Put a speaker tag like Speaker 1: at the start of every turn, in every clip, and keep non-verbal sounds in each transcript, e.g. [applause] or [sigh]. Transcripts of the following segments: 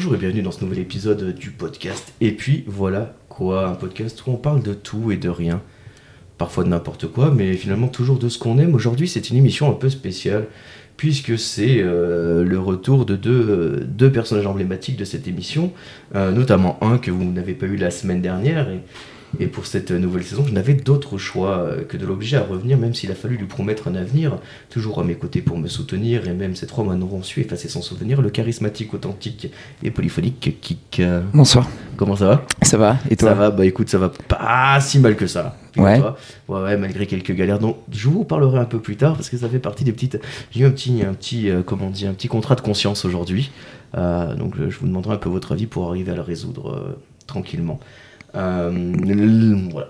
Speaker 1: ce nouvel épisode du podcast. Et puis voilà quoi, un podcast où on parle de tout et de rien. Parfois de n'importe quoi, mais finalement toujours de ce qu'on aime. Aujourd'hui, c'est une émission un peu spéciale, puisque c'est euh, le retour de deux, euh, deux personnages emblématiques de cette émission, euh, notamment un que vous n'avez pas eu la semaine dernière. Et, et pour cette nouvelle saison, je n'avais d'autre choix euh, que de l'obliger à revenir, même s'il a fallu lui promettre un avenir, toujours à mes côtés pour me soutenir, et même ces trois mois n'auront su effacer son souvenir, le charismatique, authentique et polyphonique Kika.
Speaker 2: Bonsoir.
Speaker 1: Comment ça va
Speaker 2: Ça va Et toi
Speaker 1: Ça va, bah écoute, ça va pas si mal que ça.
Speaker 2: Ouais.
Speaker 1: Toi ouais, ouais, malgré quelques galères. Donc, je vous parlerai un peu plus tard parce que ça fait partie des petites. J'ai eu un petit, un petit, euh, comment on dit, un petit contrat de conscience aujourd'hui. Euh, donc, je je vous demanderai un peu votre avis pour arriver à le résoudre euh, tranquillement. Euh, l- voilà.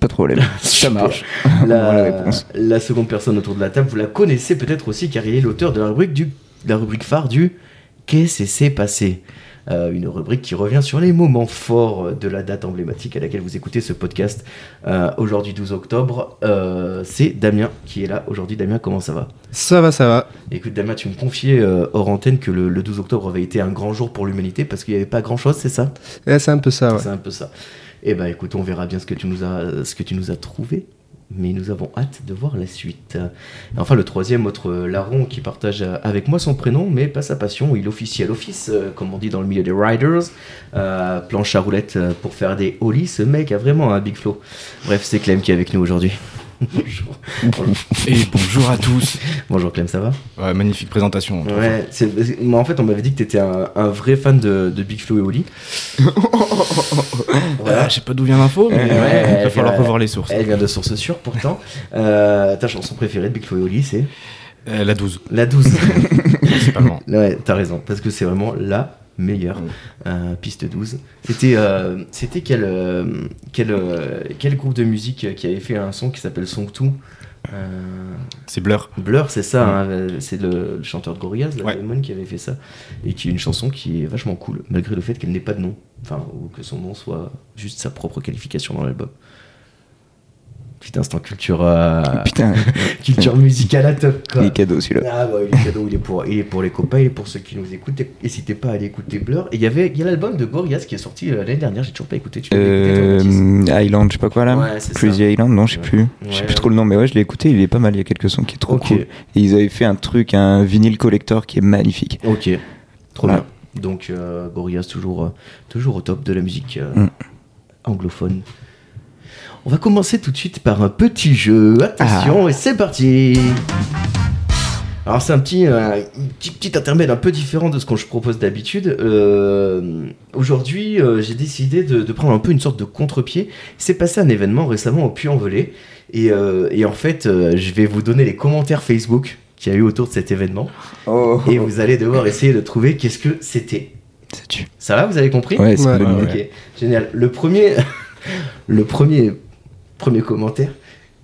Speaker 2: Pas de
Speaker 1: [laughs]
Speaker 2: problème. ça
Speaker 1: Super.
Speaker 2: marche.
Speaker 1: La,
Speaker 2: Voilà [laughs] la réponse.
Speaker 1: la seconde personne autour de la table, vous la connaissez peut-être aussi car il est l'auteur de la rubrique du, de la rubrique phare du Qu'est-ce qui s'est passé Euh, Une rubrique qui revient sur les moments forts de la date emblématique à laquelle vous écoutez ce podcast. Euh, aujourd'hui 12 octobre, euh, c'est Damien qui est là. Aujourd'hui Damien, comment ça va
Speaker 3: Ça va, ça va.
Speaker 1: Écoute Damien, tu me confiais euh, hors antenne que le, le 12 octobre avait été un grand jour pour l'humanité parce qu'il n'y avait pas grand-chose, c'est ça
Speaker 3: Eh, c'est un peu ça, ouais.
Speaker 1: C'est un peu ça. Eh ben écoute, on verra bien ce que tu nous as, ce que tu nous as trouvé. Mais nous avons hâte de voir la suite. Et enfin, le troisième, autre euh, larron qui partage euh, avec moi son prénom, mais pas sa passion. Il officie à l'office, euh, comme on dit dans le milieu des riders. Euh, planche à roulette euh, pour faire des ollies. Ce mec a vraiment un big flow. Bref, c'est Clem qui est avec nous aujourd'hui. Bonjour.
Speaker 4: Et bonjour à tous.
Speaker 1: Bonjour Clem, ça va
Speaker 4: Ouais, magnifique présentation.
Speaker 1: Ouais, c'est- moi en fait on m'avait dit que t'étais un, un vrai fan de, de Big Flo et Oli. Voilà.
Speaker 4: Ah, je sais pas d'où vient l'info, mais euh,
Speaker 1: Ouais,
Speaker 4: il
Speaker 1: ouais,
Speaker 4: va falloir
Speaker 1: ouais.
Speaker 4: revoir les sources.
Speaker 1: Elle vient de sources sûres
Speaker 4: [laughs]
Speaker 1: pourtant. Euh, ta chanson préférée de Big Flo et Oli, c'est
Speaker 4: Euh, la 12,
Speaker 1: La
Speaker 4: [laughs]
Speaker 1: 12.
Speaker 4: principalement.
Speaker 1: ouais, t'as raison, parce que c'est vraiment la meilleure
Speaker 4: Mm.
Speaker 1: Euh, piste 12. C'était euh, c'était quel, euh, quel, euh, quel groupe de musique euh, qui avait fait un son qui s'appelle Song 2 euh,
Speaker 4: C'est Blur.
Speaker 1: Blur, c'est ça,
Speaker 4: Mm.
Speaker 1: hein, euh, c'est le, le chanteur de Gorillaz, la
Speaker 4: Ouais.
Speaker 1: Damon, qui avait fait ça, et qui est une chanson qui est vachement cool, malgré le fait qu'elle n'ait pas de nom, enfin, ou que son nom soit juste sa propre qualification dans l'album. Petit instant culture, euh,
Speaker 2: Ah, Putain,
Speaker 1: culture musicale à top, quoi.
Speaker 2: il est cadeau celui-là.
Speaker 1: Ah bah, il est cadeau, il est pour, il est pour les copains, il est pour ceux qui nous écoutent. N'hésitez pas à aller écouter Blur. Et il y avait, il y a l'album de Gorillaz qui est sorti euh, l'année dernière. J'ai toujours pas écouté. Tu l'as écouté, toi,
Speaker 2: Euh,
Speaker 1: Baptiste
Speaker 2: Island, je sais pas quoi là.
Speaker 1: Ouais, c'est
Speaker 2: Crazy Island, non, je sais
Speaker 1: Ouais.
Speaker 2: plus. Je sais
Speaker 1: Ouais.
Speaker 2: plus trop le nom, mais ouais, je l'ai écouté. Il est pas mal. Il y a quelques sons qui est trop
Speaker 1: Ok.
Speaker 2: cool. Et ils avaient fait un truc, un vinyle collector qui est magnifique.
Speaker 1: Ok, trop
Speaker 2: Ouais.
Speaker 1: bien. Donc euh, Gorillaz toujours, euh, toujours au top de la musique euh,
Speaker 2: Mm.
Speaker 1: anglophone. On va commencer tout de suite par un petit jeu. Attention et c'est parti. Alors c'est un petit, euh, un petit, petit intermède un peu différent de ce que je propose d'habitude. Euh, Aujourd'hui, euh, j'ai décidé de, de prendre un peu une sorte de contre-pied. Il s'est passé un événement récemment au Puy-en-Velay et, euh, et en fait, euh, je vais vous donner les commentaires Facebook qu'il y a eu autour de cet événement
Speaker 2: Oh,
Speaker 1: et vous allez devoir essayer de trouver qu'est-ce que c'était.
Speaker 2: ça tue.
Speaker 1: Ça va, vous avez compris
Speaker 2: Ouais, c'est
Speaker 3: Ouais.
Speaker 2: une bonne
Speaker 4: Ouais,
Speaker 2: idée.
Speaker 1: Ok, génial. Le premier, [laughs] le premier, premier commentaire.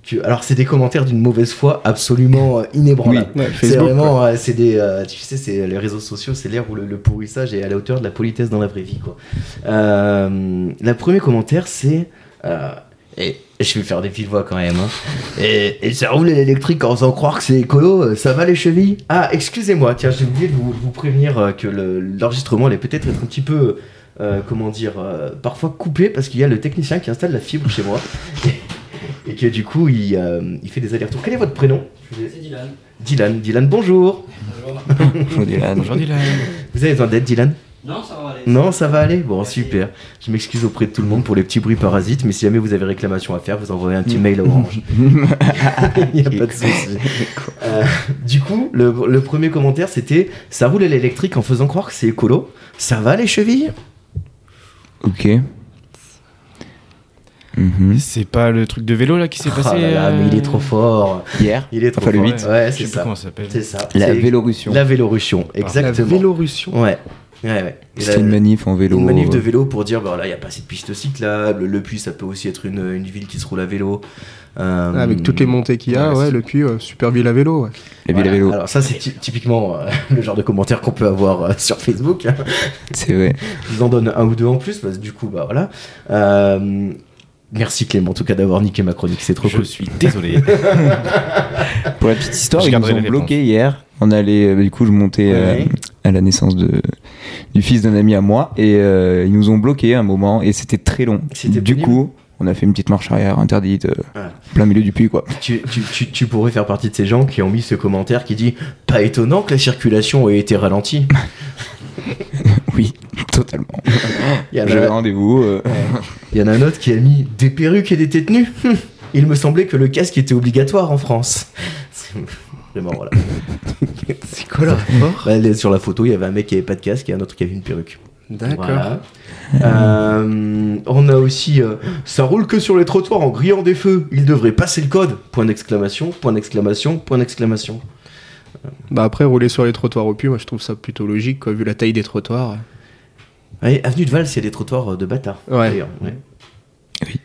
Speaker 1: Que, alors c'est des commentaires d'une mauvaise foi absolument euh, inébranlable.
Speaker 3: Ouais,
Speaker 1: c'est
Speaker 3: Facebook.
Speaker 1: vraiment, euh, c'est des, euh, tu sais, c'est les réseaux sociaux, c'est l'ère où le, le pourrissage est à la hauteur de la politesse dans la vraie vie, quoi. Euh, le premier commentaire, c'est, euh, et je vais faire des petites voix quand même. hein. Et, et ça roule à l'électrique en faisant croire que c'est écolo, euh, ça va les chevilles Ah, excusez-moi, tiens, j'ai oublié de vous, de vous prévenir euh, que le- l'enregistrement allait peut-être être un petit peu, euh, comment dire, euh, parfois coupé parce qu'il y a le technicien qui installe la fibre chez moi. [laughs] Et, et que du coup, il, euh, il fait des allers-retours. Quel est votre prénom Je vous ai-
Speaker 5: C'est Dylan.
Speaker 1: Dylan, Dylan, bonjour
Speaker 5: Bonjour.
Speaker 2: Bonjour, Dylan.
Speaker 4: Bonjour Dylan.
Speaker 1: Vous avez besoin d'aide, Dylan
Speaker 5: Non, ça va aller.
Speaker 1: Non, ça va aller Bon, super. Je m'excuse auprès de tout le monde pour les petits bruits parasites, mais si jamais vous avez réclamation à faire, vous envoyez un
Speaker 2: Mm.
Speaker 1: petit mail à
Speaker 2: [laughs]
Speaker 1: Orange. [laughs] Il n'y a pas de souci. Euh, du coup, le, le premier commentaire, c'était « Ça roule à l'électrique en faisant croire que c'est écolo. Ça va, les chevilles
Speaker 2: Ok. Mhm.
Speaker 4: C'est pas le truc de vélo là qui s'est ?»
Speaker 1: Ah
Speaker 4: passé
Speaker 1: là là, mais il est
Speaker 4: euh,
Speaker 1: trop fort
Speaker 2: Hier,
Speaker 1: Il est trop
Speaker 2: Enfin, le
Speaker 1: fort.
Speaker 4: huit.
Speaker 1: Ouais,
Speaker 4: Je
Speaker 1: c'est
Speaker 4: sais plus
Speaker 1: ça.
Speaker 4: comment ça s'appelle. Ah,
Speaker 1: C'est ça.
Speaker 2: la
Speaker 1: C'est
Speaker 2: Vélorussion.
Speaker 1: La Vélorussion,
Speaker 3: La
Speaker 1: exactement.
Speaker 3: Vélorussion.
Speaker 1: Ouais. Ouais, ouais. Et
Speaker 2: C'était
Speaker 1: la-
Speaker 2: une manif en vélo.
Speaker 1: Une manif de
Speaker 2: euh,
Speaker 1: vélo pour dire, bah là, il n'y a pas assez de pistes cyclables. Le Puy, ça peut aussi être une, une ville qui se roule à vélo. Euh,
Speaker 3: Ah, Avec toutes les montées qu'il y a,
Speaker 1: ouais,
Speaker 3: ouais,
Speaker 1: c'est-
Speaker 3: le puits, euh, super ville à vélo, ouais.
Speaker 2: La ville
Speaker 1: voilà.
Speaker 2: à vélo.
Speaker 1: Alors ça, c'est ty- typiquement euh, [laughs] le genre de commentaire qu'on peut avoir euh, sur Facebook. [laughs]
Speaker 2: C'est vrai.
Speaker 1: Je vous en donne un ou deux en plus, parce que du coup, bah voilà. Euh, merci Clément, en tout cas, d'avoir niqué ma chronique, c'est trop
Speaker 4: Je
Speaker 1: cool.
Speaker 4: suis
Speaker 1: [laughs]
Speaker 4: désolé.
Speaker 2: Pour la petite histoire,
Speaker 4: Je
Speaker 2: ils nous
Speaker 4: garderai
Speaker 2: ont
Speaker 4: les réponses.
Speaker 2: bloqué hier. On allait, euh, du coup, je montais euh,
Speaker 1: Ouais.
Speaker 2: à la naissance de, du fils d'un ami à moi et euh, ils nous ont bloqué un moment et c'était très long.
Speaker 1: C'était
Speaker 2: du
Speaker 1: pénible.
Speaker 2: coup, on a fait une petite marche arrière interdite, euh,
Speaker 1: Voilà.
Speaker 2: plein milieu du puits quoi. [laughs]
Speaker 1: Tu, tu- tu- tu pourrais faire partie de ces gens qui ont mis ce commentaire qui dit Pas étonnant que la circulation ait été ralentie.
Speaker 2: Oui, totalement.
Speaker 1: Il y, en
Speaker 2: J'avais
Speaker 1: a-
Speaker 2: rendez-vous. euh,
Speaker 1: il y en a un autre qui a mis Des perruques et des têtes nues. [laughs] Hum, Il me semblait que le casque était obligatoire en France. [laughs] C'est- Vraiment, voilà.
Speaker 3: C'est quoi le rapport
Speaker 1: Bah, les- sur la photo, il y avait un mec qui avait pas de casque et un autre qui avait une perruque.
Speaker 3: [laughs] D'accord.
Speaker 1: Voilà. Euh, on a aussi euh, ça roule que sur les trottoirs en grillant des feux. Il devrait passer le code. Point d'exclamation, point d'exclamation, point d'exclamation.
Speaker 3: Bah après, rouler sur les trottoirs au puits, moi je trouve ça plutôt logique, quoi, vu la taille des trottoirs.
Speaker 1: Ouais, avenue de Val, c'est des trottoirs euh, de bâtards.
Speaker 3: Ouais.
Speaker 1: d'ailleurs, ouais.
Speaker 2: Oui.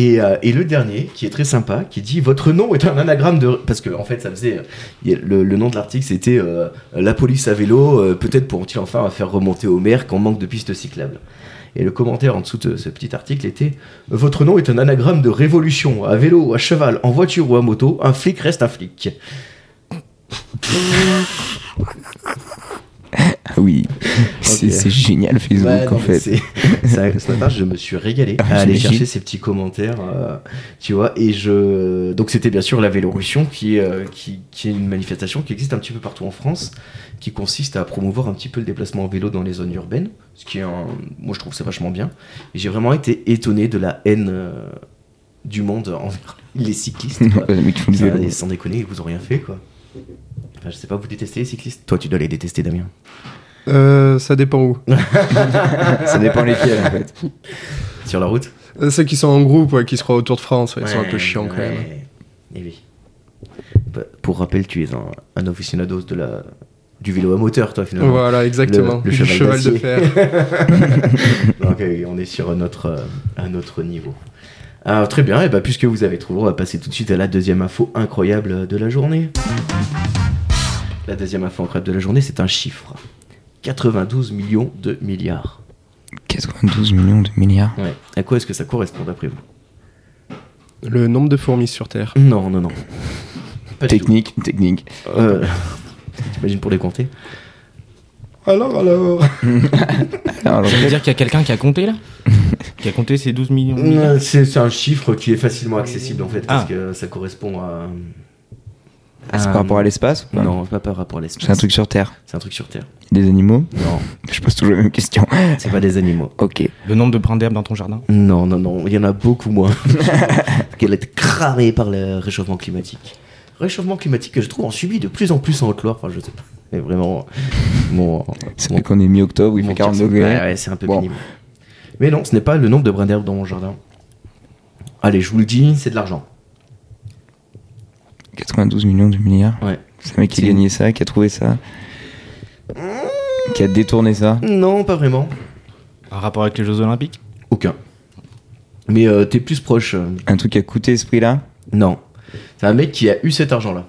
Speaker 1: Et, euh, et le dernier, qui est très sympa, qui dit Votre nom est un anagramme de. Parce que, en fait, ça faisait. euh, il y a- le, le nom de l'article, c'était euh, La police à vélo, euh, peut-être pourront-ils enfin faire remonter au maire qu'on manque de pistes cyclables. Et le commentaire en dessous de ce petit article était Votre nom est un anagramme de révolution, à vélo, à cheval, en voiture ou à moto, un flic reste un flic.
Speaker 2: Ah
Speaker 1: [laughs]
Speaker 2: oui, c'est
Speaker 1: Ok.
Speaker 2: c'est génial Facebook
Speaker 1: Ouais, non,
Speaker 2: en
Speaker 1: mais
Speaker 2: [laughs] fait.
Speaker 1: c'est- [laughs] c'est- ce matin, je me suis régalé
Speaker 2: Ah,
Speaker 1: à aller
Speaker 2: j'imagine.
Speaker 1: chercher ces petits commentaires, euh, tu vois. Et je donc c'était bien sûr la Vélorussion, qui, est, euh, qui qui est une manifestation qui existe un petit peu partout en France, qui consiste à promouvoir un petit peu le déplacement en vélo dans les zones urbaines, ce qui est un... moi je trouve c'est vachement bien. Et j'ai vraiment été étonné de la haine euh, du monde envers [laughs] les cyclistes. [laughs] quoi.
Speaker 2: Mais tu fous le
Speaker 1: Enfin,
Speaker 2: vélo.
Speaker 1: et sans déconner, ils vous ont rien fait quoi. Enfin, je sais pas, vous détestez les cyclistes Toi, tu dois les détester, Damien.
Speaker 3: Euh, ça dépend où.
Speaker 2: Ça dépend lesquels en [laughs] fait.
Speaker 1: Sur la route
Speaker 3: Euh, Ceux qui sont en groupe, ouais, qui se croient autour de France, ouais, ils sont un peu
Speaker 1: Ouais,
Speaker 3: chiants quand
Speaker 1: ouais.
Speaker 3: même. hein.
Speaker 1: Eh oui. Bah, pour rappel, tu es un, un aficionado de la, du vélo à moteur, toi, finalement.
Speaker 3: Voilà, exactement.
Speaker 1: le
Speaker 3: Du
Speaker 1: cheval
Speaker 3: cheval de
Speaker 1: d'acier. [laughs]
Speaker 3: fer.
Speaker 1: Donc, euh, on est sur un autre, euh, un autre niveau. Ah, très bien, et bah, puisque vous avez trouvé, on va passer tout de suite à la deuxième info incroyable de la journée. La deuxième info incroyable de la journée, c'est un chiffre 92 millions de milliards.
Speaker 2: 92 millions de milliards.
Speaker 1: Ouais. À quoi est-ce que ça correspond d'après vous
Speaker 3: Le nombre de fourmis sur Terre.
Speaker 1: Non, non, non. Pas du tout.
Speaker 2: Technique, technique.
Speaker 1: Euh, [laughs] T'imagines pour les compter
Speaker 3: Alors, alors
Speaker 1: Ah,
Speaker 2: Alors,
Speaker 4: Ça veut dire qu'il y a quelqu'un qui a compté là Qui a compté ces 12 millions de milliards
Speaker 1: Euh, C'est c'est un chiffre qui est facilement accessible en fait, parce
Speaker 4: Ah.
Speaker 1: que ça correspond à.
Speaker 2: c'est
Speaker 1: à-
Speaker 2: par rapport à l'espace ou pas
Speaker 1: euh, Non, pas par rapport à l'espace.
Speaker 2: C'est un truc sur Terre.
Speaker 1: C'est un truc sur Terre.
Speaker 2: Des animaux
Speaker 1: Non,
Speaker 2: Je pose toujours la même question.
Speaker 1: [laughs] c'est pas des animaux.
Speaker 2: Ok.
Speaker 4: Le nombre de brins d'herbe dans ton jardin
Speaker 1: Non, non, non, il y en a beaucoup [laughs] moins. Qu'elle est cramée par le réchauffement climatique. Réchauffement climatique que je trouve en subit de plus en plus en Haute-Loire. Enfin, je sais pas. Mais vraiment. [laughs] Bon,
Speaker 2: C'est vrai qu'on est mi-octobre, il fait 40 degrés.
Speaker 1: Ouais, ouais, c'est un peu
Speaker 2: Bon.
Speaker 1: pénible. Mais non, ce n'est pas le nombre de brins d'herbe dans mon jardin. Allez, je vous le dis, c'est de l'argent.
Speaker 2: 92 millions de milliards.
Speaker 1: Ouais.
Speaker 2: C'est un mec qui a
Speaker 1: C'est-
Speaker 2: gagné ça, qui a trouvé ça, qui a détourné ça.
Speaker 1: Non, pas vraiment.
Speaker 4: Un rapport avec les Jeux Olympiques
Speaker 1: Aucun. Mais euh, t'es plus proche. euh,
Speaker 2: Un truc qui a coûté ce prix-là,
Speaker 1: non. C'est un mec qui a eu cet argent-là.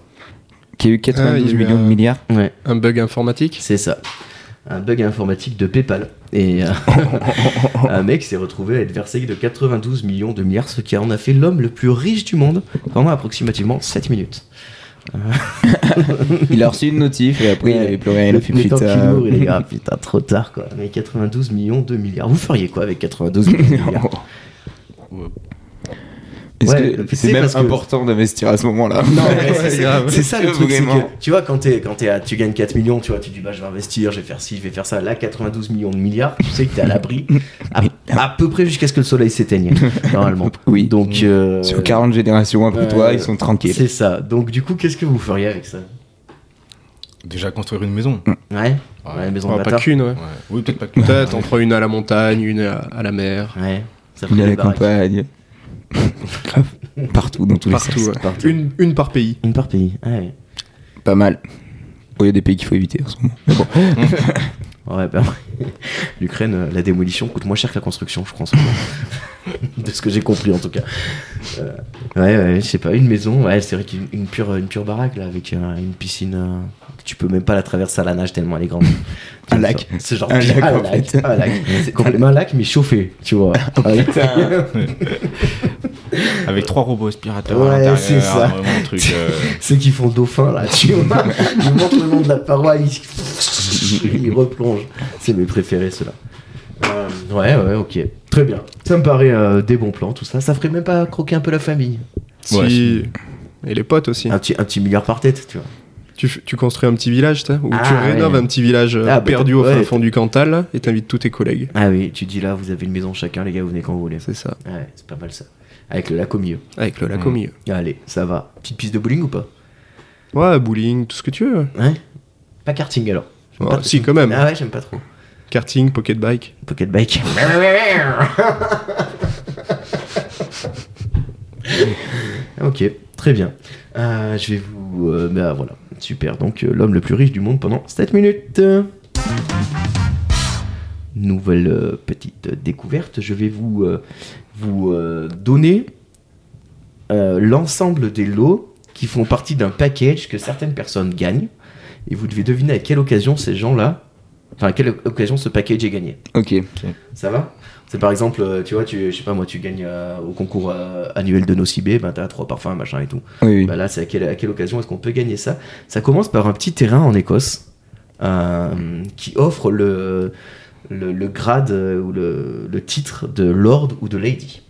Speaker 2: qui a eu 92
Speaker 3: Ah, il y a eu
Speaker 2: millions de
Speaker 3: un-
Speaker 2: milliards.
Speaker 1: [laughs] Ouais.
Speaker 3: Un bug informatique
Speaker 1: C'est ça. Un bug informatique de PayPal. Et [laughs] euh, un mec s'est retrouvé à être versé de 92 millions de milliards, ce qui en a fait l'homme le plus riche du monde pendant approximativement 7 minutes.
Speaker 2: Il a reçu une notif et après il
Speaker 1: Ouais.
Speaker 2: avait plus rien. Il
Speaker 1: Le-
Speaker 2: a fait
Speaker 1: le temps qu'il
Speaker 2: putain.
Speaker 1: ouvre, il est ah, putain, trop tard quoi. Mais 92 millions de milliards. Vous feriez quoi avec 92 [laughs] millions de milliards
Speaker 2: Est-ce
Speaker 1: Ouais,
Speaker 2: que
Speaker 1: tu sais,
Speaker 2: c'est même
Speaker 1: parce que-
Speaker 2: important d'investir à ce moment-là [laughs]
Speaker 1: Non, mais c'est-
Speaker 3: Ouais,
Speaker 1: c'est-
Speaker 3: grave.
Speaker 1: c'est ça le truc. c'est
Speaker 2: Vraiment.
Speaker 1: que, tu vois, quand, t'es- quand t'es à- tu gagnes 4 millions, tu vois, tu dis bah, je vais investir, je vais faire ci, je vais faire ça. Là, 92 millions de milliards, tu sais que t'es à l'abri à, à peu près jusqu'à ce que le soleil s'éteigne, normalement.
Speaker 2: Oui.
Speaker 1: Donc, euh,
Speaker 2: Sur 40 générations après
Speaker 1: ouais,
Speaker 2: toi, ils sont tranquilles.
Speaker 1: c'est ça. Donc, du coup, qu'est-ce que vous feriez avec ça
Speaker 4: Déjà construire une maison
Speaker 1: Ouais, ouais maison de
Speaker 3: Ah, Pas
Speaker 1: bâtard. [laughs]
Speaker 3: qu'une, ouais.
Speaker 4: Ouais. Oui, peut-être pas que
Speaker 3: Peut-être, on prend une à la montagne, une à, à la mer.
Speaker 1: Ouais, ça ferait
Speaker 2: Il a
Speaker 1: des
Speaker 2: la
Speaker 1: baraques. [laughs]
Speaker 2: campagne. Grave. Partout, dans tous les
Speaker 3: Partout,
Speaker 2: sens.
Speaker 3: ouais. Une, une par pays.
Speaker 1: Une par pays. Ah Ouais,
Speaker 2: Pas mal. Bon, il y a des pays qu'il faut éviter en ce moment. Mais bon.
Speaker 1: ouais bah, [laughs] l'Ukraine, euh, la démolition coûte moins cher que la construction, je crois. en ce moment. [laughs] de ce que j'ai compris, en tout cas. Euh, ouais, ouais, je sais pas, une maison, ouais, c'est vrai qu'une une pure, une pure baraque, là, avec euh, une piscine. euh, que tu peux même pas la traverser à la nage tellement elle est
Speaker 2: [laughs]
Speaker 1: grande.
Speaker 2: Un lac.
Speaker 1: C'est genre
Speaker 2: Un lac,
Speaker 1: un
Speaker 2: en
Speaker 1: lac,
Speaker 2: fait.
Speaker 1: un
Speaker 2: [laughs]
Speaker 1: lac. C'est complètement un lac, mais chauffé, tu vois. Ah Ouais.
Speaker 4: [laughs] Avec trois robots aspirateurs
Speaker 1: Ouais,
Speaker 4: à l'intérieur.
Speaker 1: c'est ça. [laughs]
Speaker 4: Vraiment un truc. euh,
Speaker 1: Ceux qui font dauphin, là, tu vois. Ils montrent le long de la paroi, ils... il replonge. C'est mes préférés, ceux-là. Euh, ouais, ouais, ok. Très bien. Ça me paraît euh, des bons plans, tout ça. Ça ferait même pas croquer un peu la famille.
Speaker 4: Ouais,
Speaker 3: Si... Et les potes aussi.
Speaker 1: Un petit, un petit milliard par tête, tu vois.
Speaker 3: Tu, f- tu construis un petit village, ça, ou tu
Speaker 1: Ah,
Speaker 3: rénoves
Speaker 1: ouais.
Speaker 3: un petit village euh,
Speaker 1: Ah, bah,
Speaker 3: perdu au fin
Speaker 1: ouais.
Speaker 3: fond du Cantal là, et t'invites tous tes collègues.
Speaker 1: Ah oui, tu dis là, vous avez une maison chacun, les gars, vous venez quand vous voulez.
Speaker 3: C'est ça,
Speaker 1: Ouais, c'est pas mal ça. Avec le lac au milieu.
Speaker 3: avec le lac au
Speaker 4: Mm.
Speaker 3: milieu.
Speaker 1: Allez, ça va. Petite piste de bowling ou pas
Speaker 3: Ouais, bowling, tout ce que tu veux.
Speaker 1: Hein Pas karting alors. J'aime
Speaker 3: Ouais,
Speaker 1: pas-
Speaker 3: si, quand même.
Speaker 1: Ah ouais, j'aime pas trop.
Speaker 3: Karting, pocket bike.
Speaker 1: Pocket bike. ok, très bien. Euh, je vais vous. euh, bah voilà, super. Donc, euh, l'homme le plus riche du monde pendant 7 minutes. Nouvelle euh, petite découverte. Je vais vous, euh, vous euh, donner euh, l'ensemble des lots qui font partie d'un package que certaines personnes gagnent. Et vous devez deviner à quelle occasion ces gens-là. Enfin, à quelle occasion ce package est gagné.
Speaker 2: Ok.
Speaker 1: Ça va C'est par exemple, euh, tu vois, tu, je sais pas moi, tu gagnes euh, au concours euh, annuel de Nocibé, ben t'as trois parfums, machin et tout.
Speaker 2: Oui, oui.
Speaker 1: Bah là, c'est à quelle, à quelle occasion est-ce qu'on peut gagner ça Ça commence par un petit terrain en Écosse euh, qui offre le, le, le grade euh, ou le, le titre de Lord ou de Lady.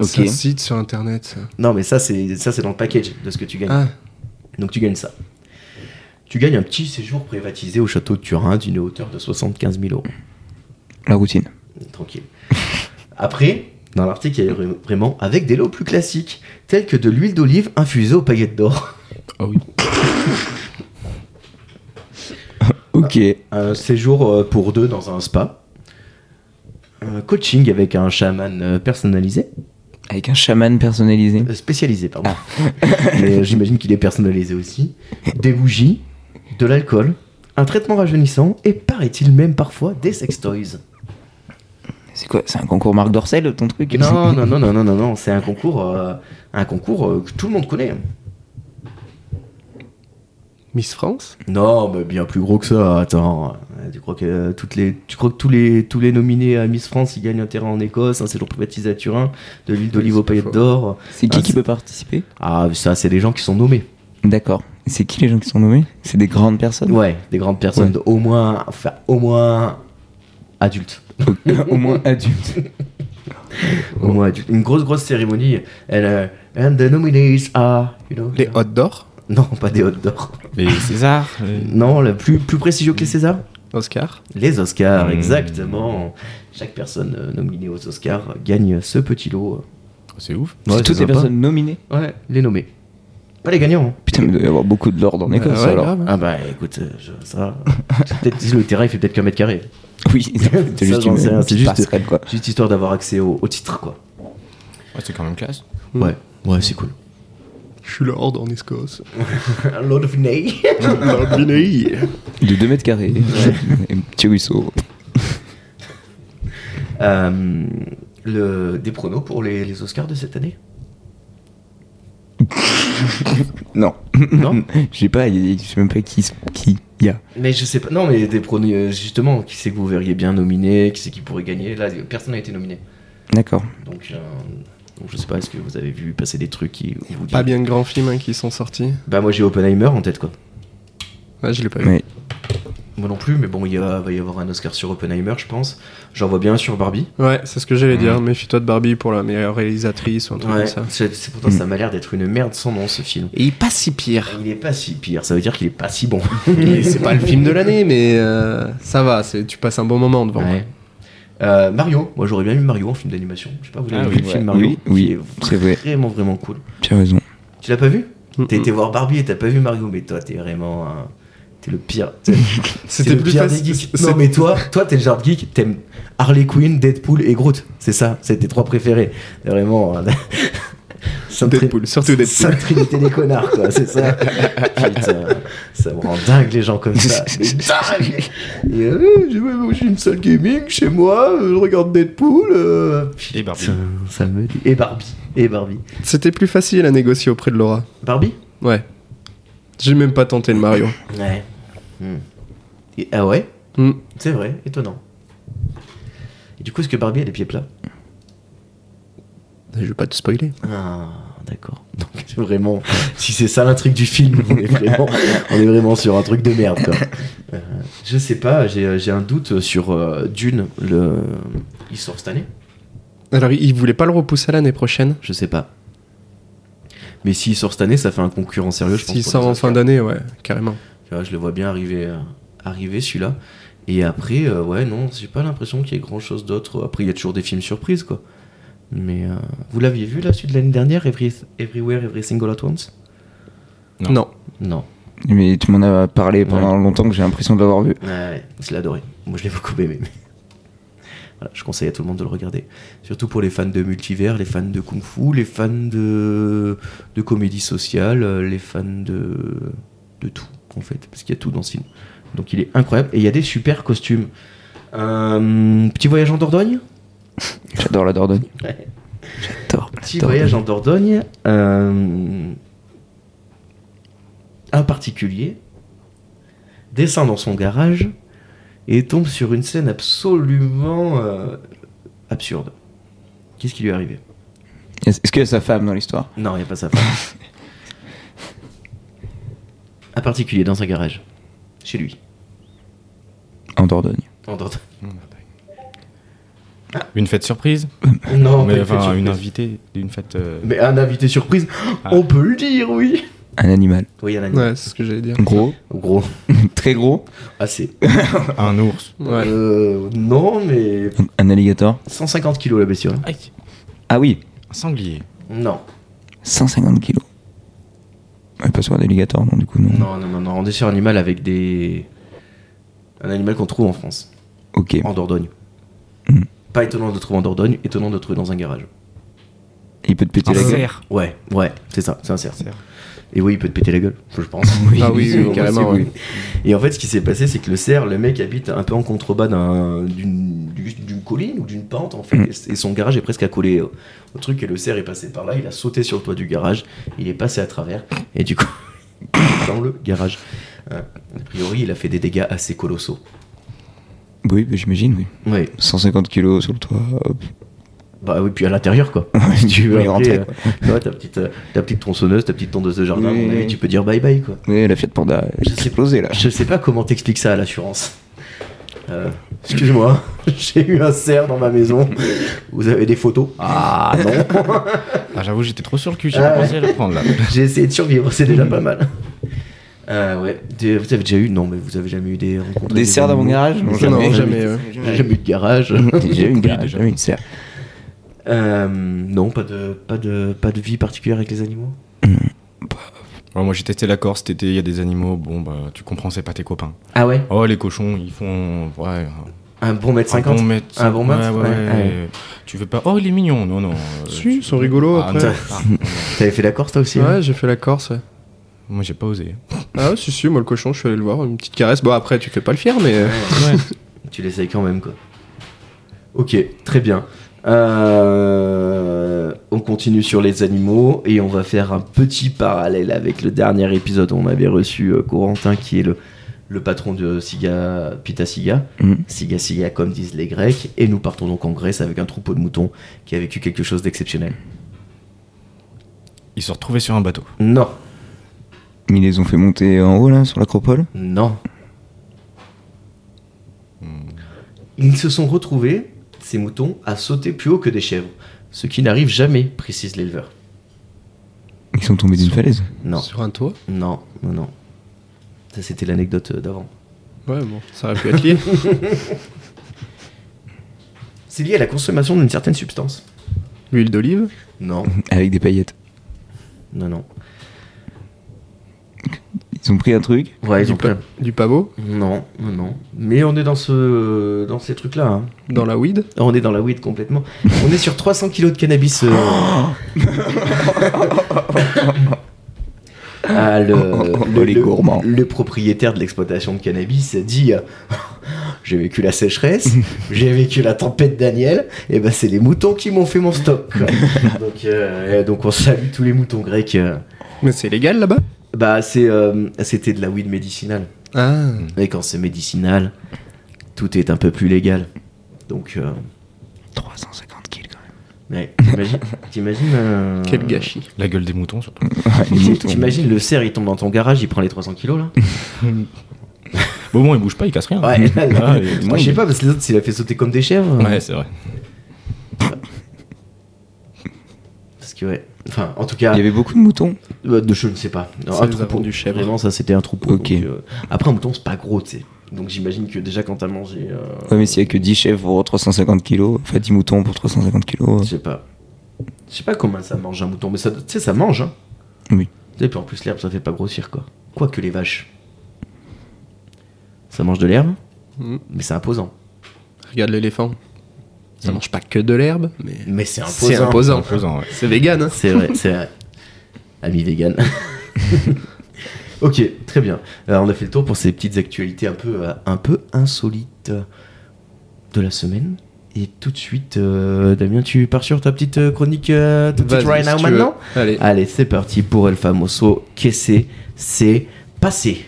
Speaker 2: Ok.
Speaker 3: Ça se cite sur internet. ça.
Speaker 1: Non, mais ça, c'est ça c'est dans le package de ce que tu gagnes.
Speaker 3: Ah,
Speaker 1: Donc tu gagnes ça. Tu gagnes un petit séjour privatisé au château de Turin d'une hauteur de 75 000 euros.
Speaker 2: La routine.
Speaker 1: tranquille. Après, dans l'article, il y a vra- vraiment avec des lots plus classiques, tels que de l'huile d'olive infusée aux paillettes d'or. [laughs]
Speaker 4: Ah oui.
Speaker 2: Ok.
Speaker 1: Un séjour euh, pour deux dans un spa. Un coaching avec un chaman euh, personnalisé.
Speaker 2: Avec un chaman personnalisé.
Speaker 1: Euh, Spécialisé, [laughs] pardon. Mais euh, j'imagine qu'il est personnalisé aussi. Des bougies, de l'alcool, un traitement rajeunissant et paraît-il même parfois des sextoys.
Speaker 2: C'est quoi C'est un concours Marc Dorcel, ton truc
Speaker 1: Non, non, non, non, non, non, non, c'est un concours, euh, un concours euh, que tout le monde connaît.
Speaker 3: Miss France
Speaker 1: Non, mais bien plus gros que ça. Attends, Euh, tu crois que euh, toutes les, tu crois que tous les, tous les nominés à Miss France, ils gagnent un terrain en Écosse, hein, un séjour privatisé à Turin, de l'huile d'olive
Speaker 3: Oui,
Speaker 1: aux
Speaker 3: c'est pas
Speaker 1: paillettes
Speaker 3: faux.
Speaker 1: d'or.
Speaker 2: C'est qui
Speaker 1: Ah,
Speaker 2: qui
Speaker 1: c'est-
Speaker 2: peut participer
Speaker 1: Ah, ça, c'est les gens qui sont nommés.
Speaker 2: D'accord. C'est qui les gens qui sont nommés C'est des grandes personnes
Speaker 1: Ouais, des grandes personnes, de
Speaker 2: Ouais.
Speaker 1: au moins, enfin, au moins adultes.
Speaker 2: Au moins adultes.
Speaker 3: Oh.
Speaker 1: Au moins adultes. Une grosse, grosse cérémonie. And, euh, and the nominees are, you know.
Speaker 3: Les hôtes d'or
Speaker 1: Non, pas des hôtes d'or.
Speaker 4: Les César. euh,
Speaker 1: Non, le plus, plus prestigieux que les Césars.
Speaker 3: Oscar
Speaker 1: Les Oscars,
Speaker 4: Mmh.
Speaker 1: exactement. Chaque personne euh, nominée aux Oscars gagne ce petit lot.
Speaker 4: C'est ouf.
Speaker 1: Ouais,
Speaker 2: c'est toutes
Speaker 1: c'est
Speaker 2: les
Speaker 1: sympa.
Speaker 2: personnes nominées.
Speaker 1: Ouais, les nommés. Pas les gagnants. hein.
Speaker 2: Ah, Putain, mais il doit y avoir beaucoup de l'ordre en
Speaker 3: Ah
Speaker 2: Écosse
Speaker 3: ouais,
Speaker 2: alors.
Speaker 3: grave, hein.
Speaker 1: Ah bah écoute, euh, je- ça. [laughs] c'est peut-être- le terrain il fait peut-être qu'un mètre carré.
Speaker 2: [laughs] Oui, c'est
Speaker 1: Ça,
Speaker 2: juste
Speaker 1: j'en
Speaker 2: une
Speaker 1: sais rien, c'est
Speaker 2: petite
Speaker 1: juste-
Speaker 2: passerelle, quoi.
Speaker 1: Juste histoire d'avoir accès au, au titre quoi.
Speaker 4: Ouais, c'est quand même classe.
Speaker 3: Mm.
Speaker 1: Ouais, ouais, c'est [laughs] cool. Ah.
Speaker 3: Je suis lord en [laughs] Escosse.
Speaker 1: Un lot of nay.
Speaker 3: Lord Vinay.
Speaker 2: De 2 mètres carrés. [laughs] Et un petit ruisseau.
Speaker 1: [laughs] Euh, le, des pronos pour les, les Oscars de cette [laughs] année
Speaker 2: Non.
Speaker 1: Non
Speaker 2: Je sais pas, il y a- je sais même pas qui s- qui y a.
Speaker 1: Mais je sais pas. Non, mais des pronos, euh, justement, qui c'est que vous verriez bien nominé Qui c'est qui pourrait gagner Là, personne n'a été nominé.
Speaker 2: D'accord.
Speaker 1: Donc, euh, donc, je sais pas, est-ce que vous avez vu passer des trucs qui vous disent-
Speaker 3: Pas bien de grands films hein, qui sont sortis.
Speaker 1: Bah, moi j'ai Oppenheimer en tête quoi.
Speaker 3: Ah, je l'ai pas vu.
Speaker 2: Mais
Speaker 1: Moi non plus, mais bon, il y a- va y avoir un Oscar sur Oppenheimer, je pense. J'en vois bien un sur Barbie.
Speaker 3: Ouais, c'est ce que j'allais dire. Méfie-toi de Barbie pour la meilleure réalisatrice ou un truc
Speaker 1: Ouais,
Speaker 3: comme ça.
Speaker 1: c'est c'est pourtant ça m'a l'air d'être une merde sans nom ce film.
Speaker 3: Et il est pas si pire.
Speaker 1: Il est pas si pire, ça veut dire qu'il est pas [laughs] si bon.
Speaker 3: Et c'est pas le film de l'année, mais euh, ça va, c'est- tu passes un bon moment devant.
Speaker 1: [laughs] Ouais. Euh, Mario, moi j'aurais bien aimé Mario en film d'animation. Je sais pas, vous avez
Speaker 4: Ah
Speaker 1: vu
Speaker 4: oui,
Speaker 1: le
Speaker 2: ouais.
Speaker 1: film Mario
Speaker 2: Oui, oui,
Speaker 1: qui est
Speaker 2: c'est vrai.
Speaker 1: Vraiment, vraiment cool.
Speaker 2: tu as raison.
Speaker 1: Tu l'as pas vu
Speaker 3: Mm-mm.
Speaker 1: T'as été voir Barbie et t'as pas vu Mario, mais toi t'es vraiment. un- T'es le pire. T'es- t'es
Speaker 3: C'était
Speaker 1: le
Speaker 3: plus
Speaker 1: pire des
Speaker 3: facile.
Speaker 1: geeks. Non, mais toi, toi t'es le genre de geek, t'aimes Harley Quinn, Deadpool et Groot. C'est ça, c'est tes trois préférés. T'es Vraiment. euh, [laughs] Sainte Trin-
Speaker 3: Deadpool, surtout Deadpool.
Speaker 1: Sainte Trinité des connards, quoi, c'est ça. Putain, ça me rend dingue les gens comme [laughs] ça. Mais dingue Et, euh, je, je suis une salle gaming chez moi, euh, je regarde Deadpool. euh,
Speaker 4: Et Barbie.
Speaker 1: putain, ça me dit. Et Barbie. Et Barbie.
Speaker 3: C'était plus facile à négocier auprès de Laura.
Speaker 1: Barbie
Speaker 3: Ouais. J'ai même pas tenté le [laughs] Mario.
Speaker 1: Ouais. Hmm. Et- ah ouais
Speaker 3: Hmm.
Speaker 1: C'est vrai, étonnant. Et du coup, est-ce que Barbie a des pieds plats
Speaker 3: Je vais pas te spoiler.
Speaker 1: Ah, d'accord. Donc, [laughs] c'est vraiment, si c'est ça l'intrigue du film, on est vraiment, on est vraiment sur un truc de merde, quoi. [laughs] Euh, Je sais pas, j'ai j'ai un doute sur euh, Dune. Le... Il sort cette année
Speaker 3: Alors, ils voulaient pas le repousser à l'année prochaine.
Speaker 1: Je sais pas. Mais s'il sort cette année, ça fait un concurrent sérieux, je pense.
Speaker 3: S'il
Speaker 1: pour
Speaker 3: sort
Speaker 1: les
Speaker 3: en
Speaker 1: Oscars.
Speaker 3: fin d'année, ouais, carrément.
Speaker 1: Tu vois, je le vois bien arriver, euh, arriver celui-là. Et après, euh, ouais, non, j'ai pas l'impression qu'il y ait grand-chose d'autre. Après, il y a toujours des films surprises, quoi. Mais euh, vous l'aviez vu là, celui de l'année dernière, Every- Everywhere, Every Single At Once
Speaker 4: Non.
Speaker 3: Non.
Speaker 1: Non.
Speaker 2: Mais tu m'en as parlé pendant longtemps que j'ai l'impression de l'avoir vu.
Speaker 1: Ouais, ouais, je l'ai adoré. Moi, je l'ai beaucoup aimé. mais- [laughs] voilà, je conseille à tout le monde de le regarder. Surtout pour les fans de multivers, les fans de kung-fu, les fans de, de comédie sociale, euh, les fans de, de tout, en fait. Parce qu'il y a tout dans ce film. Donc, il est incroyable. Et il y a des super costumes. Euh, petit voyage en Dordogne
Speaker 2: J'adore la Dordogne.
Speaker 1: Ouais.
Speaker 2: J'adore la
Speaker 1: Petit
Speaker 2: Dordogne.
Speaker 1: voyage en Dordogne. euh, un particulier descend dans son garage et tombe sur une scène absolument euh, absurde. Qu'est-ce qui lui est arrivé
Speaker 2: Est-ce est-ce qu'il y a sa femme dans l'histoire
Speaker 1: Non, il n'y a pas ça. femme. un particulier dans un garage. Chez lui.
Speaker 2: En Dordogne.
Speaker 1: En Dordogne.
Speaker 4: Ah. Une fête surprise
Speaker 1: Non, pas
Speaker 4: Mais
Speaker 1: une fête
Speaker 4: enfin, une
Speaker 1: surprise.
Speaker 4: invitée d'une fête. euh,
Speaker 1: Mais un invité surprise,
Speaker 4: Ah.
Speaker 1: on peut le dire, oui.
Speaker 2: Un animal.
Speaker 1: Oui, un animal.
Speaker 3: Ouais, c'est ce que j'allais dire.
Speaker 2: Gros.
Speaker 1: Gros,
Speaker 2: Très gros.
Speaker 1: assez.
Speaker 4: Un ours.
Speaker 3: Ouais.
Speaker 1: Euh, non, mais
Speaker 2: Un- Un alligator.
Speaker 1: 150 kilos la bestiole.
Speaker 4: Aïe.
Speaker 2: Ah oui.
Speaker 4: Un sanglier.
Speaker 1: Non.
Speaker 2: 150 kilos. Ouais, pas sur un alligator, non, du coup, non.
Speaker 1: Non, non, non, non. On est sur un animal avec des. Un animal qu'on trouve en France,
Speaker 2: Ok.
Speaker 1: en Dordogne.
Speaker 2: Hmm.
Speaker 1: Pas étonnant de le trouver en Dordogne, étonnant de le trouver dans un garage.
Speaker 2: Il peut te péter
Speaker 4: Un
Speaker 2: la gueule.
Speaker 4: cerf.
Speaker 1: Ouais, ouais, c'est ça, c'est un cerf.
Speaker 4: Cerf.
Speaker 1: Et oui, il peut te péter la gueule, je
Speaker 2: [laughs]
Speaker 1: pense.
Speaker 3: Ah oui, oui,
Speaker 1: c'est-
Speaker 3: carrément,
Speaker 1: c'est- Et en fait, ce qui s'est passé, c'est que le cerf, le mec habite un peu en contrebas d'un- d'une du- d'une colline ou d'une pente, en fait.
Speaker 2: Mm.
Speaker 1: Et son garage est presque accolé au, au truc. Et le cerf est passé par là, il a sauté sur le toit du garage, il est passé à travers, et du coup, [laughs] dans le garage. Euh, a priori, il a fait des dégâts assez colossaux.
Speaker 2: Oui, bah, j'imagine, oui.
Speaker 1: Oui,
Speaker 2: 150 kilos sur le toit. hop. [laughs]
Speaker 1: bah oui, puis à l'intérieur, quoi.
Speaker 2: tu
Speaker 1: peux
Speaker 2: vas y rentrer,
Speaker 1: euh,
Speaker 2: quoi.
Speaker 1: tu vois, ta petite, euh, ta petite tronçonneuse, ta petite tondeuse de jardin, à mon
Speaker 2: Oui.
Speaker 1: avis, tu peux dire bye bye, quoi.
Speaker 2: Mais la Fiat Panda,
Speaker 1: Je
Speaker 2: elle a
Speaker 1: sais-
Speaker 2: explosé, là.
Speaker 1: Je sais pas comment t'expliques ça à l'assurance. Euh, Excuse-moi, [laughs] j'ai eu un cerf dans ma maison. Vous avez des photos Ah
Speaker 2: [laughs]
Speaker 1: non
Speaker 4: Ah, j'avoue, j'étais trop sur le cul, j'ai
Speaker 1: Ah
Speaker 4: pas
Speaker 1: ouais.
Speaker 4: pensé à le prendre là.
Speaker 1: J'ai essayé de survivre, c'est déjà pas mal. Euh, ouais, Des- vous avez déjà eu Non, mais vous avez jamais eu des rencontres
Speaker 2: Des cerfs dans mon garage
Speaker 1: Non,
Speaker 3: Non,
Speaker 1: jamais.
Speaker 3: jamais. euh.
Speaker 1: J'ai jamais eu de garage.
Speaker 2: [laughs] J'ai jamais eu une garage,
Speaker 4: déjà.
Speaker 2: jamais eu une serre.
Speaker 1: Euh, non, pas de, pas, de, pas de vie particulière avec les animaux
Speaker 4: Ouais, moi j'ai testé la Corse, cet été, il y a des animaux, bon bah tu comprends, c'est pas tes copains.
Speaker 1: Ah ouais
Speaker 4: Oh les cochons, ils font. Ouais.
Speaker 1: Un bon mètre
Speaker 4: un bon
Speaker 1: 50
Speaker 4: mètre.
Speaker 1: Un bon mètre,
Speaker 4: ouais, ouais,
Speaker 1: ouais,
Speaker 4: ouais.
Speaker 1: ouais.
Speaker 4: Tu veux pas. Oh il est mignon, non, non. euh,
Speaker 3: Si,
Speaker 4: tu-
Speaker 3: ils sont rigolos,
Speaker 4: Ah,
Speaker 3: après.
Speaker 4: non. Ah, non, non.
Speaker 1: T'avais fait la Corse toi aussi hein
Speaker 3: Ouais, j'ai fait la Corse. ouais.
Speaker 4: Moi j'ai pas osé.
Speaker 3: Ah, si, si, moi le cochon, je suis allé le voir, une petite caresse. Bon, après, tu fais pas le fier, mais. euh,
Speaker 1: Tu l'essayes quand même, quoi. Ok, très bien. Euh, on continue sur les animaux et on va faire un petit parallèle avec le dernier épisode où on avait reçu euh, Corentin qui est le, le patron de Siga Pita Siga.
Speaker 2: Mhm.
Speaker 1: Siga Siga comme disent les Grecs. Et nous partons donc en Grèce avec un troupeau de moutons qui a vécu quelque chose d'exceptionnel.
Speaker 4: Ils se retrouvaient sur un bateau.
Speaker 1: Non,
Speaker 2: Ils les ont fait monter en haut, là, sur l'acropole.
Speaker 1: non. Hmm. Ils se sont retrouvés, ces moutons, à sauter plus haut que des chèvres. Ce qui n'arrive jamais, précise l'éleveur.
Speaker 2: Ils sont tombés d'une [laughs] falaise.
Speaker 1: Non,
Speaker 3: Sur un toit
Speaker 1: non, non, non. Ça, c'était l'anecdote euh, d'avant.
Speaker 3: Ouais, bon, ça aurait pu
Speaker 1: [laughs]
Speaker 3: être lié.
Speaker 1: C'est lié à la consommation d'une certaine substance.
Speaker 3: L'huile d'olive
Speaker 1: Non,
Speaker 2: Avec des paillettes.
Speaker 1: non, non.
Speaker 2: Ils ont pris un truc.
Speaker 1: Ouais, Ah, ils
Speaker 3: du,
Speaker 1: ont
Speaker 3: pa-
Speaker 1: plein.
Speaker 3: du pavot
Speaker 1: Non, non, non. Mais on est dans ce, dans ces trucs-là. hein.
Speaker 3: Dans la weed
Speaker 1: On est dans la weed complètement. on est sur 300 kilos de cannabis.
Speaker 2: [laughs]
Speaker 1: euh, Ah, le, le-
Speaker 2: les
Speaker 1: le-
Speaker 2: gourmands.
Speaker 1: le propriétaire de l'exploitation de cannabis a dit [laughs] euh, J'ai vécu la
Speaker 2: [laughs]
Speaker 1: sécheresse, j'ai vécu la tempête Daniel, et ben c'est les moutons qui m'ont fait mon stock.
Speaker 2: [laughs]
Speaker 1: quoi. donc, euh, et donc on salue tous les moutons grecs. euh.
Speaker 3: Mais c'est légal là-bas
Speaker 1: Bah c'est, euh, c'était de la weed médicinale.
Speaker 3: Ah,
Speaker 1: Et quand c'est médicinal, tout est un peu plus légal. Donc, euh,
Speaker 2: 350 kills, quand même. [laughs]
Speaker 1: ouais, t'imagines. t'imagines, euh,
Speaker 3: quel gâchis.
Speaker 4: La gueule des moutons surtout.
Speaker 2: Ouais, les moutons. [laughs]
Speaker 1: T'imagines le cerf, il tombe dans ton garage, il prend les 300 kilos là
Speaker 4: Bon, bon, il bouge pas, il casse rien.
Speaker 1: Ouais, là, là,
Speaker 4: Ah, et-
Speaker 1: moi je sais pas, parce que les autres, s'il a fait sauter comme des chèvres.
Speaker 4: Ouais, c'est vrai.
Speaker 1: Parce que, ouais. Enfin, en tout cas,
Speaker 2: Il y avait beaucoup de moutons.
Speaker 1: euh, de je ne sais pas. Non,
Speaker 3: Ça
Speaker 1: un
Speaker 3: les a
Speaker 1: troupeau.
Speaker 3: vendus chèvres.
Speaker 1: Vraiment, ça c'était un troupeau. donc,
Speaker 2: Ok.
Speaker 1: euh, Après, un mouton, c'est pas gros, tu sais. Donc j'imagine que déjà quand t'as mangé. euh,
Speaker 2: Ouais, mais s'il y a que 10 chèvres pour 350 kilos, enfin 10 moutons pour 350 kilos.
Speaker 1: Je sais pas. Je sais pas comment ça mange un mouton, mais ça, tu sais, ça mange. Hein.
Speaker 2: Oui.
Speaker 1: Et puis en plus, l'herbe, ça fait pas grossir, quoi. Quoique les vaches. Ça mange de l'herbe,
Speaker 3: Mhm.
Speaker 1: mais c'est imposant.
Speaker 3: Regarde l'éléphant. Ça mange pas que de l'herbe, mais
Speaker 1: Mais c'est
Speaker 3: c'est
Speaker 1: imposant.
Speaker 3: imposant.
Speaker 4: Imposant, ouais.
Speaker 3: C'est vegan, hein.
Speaker 1: [laughs] C'est vrai, c'est vrai. Ami vegan. [laughs] ok, très bien. Alors, on a fait le tour pour ces petites actualités un peu, euh, un peu insolites de la semaine. Et tout de suite, euh, Damien, tu pars sur ta petite euh, chronique euh, tout de suite,
Speaker 3: Vas-y,
Speaker 1: right
Speaker 3: si
Speaker 1: now,
Speaker 3: tu
Speaker 1: maintenant
Speaker 3: veux. Allez.
Speaker 1: Allez, c'est parti pour El Famoso. Qu'est-ce que c'est passé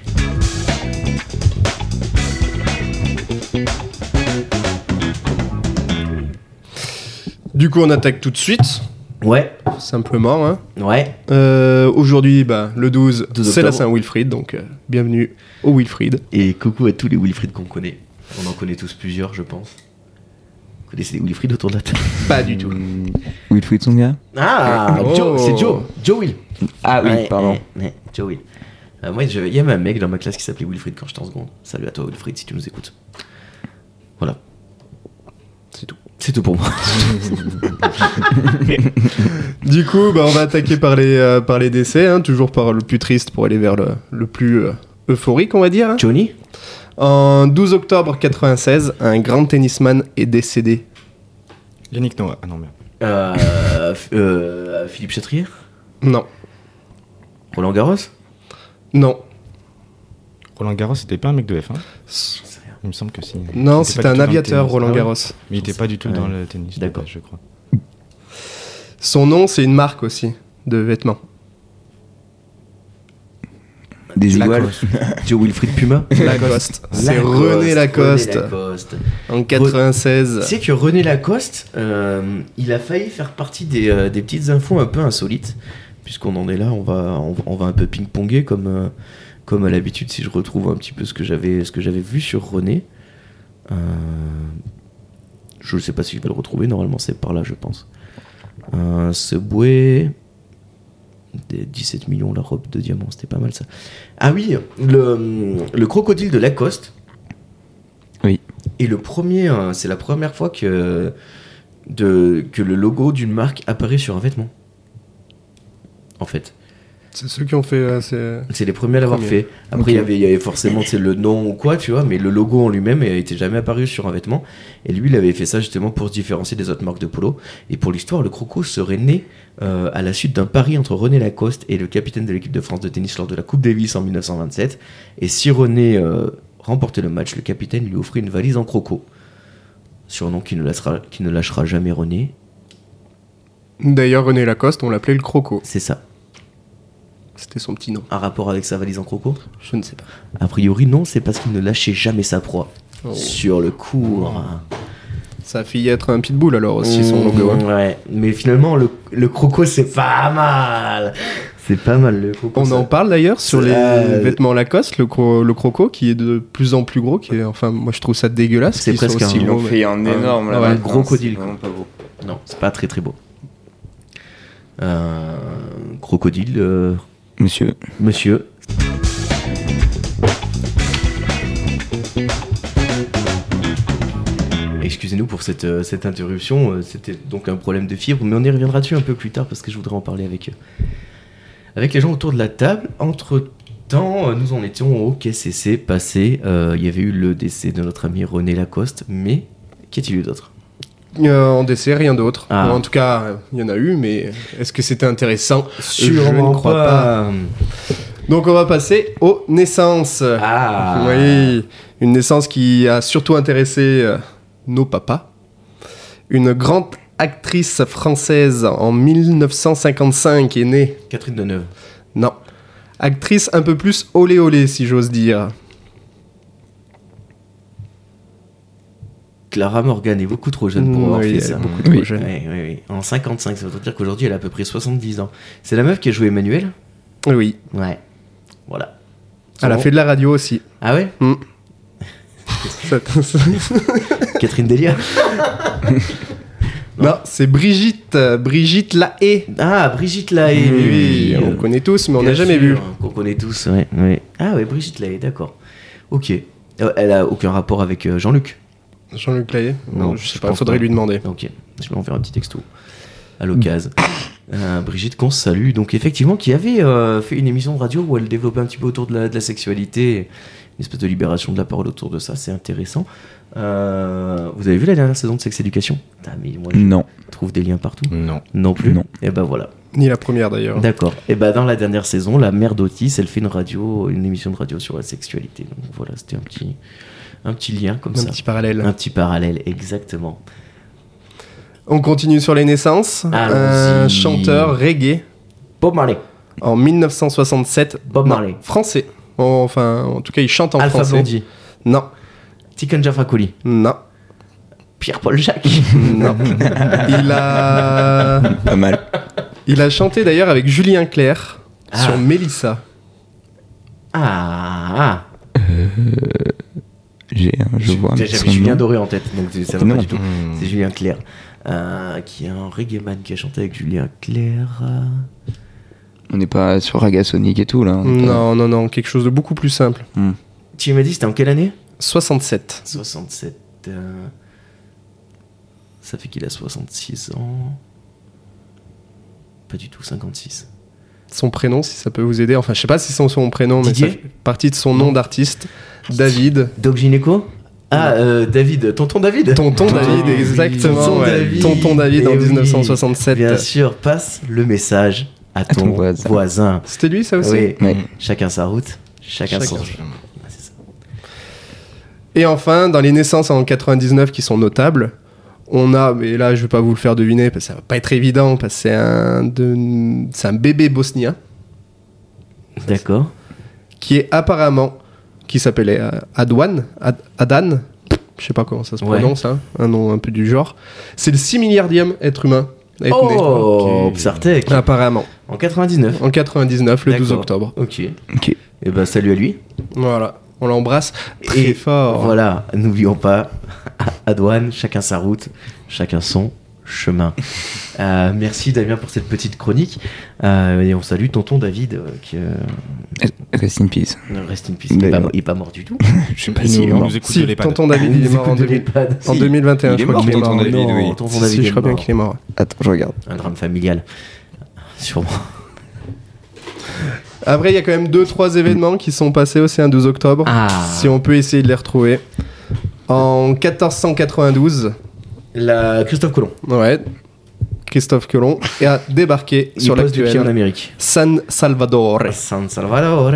Speaker 3: Du coup, on attaque tout de suite,
Speaker 1: Ouais,
Speaker 3: simplement. hein.
Speaker 1: ouais.
Speaker 3: Euh, Aujourd'hui, bah, le 12,
Speaker 1: 12
Speaker 3: c'est la
Speaker 1: octobre.
Speaker 3: Saint-Wilfried, donc euh, bienvenue au Wilfried.
Speaker 1: Et coucou à tous les Wilfried qu'on connaît. On en connaît tous plusieurs, je pense. Vous connaissez les Wilfried autour de la table
Speaker 3: Pas du tout.
Speaker 2: Wilfried Tsonga
Speaker 1: Ah,
Speaker 3: Oh.
Speaker 1: Joe, c'est Joe. Joe Will.
Speaker 2: Ah oui,
Speaker 1: Ouais,
Speaker 2: pardon.
Speaker 1: ouais, ouais, Joe Will. Euh, moi, je- il y avait un mec dans ma classe qui s'appelait Wilfried quand j'étais en seconde. Salut à toi, Wilfried, si tu nous écoutes. Voilà. C'est tout. C'est tout pour moi.
Speaker 3: Du coup, bah, on va attaquer par les, euh, par les décès, hein, toujours par le plus triste pour aller vers le, le plus euh, euphorique, on va dire. hein.
Speaker 1: Johnny
Speaker 3: En 12 octobre 96, un grand tennisman est décédé.
Speaker 4: Yannick Noah. Ah non, merde.
Speaker 1: Euh, f- euh, Philippe Chatrier
Speaker 3: Non,
Speaker 1: Roland Garros
Speaker 3: non,
Speaker 4: Roland Garros, c'était pas un mec de F1
Speaker 3: S-
Speaker 4: Il me semble que si.
Speaker 3: non,
Speaker 4: Il était
Speaker 3: c'était
Speaker 4: pas du
Speaker 3: un
Speaker 4: tout dans le
Speaker 3: aviateur,
Speaker 4: tennis.
Speaker 3: Roland
Speaker 4: Ah ouais
Speaker 3: Garros.
Speaker 4: Mais il était pas du tout
Speaker 1: Ouais.
Speaker 4: dans le tennis, de
Speaker 1: D'accord.
Speaker 4: base, je crois.
Speaker 3: Son nom, c'est une marque aussi de vêtements.
Speaker 2: Des iguales.
Speaker 1: Lacoste. Joe Wilfried [laughs] Puma
Speaker 3: Lacoste. C'est René Lacoste.
Speaker 1: René Lacoste.
Speaker 3: En 96.
Speaker 1: Tu sais que René Lacoste, euh, il a failli faire partie des, euh, des petites infos un peu insolites. Puisqu'on en est là, on va, on, va- on va un peu ping-ponger comme, euh, comme à l'habitude si je retrouve un petit peu ce que j'avais, ce que j'avais vu sur René. Euh, je ne sais pas si je vais le retrouver, normalement c'est par là je pense. Euh, Subway, des 17 millions la robe de diamant, c'était pas mal ça. Ah oui, le, le crocodile de Lacoste.
Speaker 2: Oui.
Speaker 1: Et le premier, euh, c'est la première fois que, de, que le logo d'une marque apparaît sur un vêtement. En fait,
Speaker 3: C'est ceux qui ont fait. euh, c'est-
Speaker 1: c'est les premiers à l'avoir
Speaker 3: Premier.
Speaker 1: fait. Après, il
Speaker 2: Ok.
Speaker 1: y avait- il y avait forcément c'est le nom ou quoi, tu vois, mais le logo en lui-même n'était jamais apparu sur un vêtement. Et lui, il avait fait ça justement pour se différencier des autres marques de polo. Et pour l'histoire, le croco serait né euh, à la suite d'un pari entre René Lacoste et le capitaine de l'équipe de France de tennis lors de la Coupe Davis en 1927. Et si René euh, remportait le match, le capitaine lui offrit une valise en croco. Surnom qui ne, lâchera, qui ne lâchera jamais René,
Speaker 3: D'ailleurs, René Lacoste, on l'appelait le Croco.
Speaker 1: c'est ça.
Speaker 3: C'était son petit nom.
Speaker 1: Un rapport avec sa valise en croco
Speaker 3: Je ne sais pas.
Speaker 1: A priori, non, c'est parce qu'il ne lâchait jamais sa proie.
Speaker 3: Oh.
Speaker 1: Sur le cours.
Speaker 3: Ça a failli être un pitbull alors aussi son
Speaker 1: Mmh.
Speaker 3: logo. hein.
Speaker 1: Ouais, mais finalement, le, le croco, c'est pas mal. C'est pas mal le croco.
Speaker 3: On
Speaker 1: ça-
Speaker 3: en parle d'ailleurs sur les
Speaker 1: Euh,
Speaker 3: vêtements Lacoste, le, cro- le croco qui est de plus en plus gros, qui est enfin moi je trouve ça dégueulasse.
Speaker 1: C'est
Speaker 3: qu'ils soient
Speaker 1: presque
Speaker 3: aussi
Speaker 1: un-
Speaker 3: gros, mais-
Speaker 2: un
Speaker 3: énorme, là,
Speaker 1: ouais, maintenant, gros c'est crocodile, vraiment
Speaker 2: pas beau.
Speaker 1: Non, c'est pas très très beau. Euh, crocodile, euh,
Speaker 2: Monsieur,
Speaker 1: monsieur. Excusez-nous pour cette, euh, cette interruption, euh, c'était donc un problème de fibre, mais on y reviendra dessus un peu plus tard parce que je voudrais en parler avec, euh, avec les gens autour de la table. Entre temps, nous en étions au KCC passé, euh, il y avait eu le décès de notre ami René Lacoste, mais qu'y a-t-il eu d'autre
Speaker 3: Euh, en décès, rien d'autre.
Speaker 1: Ah.
Speaker 3: Bon, en tout cas, euh, il y en a eu, mais est-ce que c'était intéressant
Speaker 1: Sûrement pas.
Speaker 3: Donc on va passer aux naissances.
Speaker 1: Ah
Speaker 3: Oui, une naissance qui a surtout intéressé euh, nos papas. Une grande actrice française en 1955 est née.
Speaker 1: Catherine Deneuve.
Speaker 3: Non. Actrice un peu plus olé olé, si j'ose dire.
Speaker 1: Clara Morgan est beaucoup trop jeune pour avoir
Speaker 3: Mm, Oui,
Speaker 1: fait
Speaker 3: elle est
Speaker 1: ça.
Speaker 3: beaucoup
Speaker 2: Oui.
Speaker 3: trop jeune.
Speaker 1: Oui, oui, oui. En 55, ça veut dire qu'aujourd'hui elle a à peu près 70 ans. C'est la meuf qui a joué Emmanuel
Speaker 3: Oui.
Speaker 1: Ouais. Voilà.
Speaker 3: Elle a
Speaker 1: Bon. [laughs]
Speaker 3: fait de la radio aussi. [laughs]
Speaker 1: Ah ouais
Speaker 3: Mm.
Speaker 1: Catherine Delia.
Speaker 3: non, c'est Brigitte, euh, Brigitte Lahaye.
Speaker 1: Ah, Brigitte Lahaye.
Speaker 3: Oui,
Speaker 1: oui, oui,
Speaker 3: on
Speaker 1: euh,
Speaker 3: connaît tous, mais on
Speaker 1: bien
Speaker 3: n'a jamais
Speaker 1: sûr, hein,
Speaker 3: vu.
Speaker 1: Qu'on connaît tous, ouais, ouais. Ah ouais, Brigitte Lahaye, d'accord. Ok. Euh, Elle a aucun rapport avec euh, Jean-Luc.
Speaker 3: Jean-Luc Lahaye
Speaker 1: Non,
Speaker 3: je
Speaker 1: je
Speaker 3: sais pas,
Speaker 1: pense
Speaker 3: faudrait
Speaker 1: pas.
Speaker 3: lui demander. Mm.
Speaker 1: Ok, je vais en faire un petit texto à l'occasion. Euh, Brigitte qu'on salue, donc effectivement, qui avait euh, fait une émission de radio où elle développait un petit peu autour de la, de la sexualité, une espèce de libération de la parole autour de ça, c'est intéressant. Euh, vous avez vu la dernière saison de Sex Education Putain, mais moi, je
Speaker 2: Non.
Speaker 1: trouve des liens partout.
Speaker 4: Non.
Speaker 1: Non plus
Speaker 2: Mm. Non.
Speaker 1: Et ben voilà.
Speaker 3: Ni la première d'ailleurs.
Speaker 1: D'accord. Et ben dans la dernière saison, la mère d'Otis, elle fait une radio, une émission de radio sur la sexualité. Donc voilà, c'était un petit, un petit lien comme
Speaker 3: Un
Speaker 1: ça.
Speaker 3: petit parallèle.
Speaker 1: Un petit parallèle, exactement.
Speaker 3: On continue sur les naissances.
Speaker 1: Ah, Allons-y.
Speaker 3: Un chanteur reggae
Speaker 1: Bob Marley.
Speaker 3: en 1967.
Speaker 1: Bob
Speaker 3: Non,
Speaker 1: Marley.
Speaker 3: Français. Enfin, en tout cas, il chante en
Speaker 1: Alpha
Speaker 3: français.
Speaker 1: Blondie.
Speaker 3: Non,
Speaker 1: Tiken Jaffa Kooli.
Speaker 3: non,
Speaker 1: Pierre-Paul Jacques. [laughs]
Speaker 3: non. il a,
Speaker 2: Pas mal.
Speaker 3: il a chanté d'ailleurs avec Julien Clerc
Speaker 1: Ah.
Speaker 3: sur Mélissa.
Speaker 1: Ah, ah.
Speaker 2: J'ai, un- je vois. un petit
Speaker 1: J'avais
Speaker 2: son de
Speaker 1: Julien
Speaker 2: nom.
Speaker 1: Doré en tête, donc c'est- ça va
Speaker 2: Non.
Speaker 1: pas du tout.
Speaker 4: Hmm.
Speaker 1: C'est Julien Clerc, euh, qui est un reggae man qui a chanté avec Julien Clerc. euh.
Speaker 2: On n'est pas sur Raga Sonic et tout là. hein. on est pas-
Speaker 3: Non, non, non, quelque chose de beaucoup plus simple.
Speaker 1: Tu m'as dit, c'était en quelle année
Speaker 3: 67.
Speaker 1: 67. euh, Ça fait qu'il a 66 ans. Pas du tout, 56.
Speaker 3: Son prénom, si ça peut vous aider. Enfin, je sais pas si c'est son prénom, mais
Speaker 1: Didier
Speaker 3: ça fait partie de son nom d'artiste.
Speaker 1: [laughs]
Speaker 3: David.
Speaker 1: Doc Gineco Ah, euh, David, tonton David
Speaker 3: Tonton David,
Speaker 1: oui.
Speaker 3: exactement.
Speaker 1: Tonton
Speaker 3: ouais.
Speaker 1: David.
Speaker 3: Tonton David en
Speaker 1: Eh oui. Bien
Speaker 3: 1967.
Speaker 1: sûr, passe le message à ton,
Speaker 2: ton
Speaker 1: voisin.
Speaker 2: voisin.
Speaker 3: C'était lui, ça aussi
Speaker 1: Oui, Mm.
Speaker 2: Ouais.
Speaker 1: chacun sa route, chacun, son
Speaker 3: Chacun.
Speaker 1: jeu. Ah, c'est ça.
Speaker 3: Et enfin, dans les naissances en 99 qui sont notables, on a, mais là je vais pas vous le faire deviner parce que ça va pas être évident, parce que c'est un, de- c'est un bébé bosnien
Speaker 1: D'accord.
Speaker 3: qui est apparemment, qui s'appelait euh, Adwan, Ad- Adan, je sais pas comment ça se
Speaker 1: Ouais.
Speaker 3: prononce, hein, un nom un peu du genre. C'est le 6 milliardième être humain à être
Speaker 1: Oh,
Speaker 4: Ok.
Speaker 1: Psartek
Speaker 3: né. Apparemment,
Speaker 1: En 99.
Speaker 3: en 99, le 12
Speaker 1: D'accord.
Speaker 3: octobre.
Speaker 1: Ok.
Speaker 2: Ok.
Speaker 1: Et ben salut à lui.
Speaker 3: Voilà, on l'embrasse très
Speaker 1: Et
Speaker 3: fort.
Speaker 1: Voilà, n'oublions pas, [laughs] à douane, chacun sa route, chacun son [laughs] chemin. Euh, merci Damien pour cette petite chronique. Euh, et on salue tonton David, euh, qui euh,
Speaker 2: Rest in peace.
Speaker 1: reste une piste. Il est pas,
Speaker 2: D'ailleurs.
Speaker 1: il est pas mort du tout.
Speaker 2: Je sais pas
Speaker 4: Il
Speaker 2: si.
Speaker 4: nous, il
Speaker 2: on-
Speaker 4: nous écoute
Speaker 3: Si,
Speaker 4: de l'EHPAD.
Speaker 3: tonton [laughs] David, il
Speaker 1: [laughs]
Speaker 3: est mort en,
Speaker 1: Écoute,
Speaker 3: 2000
Speaker 1: l'EHPAD.
Speaker 3: en
Speaker 1: Si.
Speaker 3: 2021.
Speaker 2: Il
Speaker 3: je
Speaker 2: est
Speaker 3: crois
Speaker 2: mort,
Speaker 3: qu'il
Speaker 2: tonton David,
Speaker 1: Non,
Speaker 2: oui.
Speaker 1: Oh, tonton
Speaker 3: Si,
Speaker 1: David
Speaker 3: si, je
Speaker 1: est
Speaker 3: crois bien
Speaker 1: mort.
Speaker 3: qu'il est mort.
Speaker 2: Attends, je regarde.
Speaker 1: Un drame familial. Sûrement.
Speaker 3: Après, il y a quand même deux, trois événements qui sont passés aussi un 12 octobre.
Speaker 1: Ah.
Speaker 3: Si on peut essayer de les retrouver. En 1492,
Speaker 1: La Christophe Colomb.
Speaker 3: ouais, Christophe Colomb a débarqué
Speaker 1: Il
Speaker 3: sur
Speaker 1: pose du pied en
Speaker 3: l'actuel
Speaker 1: Amérique.
Speaker 3: San Salvador.
Speaker 1: San Salvador.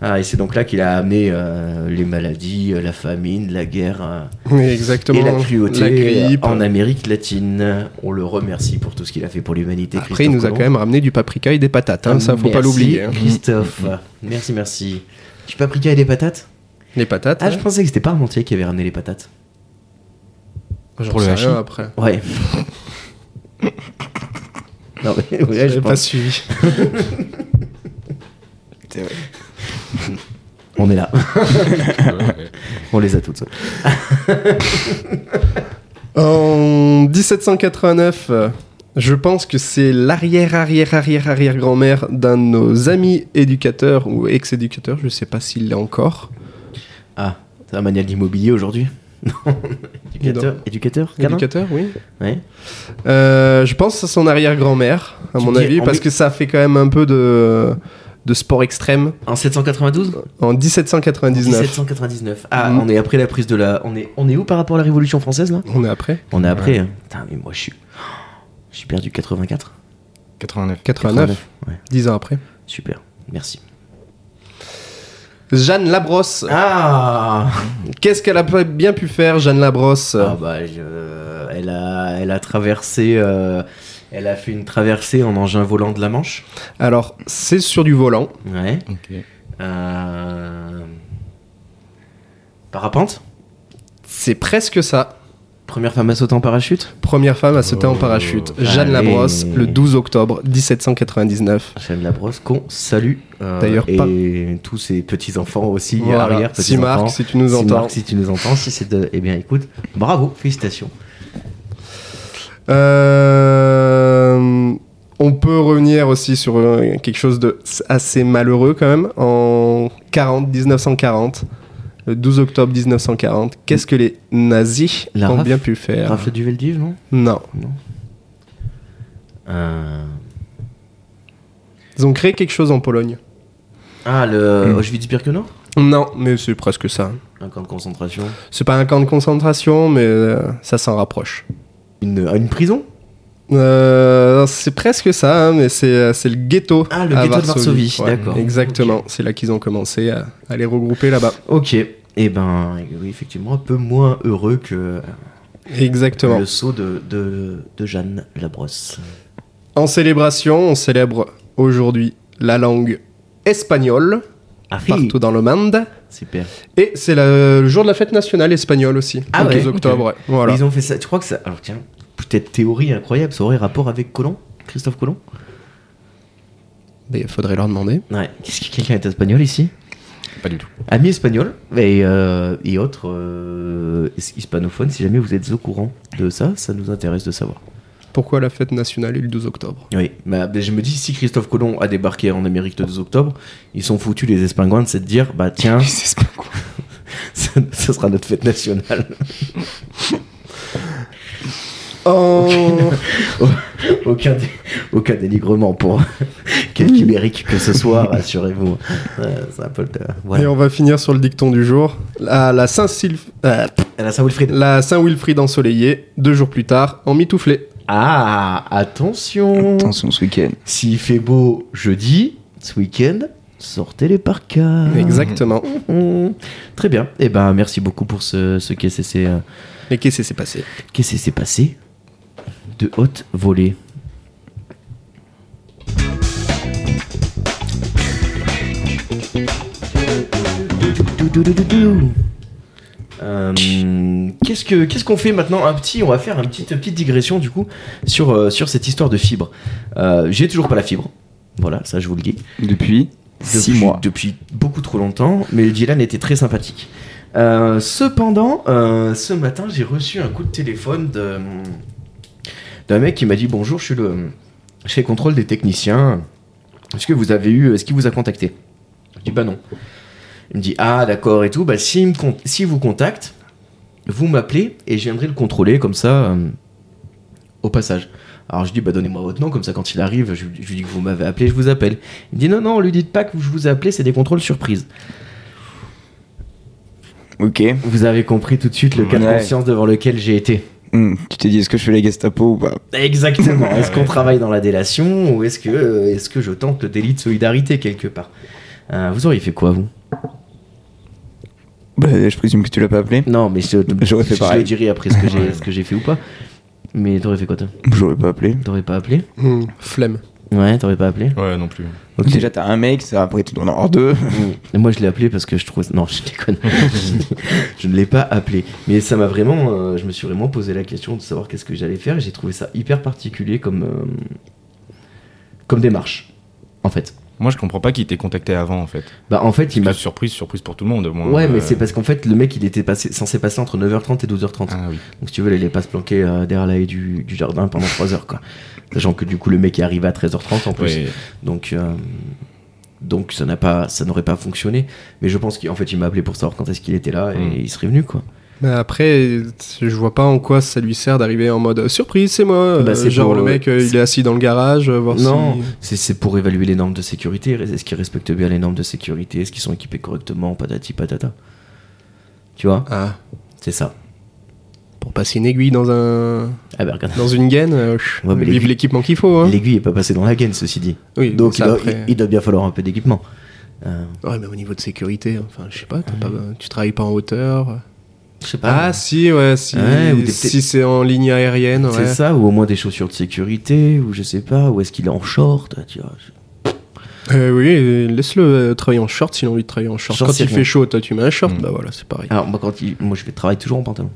Speaker 1: Ah, et c'est donc là qu'il a amené euh, les maladies, euh, la famine, la guerre euh,
Speaker 3: [laughs] Oui, Exactement.
Speaker 1: et la cruauté euh,
Speaker 3: La grippe.
Speaker 1: en Amérique latine. On le remercie pour tout ce qu'il a fait pour l'humanité.
Speaker 3: Après, il nous a quand même ramené du paprika et des patates. hein, ça, faut pas
Speaker 1: Merci,
Speaker 3: l'oublier. hein.
Speaker 1: Christophe, merci, merci. Du paprika et des patates
Speaker 3: Les patates. hein.
Speaker 1: Ah, je
Speaker 3: ouais.
Speaker 1: pensais que c'était Parmentier qui avait ramené les patates.
Speaker 3: J'en
Speaker 4: Pour le
Speaker 3: sais
Speaker 4: hachis.
Speaker 3: rien après. [laughs]
Speaker 1: Ouais. non, mais ouais, je
Speaker 3: J'avais pas
Speaker 1: pense.
Speaker 3: suivi.
Speaker 1: On est là.
Speaker 4: [laughs] Ouais.
Speaker 1: On les a toutes.
Speaker 3: En 1789, euh, je pense que c'est l'arrière-arrière-arrière-arrière-grand-mère d'un de nos amis éducateurs ou ex-éducateurs, je sais pas s'il l'est encore.
Speaker 1: Ah, c'est la mania de l'immobilier aujourd'hui [laughs] Éducateur
Speaker 3: Non.
Speaker 1: Éducateur canin
Speaker 3: Éducateur, oui.
Speaker 1: Ouais.
Speaker 3: Euh, je pense à son arrière-grand-mère, à
Speaker 1: Tu
Speaker 3: mon
Speaker 1: dis
Speaker 3: avis,
Speaker 1: en
Speaker 3: parce
Speaker 1: mi-
Speaker 3: que ça fait quand même un peu de, de sport extrême.
Speaker 1: En 792
Speaker 3: En 1799,
Speaker 1: 1799. Ah,
Speaker 3: Mhm.
Speaker 1: on est après la prise de la. On est, on est où par rapport à la Révolution française là
Speaker 3: on est après,
Speaker 1: On est après. hein. Putain, mais moi je suis. [gasps] Je suis perdu 84
Speaker 4: 89.
Speaker 3: 89,
Speaker 1: Ouais,
Speaker 3: 10 ans après.
Speaker 1: super. Merci.
Speaker 3: Jeanne Labrosse,
Speaker 1: Ah
Speaker 3: qu'est-ce qu'elle a pas bien pu faire, Jeanne Labrosse
Speaker 1: bah, je- elle, a, elle a traversé. euh, Elle a fait une traversée en engin volant de la Manche.
Speaker 3: Alors, c'est sur du volant,
Speaker 1: Ouais.
Speaker 4: Ok.
Speaker 1: Euh, Parapente
Speaker 3: c'est presque ça.
Speaker 1: Première femme à sauter en parachute
Speaker 3: Première femme à sauter en
Speaker 4: Oh,
Speaker 3: parachute, Jeanne
Speaker 1: allez.
Speaker 3: Labrosse, le 12 octobre 1799.
Speaker 1: Jeanne Labrosse, qu'on salue. euh,
Speaker 3: D'ailleurs,
Speaker 1: et
Speaker 3: pas-
Speaker 1: tous ses petits-enfants aussi,
Speaker 3: Voilà.
Speaker 1: arrière petits
Speaker 3: si Marc, si tu nous
Speaker 1: si
Speaker 3: entends.
Speaker 1: Marc, si tu nous entends, si c'est de... Eh bien, écoute, bravo, félicitations.
Speaker 3: Euh, on peut revenir aussi sur euh, quelque chose de s- assez malheureux quand même. En 40, 1940, le 12 octobre 1940, qu'est-ce que les nazis
Speaker 1: La
Speaker 3: ont
Speaker 1: rafle-
Speaker 3: bien pu faire
Speaker 1: Raphaël Duveldiv, non
Speaker 3: Non.
Speaker 1: Euh,
Speaker 3: Ils ont créé quelque chose en Pologne.
Speaker 1: Ah, le
Speaker 3: Hmm.
Speaker 1: Auschwitz-Birkenau
Speaker 3: Non, mais c'est presque ça.
Speaker 1: Un camp de concentration.
Speaker 3: C'est pas un camp de concentration, mais euh, ça s'en rapproche.
Speaker 1: Une, une prison
Speaker 3: Euh, c'est presque ça, hein, mais c'est euh, c'est le ghetto.
Speaker 1: Ah, le
Speaker 3: à
Speaker 1: ghetto de Varsovie, d'accord.
Speaker 3: Exactement, c'est là qu'ils ont commencé à, à les regrouper là-bas.
Speaker 1: Ok. Eh ben, oui, effectivement, un peu moins heureux que euh,
Speaker 3: Exactement.
Speaker 1: le saut de, de, de Jeanne Labrosse.
Speaker 3: En célébration, on célèbre aujourd'hui la langue espagnole
Speaker 1: Ah, hi.
Speaker 3: partout dans le monde.
Speaker 1: Super.
Speaker 3: Et c'est la- le jour de la fête nationale espagnole aussi,
Speaker 1: Ah
Speaker 3: le
Speaker 1: ouais,
Speaker 3: 12 octobre. ouais. Voilà.
Speaker 1: Ils ont fait ça. Tu crois que ça. Alors, tiens, peut-être théorie incroyable, ça aurait rapport avec Colomb Christophe Colomb
Speaker 3: Mais il faudrait leur demander.
Speaker 1: Ouais. Qu'est-ce que quelqu'un est espagnol ici
Speaker 4: Pas du tout.
Speaker 1: Amis espagnols et, euh, et autres euh, his- hispanophones, si jamais vous êtes au courant de ça, ça nous intéresse de savoir.
Speaker 3: Pourquoi la fête nationale est le 12 octobre
Speaker 1: Oui, bah, bah, je me dis, si Christophe Colomb a débarqué en Amérique le 2 octobre, ils sont foutus, les Espingouins, c'est de dire, bah tiens,
Speaker 4: C'est pas
Speaker 1: [laughs]
Speaker 4: quoi.
Speaker 1: ça, ça sera notre fête nationale. [laughs]
Speaker 3: Oh
Speaker 1: aucun, dé- aucun dénigrement pour [laughs] quelque ibérique que ce soit, rassurez-vous. Euh, c'est un peu le.
Speaker 3: Et
Speaker 1: Voilà.
Speaker 3: on va finir sur le dicton du jour. La, la Saint-Sylv- euh,
Speaker 1: À la Saint-Wilfried.
Speaker 3: la Saint-Wilfrid ensoleillée, deux jours plus tard, en mitouflé.
Speaker 1: Ah, attention
Speaker 2: Attention ce week-end.
Speaker 1: S'il fait beau jeudi, ce week-end, sortez les parkas.
Speaker 3: Exactement.
Speaker 1: Mmh. [laughs] Très bien. Eh ben, merci beaucoup pour ce, ce qu'est-ce que c'est, euh,
Speaker 3: Mais qu'est-ce qui s'est passé
Speaker 1: qu'est-ce que c'est passé de haute volée. Euh, qu'est-ce que qu'est-ce qu'on fait maintenant un petit on va faire une petite petite digression du coup sur euh, sur cette histoire de fibre Euh, j'ai toujours pas la fibre voilà ça je vous le dis
Speaker 2: Depuis 6
Speaker 1: depuis-
Speaker 2: mois.
Speaker 1: Depuis beaucoup trop longtemps, mais Dylan était très sympathique. Euh, cependant, euh, ce matin, j'ai reçu un coup de téléphone de- d'un mec qui m'a dit Bonjour, je suis le. Je fais contrôle des techniciens. Est-ce que vous avez eu. Est-ce qu'il vous a contacté Je dis Bah non. Il me dit Ah, d'accord et tout. Bah, s'il me con- s'il vous contacte, vous m'appelez et je viendrai le contrôler comme ça, euh, au passage. Alors je dis Bah donnez-moi votre nom, comme ça quand il arrive, je, je lui dis que vous m'avez appelé, je vous appelle. Il me dit non, non, lui dites pas que je vous ai appelé, c'est des contrôles surprises.
Speaker 2: Ok.
Speaker 1: Vous avez compris tout de suite le cas de
Speaker 2: Ouais.
Speaker 1: conscience devant lequel j'ai été.
Speaker 2: Hmm, Tu t'es dit, est-ce que je fais la Gestapo ou pas
Speaker 1: Exactement. Est-ce qu'on travaille dans la délation ou est-ce que, est que je tente le délit de solidarité quelque part Euh, Vous auriez fait quoi, vous
Speaker 2: Bah, je présume que tu l'as pas appelé.
Speaker 1: Non, mais je,
Speaker 2: [laughs] J'aurais fait
Speaker 1: je
Speaker 2: pareil.
Speaker 1: le dirai après ce que [laughs] j'ai- ce que j'ai fait ou pas. Mais t'aurais fait quoi, toi
Speaker 2: J'aurais pas appelé.
Speaker 1: T'aurais pas appelé
Speaker 3: Hmm, Flemme.
Speaker 1: Ouais, t'aurais pas appelé
Speaker 4: Ouais, non plus.
Speaker 1: Ok.
Speaker 2: Déjà, t'as un mec, ça, après, tu dois en avoir deux. [laughs]
Speaker 1: Et Moi, je l'ai appelé parce que je trouve. Non, je déconne.
Speaker 4: [laughs]
Speaker 1: je ne l'ai pas appelé. Mais ça m'a vraiment. euh, je me suis vraiment posé la question de savoir qu'est-ce que j'allais faire. et J'ai trouvé ça hyper particulier comme. euh, comme démarche. En fait.
Speaker 4: Moi, je comprends pas qu'il t'ait contacté avant, en fait.
Speaker 1: Bah, en fait, il m'a.
Speaker 4: Parce que surprise, surprise pour tout le monde, au moins.
Speaker 1: Ouais, mais
Speaker 4: Euh,
Speaker 1: c'est parce qu'en fait, le mec, il était passé, censé passer entre 9h30 et 12h30.
Speaker 4: Ah oui.
Speaker 1: Donc, si tu veux, il est pas se planquer euh, derrière la haie du, du jardin pendant 3 heures, quoi. Sachant que du coup, le mec est arrivé à 13h30 en plus.
Speaker 4: Ouais.
Speaker 1: Donc, euh, donc ça n'a pas, ça n'aurait pas fonctionné. Mais je pense qu'en fait, il m'a appelé pour savoir quand est-ce qu'il était là et
Speaker 4: Mm.
Speaker 1: il serait venu, quoi.
Speaker 3: Mais après, je vois pas en quoi ça lui sert d'arriver en mode surprise, c'est moi. euh,
Speaker 1: Bah, c'est
Speaker 3: genre
Speaker 1: pour-
Speaker 3: le mec, euh, il est assis dans le garage, euh, voir
Speaker 1: Non,
Speaker 3: si.
Speaker 1: c'est- c'est pour évaluer les normes de sécurité. Est-ce qu'ils respectent bien les normes de sécurité Est-ce qu'ils sont équipés correctement Patati patata. Tu vois
Speaker 3: Ah,
Speaker 1: C'est ça.
Speaker 3: pour passer une aiguille dans un
Speaker 1: Ah bah regarde.
Speaker 3: dans une gaine, euh, pff,
Speaker 1: Ouais, mais
Speaker 3: vive
Speaker 1: l'aiguille-
Speaker 3: l'équipement qu'il faut. Hein.
Speaker 1: L'aiguille est pas passée dans la gaine, ceci dit.
Speaker 3: Oui,
Speaker 1: Donc
Speaker 3: ça,
Speaker 1: il doit,
Speaker 3: après-
Speaker 1: il- il doit bien falloir un peu d'équipement. Euh,
Speaker 3: Ouais, mais au niveau de sécurité, enfin, je sais pas, t'as pas, tu travailles pas en hauteur.
Speaker 1: je sais
Speaker 3: Ah,
Speaker 1: pas.
Speaker 3: si, ouais, si,
Speaker 1: Ouais, ou des petits-
Speaker 3: si c'est en ligne aérienne,
Speaker 1: c'est
Speaker 3: ouais.
Speaker 1: ça, ou au moins des chaussures de sécurité, ou je sais pas, ou est-ce qu'il est en short tu vois, je-
Speaker 3: Euh, oui, euh, laisse-le euh, travailler en short s'il a envie de travailler en short.
Speaker 1: Short,
Speaker 3: Quand
Speaker 1: c'est
Speaker 3: il
Speaker 1: bon. Ah.
Speaker 3: fait chaud, toi tu mets un short,
Speaker 4: Mm.
Speaker 3: bah voilà, c'est pareil.
Speaker 1: Alors moi, quand il- moi je vais travailler toujours en pantalon.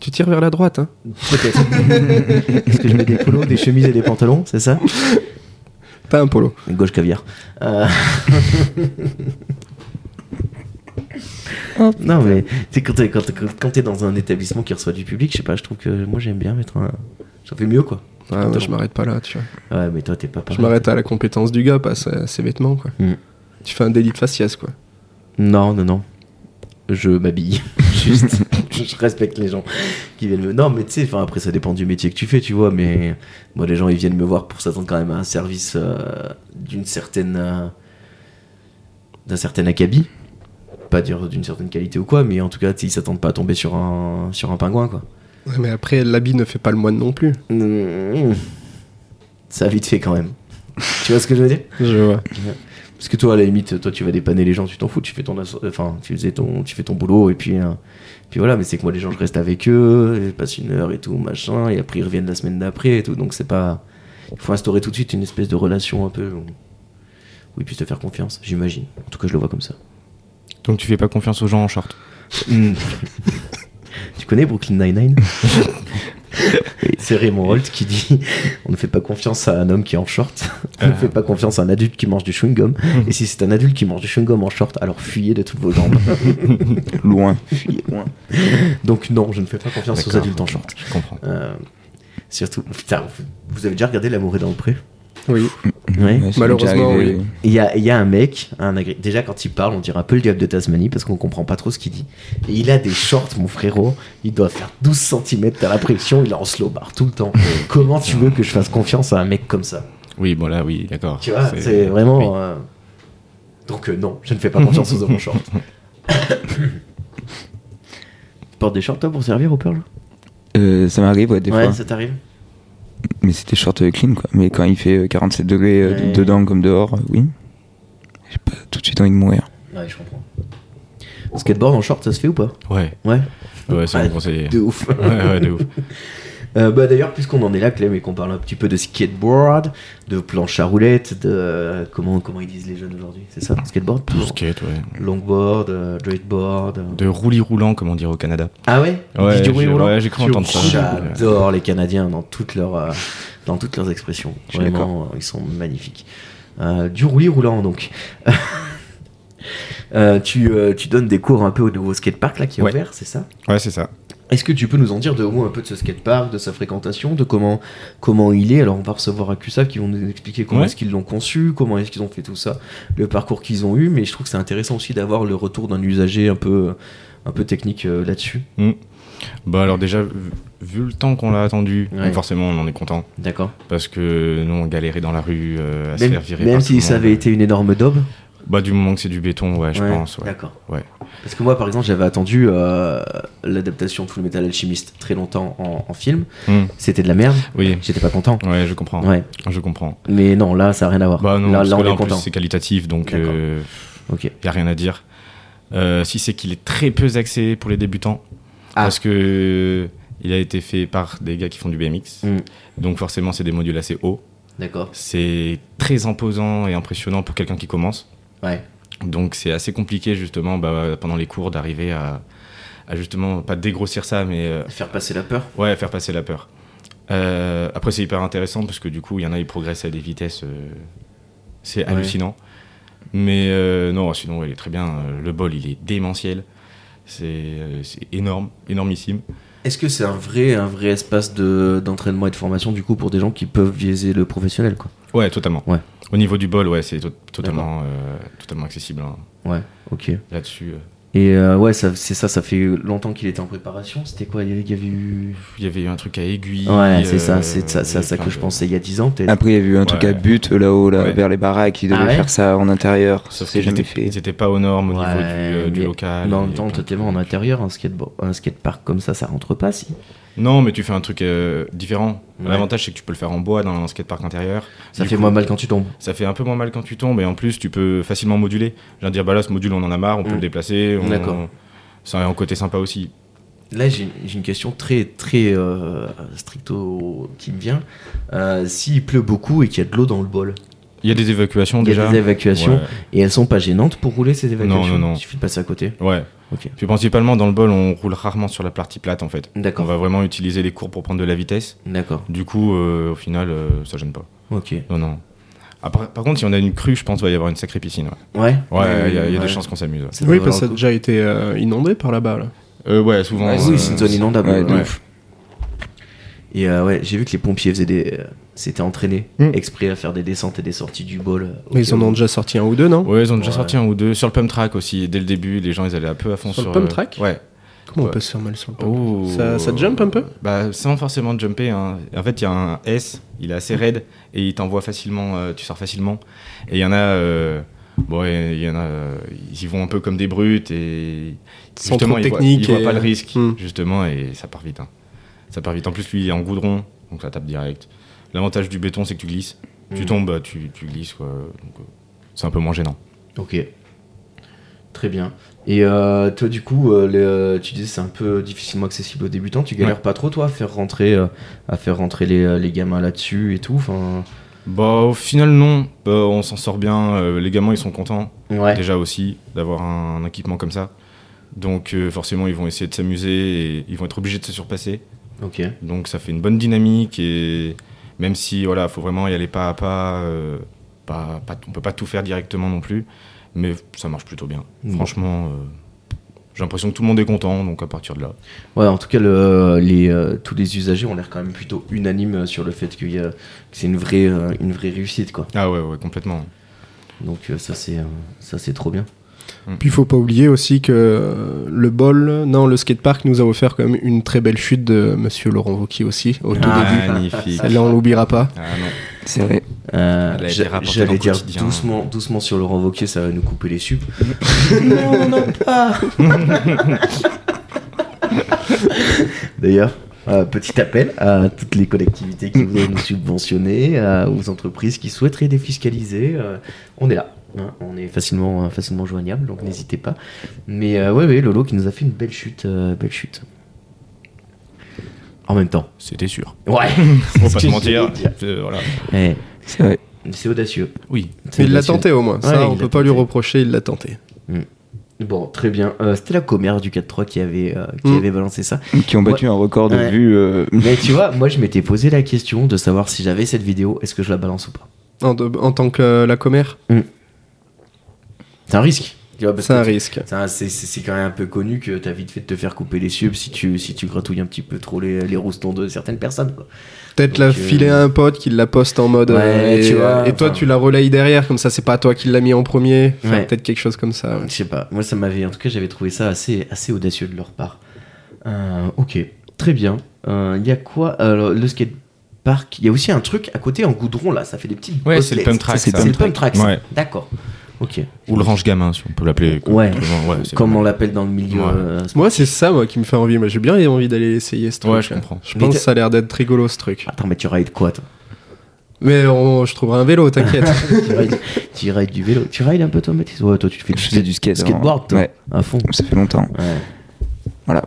Speaker 3: Tu tires vers la droite, hein
Speaker 1: [laughs] Peut-être. Parce que je mets des polos, des chemises et des pantalons, c'est ça
Speaker 3: Pas un polo.
Speaker 1: Gauche caviar. Euh, non, mais tu sais, quand t'es, quand, quand- quand t'es dans un établissement qui reçoit du public, je sais pas, je trouve que moi j'aime bien mettre un. Ça fait mieux quoi.
Speaker 3: Ouais, Ah, moi, je m'arrête pas là, tu vois.
Speaker 1: Ouais, mais toi t'es pas pareil.
Speaker 3: Je m'arrête à la compétence du gars, pas à ses, ses vêtements, quoi.
Speaker 1: Mm.
Speaker 3: Tu fais un délit de faciès, quoi.
Speaker 1: Non, non, non. Je m'habille. [laughs] Juste. je respecte les gens qui viennent me. Non, mais tu sais, enfin, après, ça dépend du métier que tu fais, tu vois. Mais moi, les gens, ils viennent me voir pour s'attendre quand même à un service euh, d'une certaine. euh, d'un certain acabit. Pas dire d'une certaine qualité ou quoi, mais en tout cas, tu sais, ils s'attendent pas à tomber sur un, sur un pingouin, quoi.
Speaker 3: Ouais, mais après, l'habit ne fait pas le moine non plus.
Speaker 1: Mmh. Ça a vite fait quand même. tu vois ce que je veux dire
Speaker 3: Je vois.
Speaker 1: Parce que toi, à la limite, toi, tu vas dépanner les gens, tu t'en fous, tu fais ton, asso- enfin, tu faisais ton, tu fais ton boulot et puis, euh, puis voilà. Mais c'est que moi, les gens, je reste avec eux, je passe une heure et tout, machin, et après ils reviennent la semaine d'après et tout. Donc c'est pas, il faut instaurer tout de suite une espèce de relation un peu où, où ils puissent te faire confiance, j'imagine. En tout cas, je le vois comme ça.
Speaker 4: Donc tu fais pas confiance aux gens en short.
Speaker 1: Mm. tu connais Brooklyn Nine Nine C'est Raymond Holt qui dit on ne fait pas confiance à un homme qui est en short, on ne
Speaker 4: Euh.
Speaker 1: fait pas confiance à un adulte qui mange du chewing gum. Et si c'est un adulte qui mange du chewing gum en short, alors fuyez de toutes vos jambes.
Speaker 2: Loin.
Speaker 1: Donc non, je ne fais pas confiance aux
Speaker 4: D'accord.
Speaker 1: adultes en short.
Speaker 4: Je comprends.
Speaker 1: Euh, surtout, putain, vous- vous avez déjà regardé L'amour est dans le pré
Speaker 3: Oui.
Speaker 1: Ouais.
Speaker 2: Ouais, ça m'est
Speaker 3: Malheureusement,
Speaker 2: déjà arrivé.
Speaker 1: Il y a, il y a un mec, un agri- déjà quand il parle, on dirait un peu le diable de Tasmanie parce qu'on comprend pas trop ce qu'il dit. Et il a des shorts, mon frérot. Il doit faire 12 cm à la pression, il est en slow bar tout le temps. [laughs] Comment tu veux que je fasse confiance à un mec comme ça
Speaker 4: Oui, bon là, oui, d'accord.
Speaker 1: Tu vois, c'est vraiment. euh, Donc euh, non, je ne fais pas confiance aux hommes en
Speaker 2: [laughs]
Speaker 1: shorts. tu portes des shorts toi pour servir au Pearl
Speaker 2: Euh, ça m'arrive, ouais, des
Speaker 1: Ouais,
Speaker 2: fois.
Speaker 1: ça t'arrive
Speaker 2: Mais c'était short euh, clean, quoi. Mais quand il fait euh, 47 degrés euh,
Speaker 1: Ouais.
Speaker 2: dedans comme dehors, euh, oui. J'ai pas tout de suite envie de mourir.
Speaker 1: Ouais, je comprends. Skateboard en short, ça se fait ou pas
Speaker 4: Ouais,
Speaker 1: Ouais.
Speaker 4: ouais, c'est
Speaker 1: Ouais,
Speaker 4: mon conseiller.
Speaker 1: De ouf.
Speaker 4: Ouais,
Speaker 1: [laughs]
Speaker 4: ouais, de ouf.
Speaker 1: Euh, bah d'ailleurs, puisqu'on en est là, Clem, et qu'on parle un petit peu de skateboard, de planche à roulettes, de euh, comment comment ils disent les jeunes aujourd'hui, c'est ça Skateboard,
Speaker 4: De
Speaker 1: toujours
Speaker 4: skate, ouais.
Speaker 1: longboard, euh, straightboard. euh.
Speaker 4: De roulis roulant, comme on dirait au Canada.
Speaker 1: Ah ouais Ils disent
Speaker 4: Ouais,
Speaker 1: du bruit
Speaker 4: j'ai-
Speaker 1: roulant
Speaker 4: ouais, j'ai cru entendre ça.
Speaker 1: J'adore les Canadiens dans toutes leurs euh, dans toutes leurs expressions.
Speaker 2: Je suis
Speaker 1: Vraiment, euh, ils sont magnifiques. Euh, du roulis roulant donc. [laughs] Euh, tu, euh, tu donnes des cours un peu au nouveau skatepark là qui est
Speaker 4: Ouais.
Speaker 1: ouvert, c'est ça
Speaker 4: Ouais, c'est ça.
Speaker 1: Est-ce que tu peux nous en dire de au moins un peu de ce skatepark, de sa fréquentation, de comment, comment il est Alors on va recevoir Akusa qui vont nous expliquer comment
Speaker 4: Ouais.
Speaker 1: est-ce qu'ils l'ont conçu, comment est-ce qu'ils ont fait tout ça, le parcours qu'ils ont eu, mais je trouve que c'est intéressant aussi d'avoir le retour d'un usager un peu, un peu technique euh, là-dessus.
Speaker 4: Bah alors déjà, vu- vu le temps qu'on l'a attendu,
Speaker 1: Ouais.
Speaker 4: forcément on en est content.
Speaker 1: D'accord.
Speaker 4: Parce que nous on galérait dans la rue euh, à se
Speaker 1: Même,
Speaker 4: faire virer.
Speaker 1: même
Speaker 4: par tout
Speaker 1: si
Speaker 4: le
Speaker 1: ça
Speaker 4: monde.
Speaker 1: avait été une énorme daube.
Speaker 4: Bah du moment que c'est du béton, ouais, je
Speaker 1: Ouais,
Speaker 4: pense. Ouais.
Speaker 1: D'accord.
Speaker 4: Ouais.
Speaker 1: Parce que moi, par exemple, j'avais attendu euh, l'adaptation de Full Metal Alchemist très longtemps en, en film.
Speaker 4: Hmm,
Speaker 1: C'était de la merde.
Speaker 4: Oui,
Speaker 1: J'étais pas content.
Speaker 4: Hum. ouais, je comprends.
Speaker 1: Ouais.
Speaker 4: Je comprends.
Speaker 1: Mais non, là, ça a rien à voir.
Speaker 4: Bah non,
Speaker 1: là,
Speaker 4: parce
Speaker 1: là,
Speaker 4: que
Speaker 1: on
Speaker 4: là,
Speaker 1: est
Speaker 4: en plus
Speaker 1: content.
Speaker 4: c'est qualitatif, donc il
Speaker 1: D'accord. Ok.
Speaker 4: y a rien à dire. Euh, si c'est qu'il est très peu axé pour les débutants,
Speaker 1: Ah.
Speaker 4: parce que euh, il a été fait par des gars qui font du BMX,
Speaker 1: Hmm.
Speaker 4: donc forcément c'est des modules assez hauts.
Speaker 1: D'accord.
Speaker 4: C'est très imposant et impressionnant pour quelqu'un qui commence.
Speaker 1: Ouais.
Speaker 4: Donc c'est assez compliqué justement bah, pendant les cours d'arriver à, à justement pas dégrossir ça, mais euh,
Speaker 1: Faire passer la peur.
Speaker 4: ouais faire passer la peur. Euh, après c'est hyper intéressant parce que du coup il y en a ils progressent à des vitesses, euh, c'est
Speaker 1: Ouais.
Speaker 4: hallucinant. Mais euh, non sinon ouais, il est très bien. Euh, Le bol il est démentiel, c'est euh, c'est énorme, énormissime.
Speaker 1: Est-ce que c'est un vrai, un vrai espace de- d'entraînement et de formation du coup pour des gens qui peuvent viser le professionnel quoi
Speaker 4: Ouais totalement.
Speaker 1: Ouais.
Speaker 4: Au niveau du bol ouais c'est to- totalement euh, totalement accessible hein,
Speaker 1: Ouais, ok.
Speaker 4: là-dessus. euh.
Speaker 1: Et euh, ouais, ça- c'est ça, ça fait longtemps qu'il était en préparation. C'était quoi Il y avait- il y avait eu.
Speaker 4: Il y avait eu un truc à aiguille.
Speaker 1: Ouais, c'est ça,
Speaker 4: euh,
Speaker 1: c'est ça,
Speaker 4: il y
Speaker 1: c'est à
Speaker 4: avait
Speaker 1: ça
Speaker 4: plein
Speaker 1: que je
Speaker 4: de-
Speaker 1: pensais il y a 10 ans peut-être.
Speaker 2: Après, il y a eu un truc
Speaker 4: Ouais.
Speaker 2: à but euh, là-haut, là,
Speaker 4: Ouais.
Speaker 2: vers les baraques. Ils devaient
Speaker 1: Ah ouais
Speaker 2: faire ça en intérieur.
Speaker 4: Sauf
Speaker 2: C'est
Speaker 4: qu'ils
Speaker 2: jamais
Speaker 4: étaient-
Speaker 2: fait.
Speaker 4: ils étaient pas aux normes au niveau du, euh,
Speaker 1: mais
Speaker 4: du local.
Speaker 1: Mais en
Speaker 4: et
Speaker 1: même temps,
Speaker 4: plein de
Speaker 1: totalement en
Speaker 4: trucs.
Speaker 1: intérieur, un skateboard, un skatepark comme ça, ça rentre pas si.
Speaker 4: Non, mais tu fais un truc euh, différent.
Speaker 1: Ouais.
Speaker 4: L'avantage, c'est que tu peux le faire en bois dans un skatepark intérieur.
Speaker 1: Ça
Speaker 4: Du
Speaker 1: fait
Speaker 4: coup,
Speaker 1: moins mal quand tu tombes.
Speaker 4: Ça fait un peu moins mal quand tu tombes, et en plus, tu peux facilement moduler. Je viens dire, bah là, ce module, on en a marre, on peut
Speaker 1: Mm.
Speaker 4: le déplacer. on-
Speaker 1: D'accord.
Speaker 4: Ça a un côté sympa aussi.
Speaker 1: Là, j'ai j'ai une question très, très euh, stricto qui me vient. Euh, S'il pleut beaucoup et qu'il y a de l'eau dans le bol,
Speaker 4: Il y a des évacuations
Speaker 1: Il y a
Speaker 4: déjà.
Speaker 1: des évacuations
Speaker 4: Ouais.
Speaker 1: et elles sont pas gênantes pour rouler ces évacuations.
Speaker 4: non, non.
Speaker 1: Il suffit de passer à côté.
Speaker 4: Ouais.
Speaker 1: Ok.
Speaker 4: Puis principalement dans le bol, on roule rarement sur la partie plate en fait. On
Speaker 1: D'accord.
Speaker 4: va vraiment utiliser les cours pour prendre de la vitesse.
Speaker 1: D'accord.
Speaker 4: Du coup, euh, au final, euh, ça gêne pas.
Speaker 1: Ok.
Speaker 4: Non, non. Après, par contre, si on a une crue, je pense qu'il va y avoir une sacrée piscine. Ouais,
Speaker 1: Ouais.
Speaker 4: Ouais, il y a- il y a
Speaker 1: Ouais.
Speaker 4: des chances qu'on s'amuse. ouais.
Speaker 1: Ça
Speaker 3: Oui,
Speaker 1: doit
Speaker 3: parce que ça a
Speaker 1: valoir
Speaker 3: déjà été euh, inondé par là-bas. Là.
Speaker 4: Ouais, Euh, ouais souvent.
Speaker 1: le coup.
Speaker 4: euh,
Speaker 1: Oui, c'est une zone inondable.
Speaker 2: Ouais, de
Speaker 1: ouais.
Speaker 2: ouf.
Speaker 1: Et euh, ouais, j'ai vu que les pompiers faisaient des, euh, s'étaient entraînés
Speaker 3: Mm.
Speaker 1: exprès à faire des descentes et des sorties du bol. euh, au
Speaker 3: Mais ils
Speaker 1: cas
Speaker 3: en
Speaker 1: où.
Speaker 3: ont déjà sorti un ou deux, non
Speaker 4: Ouais, ils ont déjà
Speaker 1: Ouais.
Speaker 4: sorti un ou deux. Sur le pump track aussi, dès le début, les gens ils allaient un peu à fond
Speaker 3: Sur
Speaker 4: sur.
Speaker 3: le pump
Speaker 4: euh,
Speaker 3: track
Speaker 4: Ouais.
Speaker 3: Comment on
Speaker 4: Ouais.
Speaker 3: peut se faire mal sur le pont
Speaker 4: Oh.
Speaker 3: Ça- ça jump un peu
Speaker 4: Bah, sans forcément jumper. hein. En fait, il y a un S, il est
Speaker 3: Mm.
Speaker 4: assez raide et il t'envoie facilement, euh, tu sors facilement. Et il y en a. euh, bon, il y en a. euh, ils y vont un peu comme des brutes et.
Speaker 3: Sans
Speaker 4: justement,
Speaker 3: trop de
Speaker 4: ils voient-
Speaker 3: technique
Speaker 4: Ils voient
Speaker 3: et-
Speaker 4: pas le risque,
Speaker 3: Hmm.
Speaker 4: justement, et ça part vite. hein. Ça part vite. En plus, lui, il est en goudron, donc ça tape direct. L'avantage du béton, c'est que tu glisses. Tu
Speaker 3: Mm.
Speaker 1: Hmm.
Speaker 4: tombes, bah, tu, tu glisses, quoi. Donc, euh, c'est un peu moins gênant.
Speaker 1: Ok. Très bien. Et euh, toi, du coup, euh, le- euh, tu disais c'est un peu difficilement accessible aux débutants. Tu galères pas trop, toi, à faire rentrer, euh, à faire rentrer les, euh, les gamins là-dessus et tout. Enfin,
Speaker 4: Bah, au final, non. Bah, on s'en sort bien. euh, les gamins, ils sont contents.
Speaker 1: ouais.
Speaker 4: déjà aussi d'avoir un, un équipement comme ça. Donc euh, forcément ils vont essayer de s'amuser et ils vont être obligés de se surpasser.
Speaker 1: Ok.
Speaker 4: Donc ça fait une bonne dynamique et même si voilà faut vraiment y aller pas à pas, euh, pas, pas- on peut pas tout faire directement non plus, mais ça marche plutôt bien.
Speaker 1: Mm.
Speaker 4: Franchement, euh, j'ai l'impression que tout le monde est content donc à partir de là.
Speaker 1: Ouais, en tout cas, le- les, euh, tous les usagers ont l'air quand même plutôt unanimes euh, sur le fait qu'il y a- que c'est une vraie, euh, une vraie réussite, quoi.
Speaker 4: Ah ouais ouais complètement.
Speaker 1: Donc euh, ça, c'est, euh, ça, c'est trop bien.
Speaker 3: Puis il faut pas oublier aussi que euh, le bol, non, le skatepark nous a offert quand même une très belle chute de monsieur Laurent Wauquiez aussi au tout
Speaker 1: Ah.
Speaker 3: début.
Speaker 4: Magnifique.
Speaker 3: Celle-là, on l'oubliera pas.
Speaker 4: Ah non.
Speaker 2: C'est vrai.
Speaker 1: Euh,
Speaker 4: Elle a été
Speaker 1: j'a-
Speaker 4: rapportée dans
Speaker 1: j'allais
Speaker 4: le
Speaker 1: dire
Speaker 4: quotidien.
Speaker 1: doucement, doucement sur Laurent Wauquiez, ça va nous couper les
Speaker 3: [laughs]
Speaker 1: subs. non, non, pas D'ailleurs, euh, petit appel à toutes les collectivités qui voudraient nous subventionner, à- aux entreprises qui souhaiteraient défiscaliser. euh, on est là. hein, on est facilement, euh, facilement joignable, donc n'hésitez pas. Mais euh, ouais, ouais, Lolo qui nous a fait une belle chute. euh, belle chute. En même temps.
Speaker 4: C'était sûr.
Speaker 1: Ouais
Speaker 3: [laughs]
Speaker 4: [laughs] Faut pas
Speaker 1: ce
Speaker 4: se
Speaker 1: que
Speaker 4: mentir.
Speaker 1: j'allais dire.
Speaker 4: Euh, voilà.
Speaker 1: Eh,
Speaker 2: C'est vrai.
Speaker 1: C'est audacieux.
Speaker 4: Oui.
Speaker 1: C'est
Speaker 3: Mais il l'a
Speaker 1: audacieux.
Speaker 3: tenté au moins. Ça,
Speaker 1: Ouais,
Speaker 3: on
Speaker 1: il
Speaker 3: peut
Speaker 1: l'a
Speaker 3: pas lui
Speaker 1: tenté.
Speaker 3: reprocher, il l'a tenté.
Speaker 1: Bon, très bien. Euh, C'était la commère du 4-3 qui, avait, euh, qui
Speaker 3: Mm.
Speaker 1: avait balancé ça.
Speaker 2: Qui ont battu un record de
Speaker 1: Ouais.
Speaker 2: vues. euh, [laughs]
Speaker 1: Mais tu vois, moi je m'étais posé la question de savoir si j'avais cette vidéo, est-ce que je la balance ou pas
Speaker 3: En, de- en tant que euh, la commère,
Speaker 1: C'est un risque. tu vois, parce
Speaker 3: c'est
Speaker 1: que
Speaker 3: un
Speaker 1: tu-
Speaker 3: risque.
Speaker 1: c'est un- C'est c'est- c'est quand même un peu connu que t'as vite fait de te faire couper les subs si tu, si tu gratouilles un petit peu trop les, les roustons de certaines personnes. Quoi.
Speaker 3: Peut-être la
Speaker 1: Donc, euh,
Speaker 3: filer à un pote qui la poste en mode.
Speaker 1: Ouais,
Speaker 3: euh, et,
Speaker 1: tu vois,
Speaker 3: et toi,
Speaker 1: enfin-
Speaker 3: tu la relayes derrière, comme ça, c'est pas toi qui l'as mis en premier. Enfin,
Speaker 1: Ouais.
Speaker 3: Peut-être quelque chose comme ça. ouais.
Speaker 1: Euh, Je sais pas, moi ça m'avait. En tout cas, j'avais trouvé ça assez, assez audacieux de leur part. Euh, ok, très bien. Il y a quoi Alors, Le skatepark. Il y a aussi un truc à côté en goudron là, ça fait des petites.
Speaker 4: Ouais, c'est le
Speaker 1: bottelettes.
Speaker 4: pump track,
Speaker 1: C'est
Speaker 4: ça.
Speaker 1: c'est le pump track. ça.
Speaker 4: Ouais.
Speaker 1: D'accord. Ok.
Speaker 4: Ou le range gamin si on peut l'appeler. comme-
Speaker 1: Ouais.
Speaker 4: comme- ouais, c'est-
Speaker 1: Comme on l'appelle dans le milieu.
Speaker 4: Ouais.
Speaker 1: euh,
Speaker 3: Moi, c'est ça, moi, qui me fait envie. Moi, j'ai bien envie d'aller essayer ce truc.
Speaker 4: Ouais, je
Speaker 3: là.
Speaker 4: comprends.
Speaker 3: Je pense
Speaker 1: Mais
Speaker 3: que ça a l'air d'être rigolo ce truc.
Speaker 1: Attends, mais tu rides quoi, toi [laughs]
Speaker 3: Mais on- je trouverai un vélo, t'inquiète.
Speaker 1: tu, rides, tu rides du vélo. Tu rides un peu, toi, Mathis Ouais, toi, tu te fais du,
Speaker 2: Je faisais du skate avant.
Speaker 1: skateboard, toi,
Speaker 2: Ouais.
Speaker 1: à fond.
Speaker 2: Ça fait longtemps.
Speaker 1: Ouais.
Speaker 2: Voilà.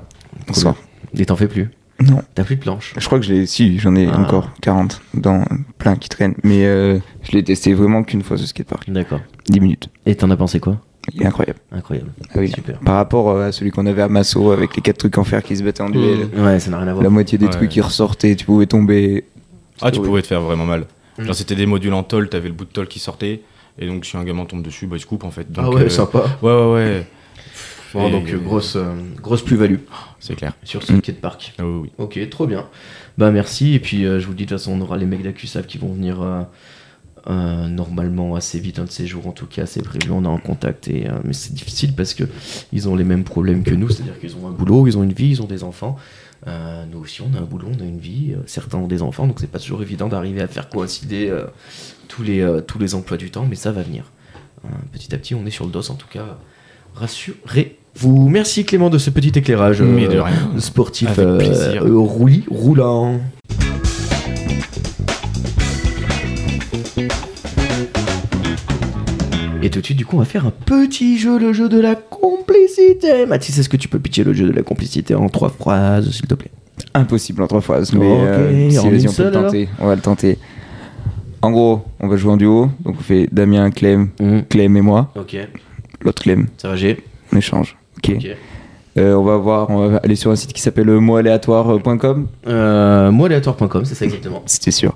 Speaker 2: Bonsoir.
Speaker 1: Et t'en fais plus
Speaker 2: Non.
Speaker 1: T'as plus de planche
Speaker 2: Je crois que j'ai. Si, j'en ai
Speaker 1: Ah.
Speaker 2: encore 40 dans plein qui traînent. Mais euh, je l'ai testé vraiment qu'une fois ce skatepark.
Speaker 1: D'accord.
Speaker 2: 10 minutes.
Speaker 1: Et t'en as pensé quoi
Speaker 2: Il est incroyable.
Speaker 1: Incroyable.
Speaker 2: Ah oui,
Speaker 1: Super.
Speaker 2: Par rapport euh, à celui qu'on avait à Masso avec les quatre trucs en fer qui se battaient en duel.
Speaker 1: Mmh. Ouais, ça n'a rien à voir.
Speaker 2: La moitié des
Speaker 4: Ouais.
Speaker 2: trucs qui ressortaient, tu pouvais tomber.
Speaker 4: Ah, tu
Speaker 2: Oui.
Speaker 4: pouvais te faire vraiment mal.
Speaker 1: Mm.
Speaker 4: Genre, c'était des modules en tôle, t'avais le bout de tôle qui sortait, et donc si un gamin tombe dessus, bah il se coupe en
Speaker 1: Ah
Speaker 4: fait. Donc, euh,
Speaker 1: sympa.
Speaker 4: Ouais, ouais, ouais.
Speaker 1: Bon,
Speaker 4: Et-
Speaker 1: donc, euh, grosse, euh, grosse plus-value
Speaker 4: C'est clair.
Speaker 1: sur ce
Speaker 2: Mm.
Speaker 1: skatepark.
Speaker 4: Ah oui, oui.
Speaker 1: Ok, trop bien. Bah, merci. Et puis, euh, je vous dis, de toute façon, on aura les mecs d'Acusav qui vont venir euh, euh, normalement assez vite, un de ces jours en tout cas, c'est prévu. On est en contact. Et, euh, mais c'est difficile parce que ils ont les mêmes problèmes que nous, c'est-à-dire qu'ils ont un boulot, ils ont une vie, ils ont des enfants. Euh, nous aussi, on a un boulot, on a une vie. euh, certains ont des enfants, donc c'est pas toujours évident d'arriver à faire coïncider euh, tous, les, euh, tous les emplois du temps, mais ça va venir. Euh, petit à petit, on est sur le dos en tout cas. Rassurez-vous. Merci Clément de ce petit éclairage.
Speaker 4: Mais
Speaker 1: euh, [laughs]
Speaker 4: de rien.
Speaker 1: sportif
Speaker 4: Avec
Speaker 1: euh,
Speaker 4: plaisir.
Speaker 1: euh, rouli- roulant. Et tout de suite, du coup, on va faire un petit jeu, le jeu de la complicité. Mathis, est-ce que tu peux pitcher le jeu de la complicité en trois phrases, s'il te plaît
Speaker 2: Impossible en trois phrases. Mais
Speaker 1: Oh, Ok,
Speaker 2: euh, si,
Speaker 1: en une
Speaker 2: vas-y, on peut
Speaker 1: seule,
Speaker 2: le tenter. On va le tenter. En gros, on va jouer en duo. Donc on fait Damien, Clem,
Speaker 1: Mhm.
Speaker 2: Clem et moi.
Speaker 1: Ok,
Speaker 2: L'autre Clem,
Speaker 1: ça va, j'ai.
Speaker 2: on échange. Ok.
Speaker 1: Ok.
Speaker 2: Euh, on va voir, on va aller sur un site qui s'appelle euh, moaléatoire.com.
Speaker 1: Euh, moi, aléatoire.com, c'est ça exactement. [laughs]
Speaker 2: C'était sûr.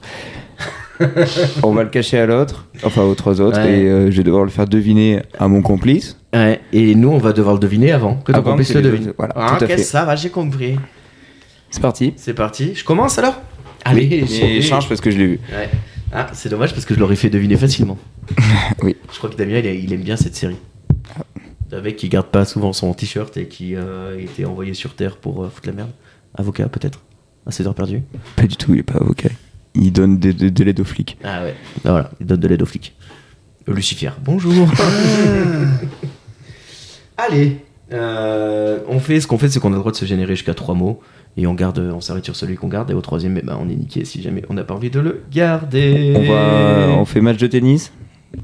Speaker 2: on va le cacher à l'autre, enfin aux trois autres,
Speaker 1: Ouais.
Speaker 2: et euh, je vais devoir le faire deviner à mon complice.
Speaker 1: Ouais, et nous, on va devoir le deviner avant que ton
Speaker 2: Avant
Speaker 1: complice
Speaker 2: que
Speaker 1: le
Speaker 2: les
Speaker 1: devine.
Speaker 2: autres- voilà,
Speaker 1: ah,
Speaker 2: tout à
Speaker 1: ok,
Speaker 2: fait.
Speaker 1: ça va, j'ai compris.
Speaker 2: C'est parti.
Speaker 1: C'est parti. Je commence alors Allez,
Speaker 2: Et
Speaker 1: j'ai-
Speaker 2: échange parce que je l'ai vu.
Speaker 1: Ouais. Ah, c'est dommage parce que je l'aurais fait deviner facilement.
Speaker 2: [laughs] Oui. Ah.
Speaker 1: Je crois que Damien, il, a- il aime bien cette série. Un mec qui garde pas souvent son t-shirt et qui euh, était envoyé sur Terre pour euh, foutre la merde. Avocat, peut-être À 7 heures perdues
Speaker 2: Pas du tout, il est pas avocat. Il donne des, des, de l'aide aux flics.
Speaker 1: Ah ouais. Ah, voilà, il donne de l'aide aux flics. Euh, Lucifer, bonjour. [laughs] Allez, euh, on fait ce qu'on fait, c'est qu'on a le droit de se générer jusqu'à trois mots et on garde, on s'arrête sur celui qu'on garde et au troisième, eh ben, on est niqué si jamais on n'a pas envie de le garder.
Speaker 2: On, va, on fait match de tennis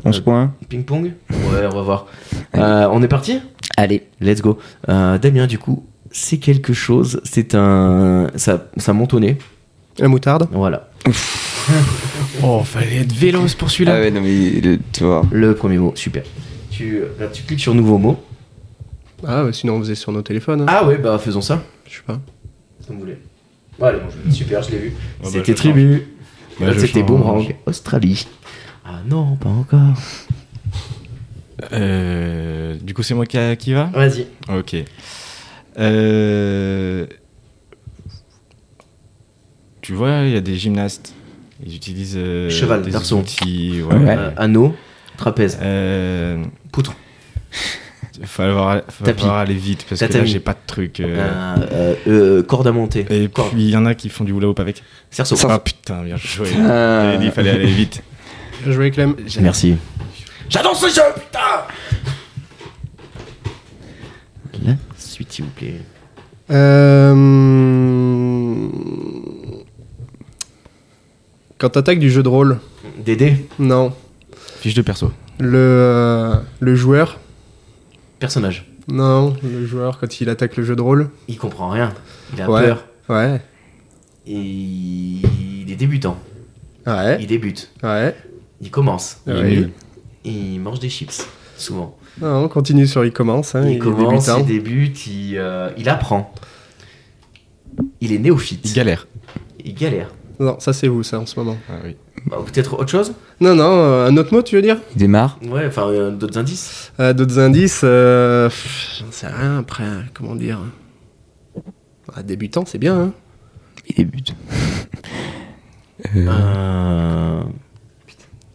Speaker 2: 11
Speaker 1: Euh,
Speaker 2: points
Speaker 1: Ping pong Ouais, on va voir. Euh, on est parti
Speaker 2: Allez.
Speaker 1: Let's go. Euh, Damien, du coup, c'est quelque chose, c'est un, ça, ça monte au nez.
Speaker 3: La moutarde
Speaker 1: Voilà.
Speaker 4: Oh, fallait être véloce pour
Speaker 2: Ah
Speaker 4: celui-là.
Speaker 2: ouais, non mais il- tu vois.
Speaker 1: Le premier mot, super. Tu, là, tu cliques sur nouveau mot.
Speaker 3: Ah, ouais, sinon on faisait sur nos téléphones. hein.
Speaker 1: Ah ouais, bah faisons ça.
Speaker 3: Je sais pas.
Speaker 1: Comme vous voulez. Bon, allez, bon, je- super, je l'ai vu.
Speaker 4: bah,
Speaker 1: C'était
Speaker 4: je
Speaker 1: Tribu.
Speaker 4: Bah,
Speaker 1: L'autre,
Speaker 4: je
Speaker 1: C'était
Speaker 4: change.
Speaker 1: Boomerang. Australie. Ah non, pas encore.
Speaker 4: Euh, du coup, c'est moi qui, qui va
Speaker 1: Vas-y.
Speaker 4: Ok. Euh, Tu vois, il y a des gymnastes. Ils utilisent euh,
Speaker 1: Cheval,
Speaker 4: des
Speaker 1: garçon.
Speaker 4: outils, ouais.
Speaker 2: Ouais.
Speaker 1: Euh, anneau, trapèze,
Speaker 4: Euh,
Speaker 1: poutre.
Speaker 4: [laughs] faut avoir- faut
Speaker 1: Tapis.
Speaker 4: avoir aller vite parce que là,
Speaker 1: Tatami.
Speaker 4: j'ai pas de truc. euh.
Speaker 1: Euh, euh, euh, corde à monter.
Speaker 4: Et puis
Speaker 1: corde.
Speaker 4: il y en a qui font du hula hoop avec.
Speaker 1: Cerceau.
Speaker 4: Ah putain, bien joué.
Speaker 2: Ah.
Speaker 4: J'avais dit, Il fallait aller vite.
Speaker 3: Je jouais Clem.
Speaker 1: Euh, Merci. J'adore ce jeu, putain La suite, s'il vous plaît.
Speaker 3: Euh... Quand t'attaques du jeu de rôle,
Speaker 1: Dédé,
Speaker 3: non.
Speaker 4: Fiche de perso.
Speaker 3: Le, euh, le joueur,
Speaker 1: personnage.
Speaker 3: non. Le joueur, quand il attaque le jeu de rôle,
Speaker 1: Il comprend rien. Il a
Speaker 3: Ouais.
Speaker 1: peur.
Speaker 3: ouais.
Speaker 1: Et il est débutant.
Speaker 3: Ouais.
Speaker 1: Il débute.
Speaker 3: Ouais.
Speaker 1: Il commence.
Speaker 4: Il est
Speaker 3: Ouais.
Speaker 4: nul.
Speaker 1: Et il mange des chips, souvent.
Speaker 3: Non, on continue sur il commence. Hein,
Speaker 1: il,
Speaker 3: il est
Speaker 1: commence,
Speaker 3: débutant.
Speaker 1: il débute, il, euh, il apprend. Il est néophyte.
Speaker 4: Il galère.
Speaker 1: Il galère.
Speaker 3: Non, ça c'est vous, ça en ce moment.
Speaker 4: Ah, oui.
Speaker 1: Bah, Peut-être autre chose
Speaker 3: Non, non, euh, un autre mot, tu veux dire
Speaker 2: Il démarre.
Speaker 1: Ouais, enfin, euh, d'autres indices
Speaker 3: Euh, D'autres indices euh... pff, J'en sais rien après, hein, comment dire. Ah, débutant, c'est bien. Hein.
Speaker 2: Il débute. Euh,
Speaker 1: Euh,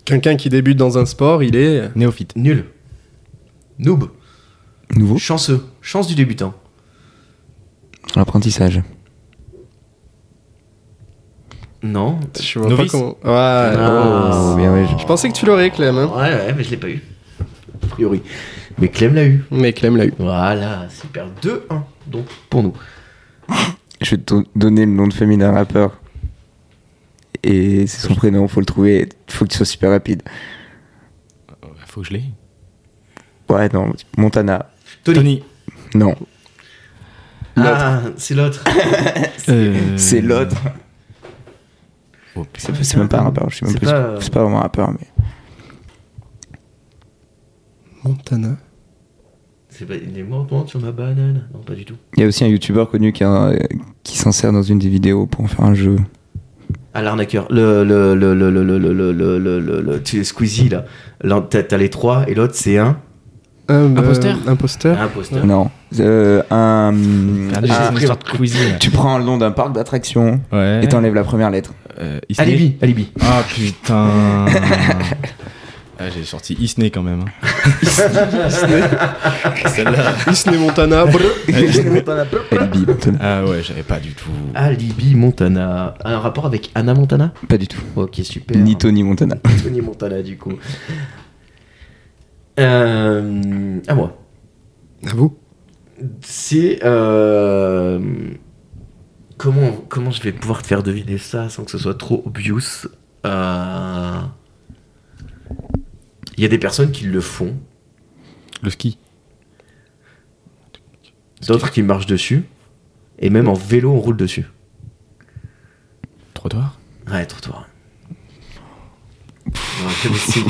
Speaker 3: Quelqu'un qui débute dans un sport, il est.
Speaker 4: Néophyte.
Speaker 1: Nul. Noob.
Speaker 2: Nouveau.
Speaker 1: Chanceux. Chance du débutant.
Speaker 2: L'apprentissage.
Speaker 1: Non.
Speaker 3: Je vois
Speaker 4: Novice.
Speaker 3: pas comment. Ouais.
Speaker 1: Ah.
Speaker 2: Oh, bien, ouais, je-
Speaker 3: Je pensais que tu l'aurais, Clem.
Speaker 1: Ouais,
Speaker 3: hein.
Speaker 1: ouais, mais je l'ai pas eu. A priori. Mais Clem l'a eu.
Speaker 3: Mais Clem l'a eu.
Speaker 1: Voilà, super. 2-1, donc, pour nous.
Speaker 2: Je vais te donner le nom de famille d'un rappeur. Et c'est son prénom, faut le trouver. Faut que tu sois super rapide.
Speaker 4: Oh, bah, Faut que je l'ai.
Speaker 2: Ouais, non, Montana.
Speaker 1: Tony.
Speaker 2: Non.
Speaker 1: Euh, Ah, c'est l'autre.
Speaker 2: C'est l'autre.
Speaker 4: Euh, Oh,
Speaker 2: C'est c'est même pas un rappeur, je sais même
Speaker 1: C'est
Speaker 2: plus.
Speaker 1: pas-
Speaker 2: C'est pas vraiment un rappeur, mais.
Speaker 3: Montana.
Speaker 1: C'est pas... Il est mort pendant sur ma banane. Non, pas du tout.
Speaker 2: Il y a aussi un youtubeur connu qui, a- qui s'en sert dans une des vidéos pour en faire un jeu.
Speaker 1: Ah, l'arnaqueur. Le, le, le, le, le, le, le, le, le, le, le, le- tu sais, Squeezie, là. L'un- T'as t'as les trois et l'autre, c'est un.
Speaker 3: Un
Speaker 4: Imposteur
Speaker 3: Euh, bah, Imposteur.
Speaker 1: Imposteur.
Speaker 2: Non. Euh, un. un-
Speaker 4: une sorte de cuisine.
Speaker 2: tu prends le nom d'un parc d'attractions
Speaker 4: Ouais.
Speaker 2: Ah, et t'enlèves la première lettre.
Speaker 4: Euh, Disney.
Speaker 1: Alibi. Alibi.
Speaker 4: Ah putain. ah, j'ai sorti Isney quand même. hein. Celle-là.
Speaker 3: Disney Montana. brr.
Speaker 1: [laughs]
Speaker 2: Alibi, Montana.
Speaker 4: Ah ouais, j'avais pas du tout.
Speaker 1: Alibi Montana. Un rapport avec Anna Montana
Speaker 2: Pas du tout.
Speaker 1: Ok, super.
Speaker 2: Ni Tony Montana.
Speaker 1: Tony Montana, du coup. Euh, à moi.
Speaker 3: [laughs] À vous.
Speaker 1: C'est. euh, comment, comment je vais pouvoir te faire deviner ça sans que ce soit trop obvious Euh, Il y a des personnes qui le font,
Speaker 4: Le ski.
Speaker 1: d'autres qui marchent dessus, et même en vélo, on roule dessus.
Speaker 4: Trottoir.
Speaker 1: Ouais, trottoir. J'avais essayé,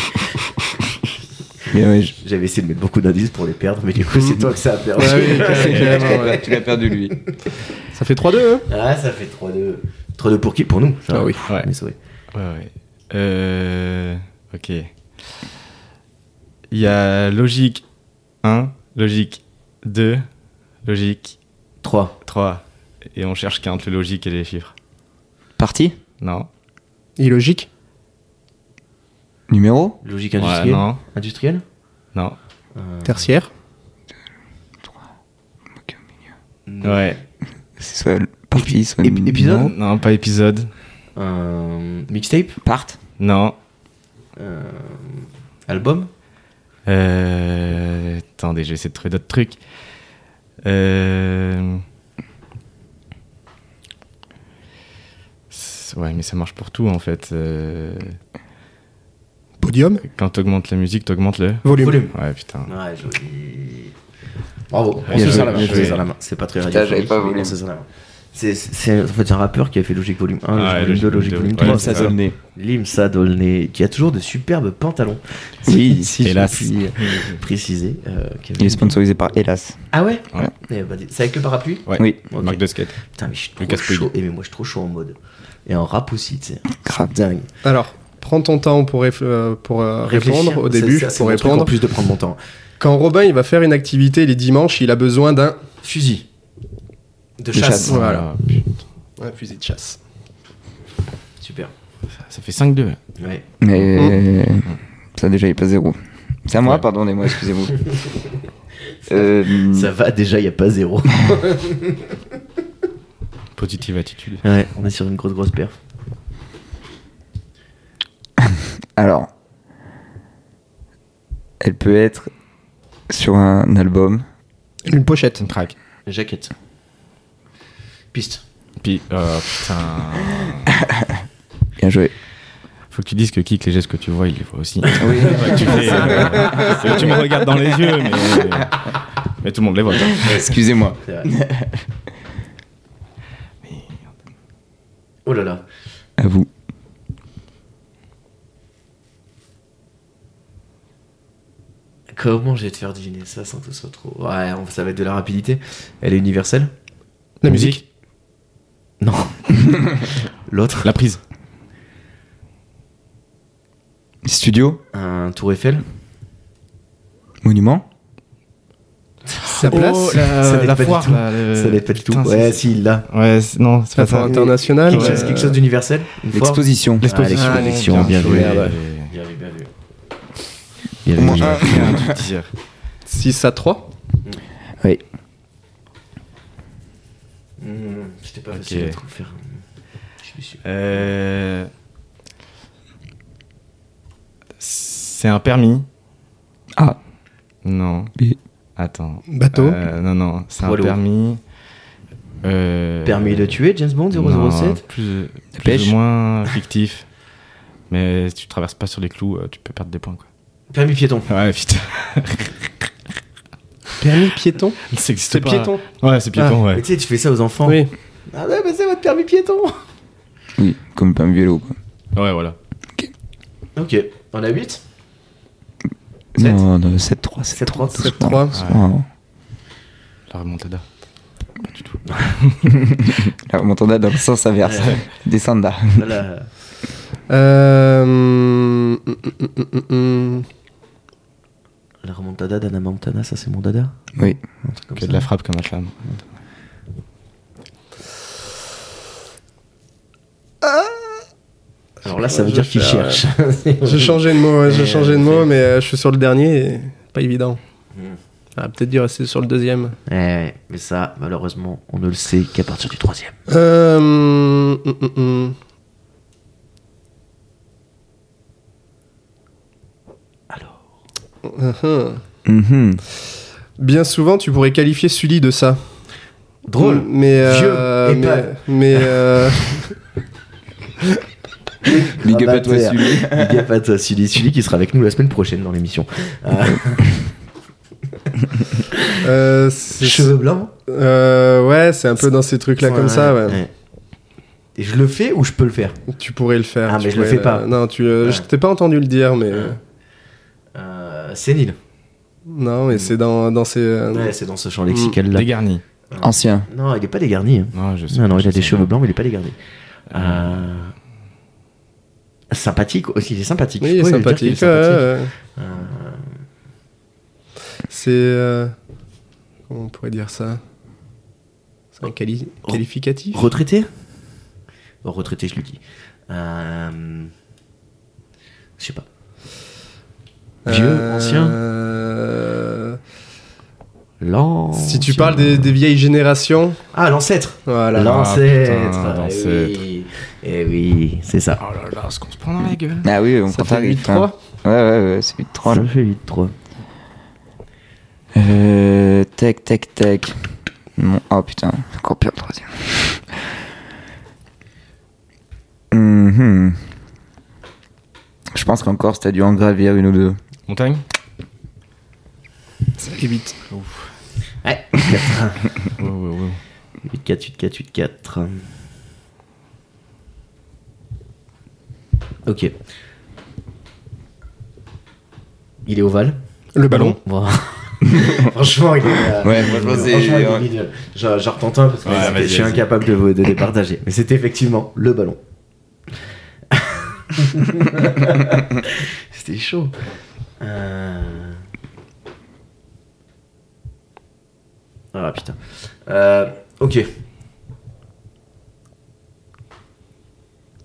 Speaker 2: Mais ouais, je-
Speaker 1: j'avais essayé de mettre beaucoup d'indices pour les perdre, mais du coup, c'est toi que ça a perdu.
Speaker 3: Ouais, [laughs] oui, carrément, ouais.
Speaker 2: tu l'as perdu lui.
Speaker 3: Ça fait 3-2, hein
Speaker 1: [laughs] Ah, ça fait 3-2. 3-2 pour qui Pour nous. ça.
Speaker 3: Ah oui.
Speaker 4: Ouais.
Speaker 1: Mais c'est vrai.
Speaker 4: Ouais, ouais. Euh, ok. Il y a logique 1, logique 2, logique
Speaker 1: 3.
Speaker 4: 3. Et on cherche qu'entre le logique et les chiffres.
Speaker 2: Partie
Speaker 4: Non
Speaker 3: Illogique.
Speaker 2: Numéro
Speaker 1: Logique
Speaker 4: Ouais,
Speaker 1: industrielle.
Speaker 4: Non
Speaker 1: Industrielle
Speaker 4: Non
Speaker 3: Tertiaire.
Speaker 4: Ouais.
Speaker 2: C'est soit l- partie, soit
Speaker 1: Ép- épisode
Speaker 2: numéro.
Speaker 4: Non, pas épisode.
Speaker 1: Euh, mixtape
Speaker 2: Part
Speaker 4: Non.
Speaker 1: Euh, Album
Speaker 4: Euh, attendez, je vais essayer de trouver d'autres trucs. Euh... c'est- Ouais, mais ça marche pour tout en fait. Euh,
Speaker 3: Podium.
Speaker 4: Quand t'augmentes la musique, t'augmentes le.
Speaker 3: Volume.
Speaker 1: Volume.
Speaker 4: Ouais, putain.
Speaker 1: Ouais, joli. Bravo. On
Speaker 4: Bien
Speaker 1: se
Speaker 4: joué,
Speaker 1: serre la main.
Speaker 4: bien
Speaker 1: on se serre
Speaker 4: joué.
Speaker 1: la main. C'est pas très
Speaker 2: Putain, j'avais
Speaker 1: radiophonique,
Speaker 2: pas
Speaker 1: mais
Speaker 2: voulu.
Speaker 1: on se serre la main. C'est, c'est en fait, un rappeur qui a fait Logique Volume 1, Logique
Speaker 4: Ouais,
Speaker 1: Volume 2,
Speaker 4: Ah, Logic
Speaker 1: Logique Volume
Speaker 4: Volume
Speaker 1: 3.
Speaker 4: Ouais,
Speaker 1: ça
Speaker 4: c'est
Speaker 1: donne-
Speaker 4: ça.
Speaker 2: donné.
Speaker 1: Limsa Dolné, qui a toujours de superbes pantalons.
Speaker 2: Oui, si,
Speaker 4: Hélas.
Speaker 2: je puis
Speaker 1: Précisé. euh, qui avait-
Speaker 2: Il est sponsorisé par Hélas.
Speaker 1: Ah ouais,
Speaker 4: Ouais.
Speaker 1: Eh ben, dis- C'est avec le parapluie
Speaker 4: Ouais.
Speaker 2: Oui,
Speaker 1: Ok.
Speaker 4: Marque de skate.
Speaker 1: Putain, mais je suis trop
Speaker 4: Lucas Pouille.
Speaker 1: chaud. Et mais moi, je suis trop chaud en mode. Et en rap aussi, tu sais.
Speaker 2: grave.
Speaker 1: Dingue.
Speaker 3: Alors, prends ton temps pour, réf- euh, pour euh, répondre
Speaker 1: Réfléchir,
Speaker 3: au
Speaker 1: c'est-
Speaker 3: début,
Speaker 1: c'est- c'est
Speaker 3: pour
Speaker 1: mon truc En
Speaker 3: répondre.
Speaker 1: plus de prendre mon temps.
Speaker 3: Quand Robin il va faire une activité les dimanches, il a besoin d'un
Speaker 1: Fusil. De
Speaker 2: chasse.
Speaker 1: chasse.
Speaker 3: Voilà.
Speaker 4: Ah, putain,
Speaker 3: un fusil de chasse.
Speaker 1: Super.
Speaker 4: ça- ça fait 5-2. là.
Speaker 1: Ouais.
Speaker 2: Mais ça déjà il passe zéro. C'est à moi,
Speaker 4: Ouais.
Speaker 2: pardonnez-moi, excusez-vous. Euh,
Speaker 1: Ça va, déjà, il n'y a pas zéro.
Speaker 4: Positive attitude.
Speaker 1: [laughs] ouais, on est sur une grosse, grosse perf.
Speaker 2: alors, elle peut être sur un album.
Speaker 3: Une pochette.
Speaker 4: Une track.
Speaker 1: Jaquette. Piste.
Speaker 4: Puis, oh, putain.
Speaker 2: Bien joué.
Speaker 4: Faut que tu dises que Kik, les gestes que tu vois, il les voit aussi. [laughs]
Speaker 2: Oui.
Speaker 4: Ouais, tu, fais, euh, c'est que tu me regardes dans les yeux, mais, mais tout le monde les voit.
Speaker 2: Excusez-moi.
Speaker 1: C'est vrai. Oh là là.
Speaker 2: À vous.
Speaker 1: Comment je vais te faire deviner ça sans que ce soit trop. Ouais, on- ça va être de la rapidité. Elle est universelle
Speaker 3: La musique.
Speaker 1: Non. L'autre
Speaker 4: La prise.
Speaker 2: Studio,
Speaker 1: Un Tour Eiffel
Speaker 2: monument,
Speaker 1: Oh,
Speaker 3: Sa place.
Speaker 4: la,
Speaker 1: Ça l'aide
Speaker 4: Euh, la
Speaker 1: pas du
Speaker 4: foire.
Speaker 1: tout.
Speaker 4: là, le-
Speaker 1: Ça n'aide pas du tout.
Speaker 4: Euh, Putain,
Speaker 1: Ouais,
Speaker 4: c'est-
Speaker 1: si, il l'a.
Speaker 4: Ouais, c'est- non, c'est pas
Speaker 3: Attends,
Speaker 4: ça.
Speaker 3: international.
Speaker 1: Quelque
Speaker 3: ouais.
Speaker 1: chose, quelque chose d'universel Une foire
Speaker 2: l'exposition.
Speaker 1: L'exposition.
Speaker 3: Ah,
Speaker 1: L'exposition, bien
Speaker 4: Bien joué.
Speaker 1: joué. bah.
Speaker 4: Merde.
Speaker 1: Bien vu, bien vu.
Speaker 4: Il y
Speaker 2: Au moins
Speaker 4: avait
Speaker 2: un.
Speaker 4: il y
Speaker 1: ah.
Speaker 4: avait un truc d'hier.
Speaker 3: 6 Euh, à 3.
Speaker 2: Oui.
Speaker 1: Mmh, C'était pas
Speaker 4: Ok.
Speaker 1: facile à trop faire. Je suis sûr.
Speaker 4: Euh, C'est un permis.
Speaker 2: Ah,
Speaker 4: Non.
Speaker 2: Oui.
Speaker 4: Attends.
Speaker 3: Bateau.
Speaker 4: Euh, non, non, c'est un
Speaker 1: Poids lourd.
Speaker 4: permis. Euh,
Speaker 1: Permis de tuer, James Bond 007
Speaker 4: non, plus, plus
Speaker 2: pêche.
Speaker 4: ou moins fictif. Mais si tu traverses pas sur les clous, euh, tu peux perdre des points. Quoi.
Speaker 1: Permis piéton.
Speaker 4: Ah Ouais, putain. [laughs]
Speaker 3: Permis piéton.
Speaker 4: C'est
Speaker 3: C'est piéton.
Speaker 4: Ouais, c'est piéton,
Speaker 1: Mais
Speaker 4: ouais.
Speaker 1: tu sais, tu fais ça aux enfants.
Speaker 3: Oui.
Speaker 1: Ah ouais, mais c'est votre permis piéton
Speaker 2: oui, comme pas un vélo. Quoi.
Speaker 4: Ouais, voilà.
Speaker 1: Ok, on a 8 Sept.
Speaker 2: Non, non, 7-3,
Speaker 1: 7-3,
Speaker 2: 7-3.
Speaker 3: 7-3.
Speaker 4: La remontada.
Speaker 2: La remontada dans le sens inverse.
Speaker 1: Ouais. [laughs]
Speaker 2: Descenda.
Speaker 1: Voilà.
Speaker 3: Euh, hum, hum, hum, hum, hum.
Speaker 1: La remontada d'Anna Montana, ça c'est mon dada
Speaker 2: Oui.
Speaker 1: Un truc comme
Speaker 4: Que
Speaker 1: ça.
Speaker 4: de la frappe comme un flamme.
Speaker 1: Alors là, ça veut
Speaker 3: Je
Speaker 1: dire qu'il
Speaker 3: fais,
Speaker 1: [laughs]
Speaker 3: euh,
Speaker 1: cherche. Eh
Speaker 3: J'ai changé de mot, ouais, j'ai
Speaker 1: Euh,
Speaker 3: changé de mot,
Speaker 1: c'est-
Speaker 3: mais euh, je suis sur le dernier. et Pas évident.
Speaker 1: Hmm.
Speaker 3: Ah, peut-être dû rester sur le deuxième.
Speaker 1: Ouais, mais ça, malheureusement, on ne le sait qu'à partir du troisième.
Speaker 3: Euh, hum, hum, hum.
Speaker 1: Alors
Speaker 3: Hum, hum.
Speaker 2: Mhm.
Speaker 3: Bien souvent, tu pourrais qualifier Sully de ça.
Speaker 1: Drôle
Speaker 3: mais euh,
Speaker 1: vieux,
Speaker 3: mais,
Speaker 1: épais.
Speaker 3: mais, euh,
Speaker 1: Ah,
Speaker 2: Big up à toi,
Speaker 1: Rabatteur.
Speaker 2: Sully.
Speaker 1: Big up à toi, euh, Sully. Sully qui sera avec nous la semaine prochaine dans l'émission. Ah,
Speaker 3: euh, c'est-
Speaker 1: cheveux blancs
Speaker 3: [laughs] euh, ouais, c'est un peu dans ces trucs là comme hein. ça. Ouais.
Speaker 1: Ouais. Et je le fais ou je peux le faire
Speaker 3: Tu pourrais le faire.
Speaker 1: Ah,
Speaker 3: tu
Speaker 1: mais je le
Speaker 3: pourrais
Speaker 1: fais pas.
Speaker 3: Non, tu, euh,
Speaker 1: Ouais.
Speaker 3: je t'ai pas entendu le dire, mais.
Speaker 1: Ouais. euh, Sénile.
Speaker 3: Non, mais c'est dans, dans ces. euh,
Speaker 1: Ouais, c'est dans ce champ lexical là.
Speaker 4: Dégarni.
Speaker 2: Ancien.
Speaker 3: Mmh.
Speaker 1: Non, il est pas dégarni. hein.
Speaker 4: Non, je sais
Speaker 1: Non, non,
Speaker 4: pas,
Speaker 1: il
Speaker 4: je
Speaker 1: a des
Speaker 4: sais
Speaker 1: cheveux
Speaker 4: pas.
Speaker 1: blancs, mais il est pas dégarni.
Speaker 3: Mmh.
Speaker 1: Euh... Sympathique aussi, il est sympathique.
Speaker 3: Oui,
Speaker 1: Je
Speaker 3: il est
Speaker 1: pourrais lui dire qu'il
Speaker 3: sympathique.
Speaker 1: est
Speaker 3: ouais, ouais.
Speaker 1: Euh,
Speaker 3: C'est. euh, Comment on pourrait dire ça C'est un quali-
Speaker 1: Oh.
Speaker 3: qualificatif
Speaker 1: Retraité Bon, Retraité, je lui dis. Euh... Je sais pas. Vieux,
Speaker 3: Euh,
Speaker 1: ancien
Speaker 3: euh,
Speaker 1: Lent.
Speaker 3: Si tu parles des, des vieilles générations,
Speaker 1: Ah, l'ancêtre
Speaker 3: voilà.
Speaker 1: L'ancêtre
Speaker 4: Ah, putain,
Speaker 1: Eh oui, Eh oui, c'est ça.
Speaker 4: Oh là là, ce qu'on se prend dans la gueule.
Speaker 2: Ah oui, on prend
Speaker 3: Ça fait
Speaker 2: pas vite.
Speaker 3: 8-3.
Speaker 2: hein. Ouais, ouais, ouais, c'est 8-3
Speaker 1: Ça
Speaker 2: là.
Speaker 1: me fait vite, 3.
Speaker 2: Euh. Tac, tac, tac. Non. Oh putain, encore pire le troisième. Mhm. Je pense qu'encore, t'as dû en gravir une ou deux.
Speaker 4: Montagne
Speaker 3: Ça fait vite.
Speaker 1: Ouais, [laughs] 4.
Speaker 4: Ouais, ouais, ouais.
Speaker 1: 8, 4, 8, 4, 8, 4. Ok. Il est ovale.
Speaker 3: Le ballon
Speaker 1: Bon. [laughs] franchement, il est. euh,
Speaker 2: Ouais, franchement, c'est-
Speaker 1: franchement, il est
Speaker 2: ouais.
Speaker 1: vide. Je, je retente un parce que
Speaker 4: Ouais,
Speaker 1: je-
Speaker 4: vas-y,
Speaker 1: je suis
Speaker 4: vas-y.
Speaker 1: incapable de, vous- de les partager. Mais c'est effectivement le
Speaker 4: [laughs]
Speaker 1: ballon. C'était chaud. Euh. Ah putain. Euh, ok.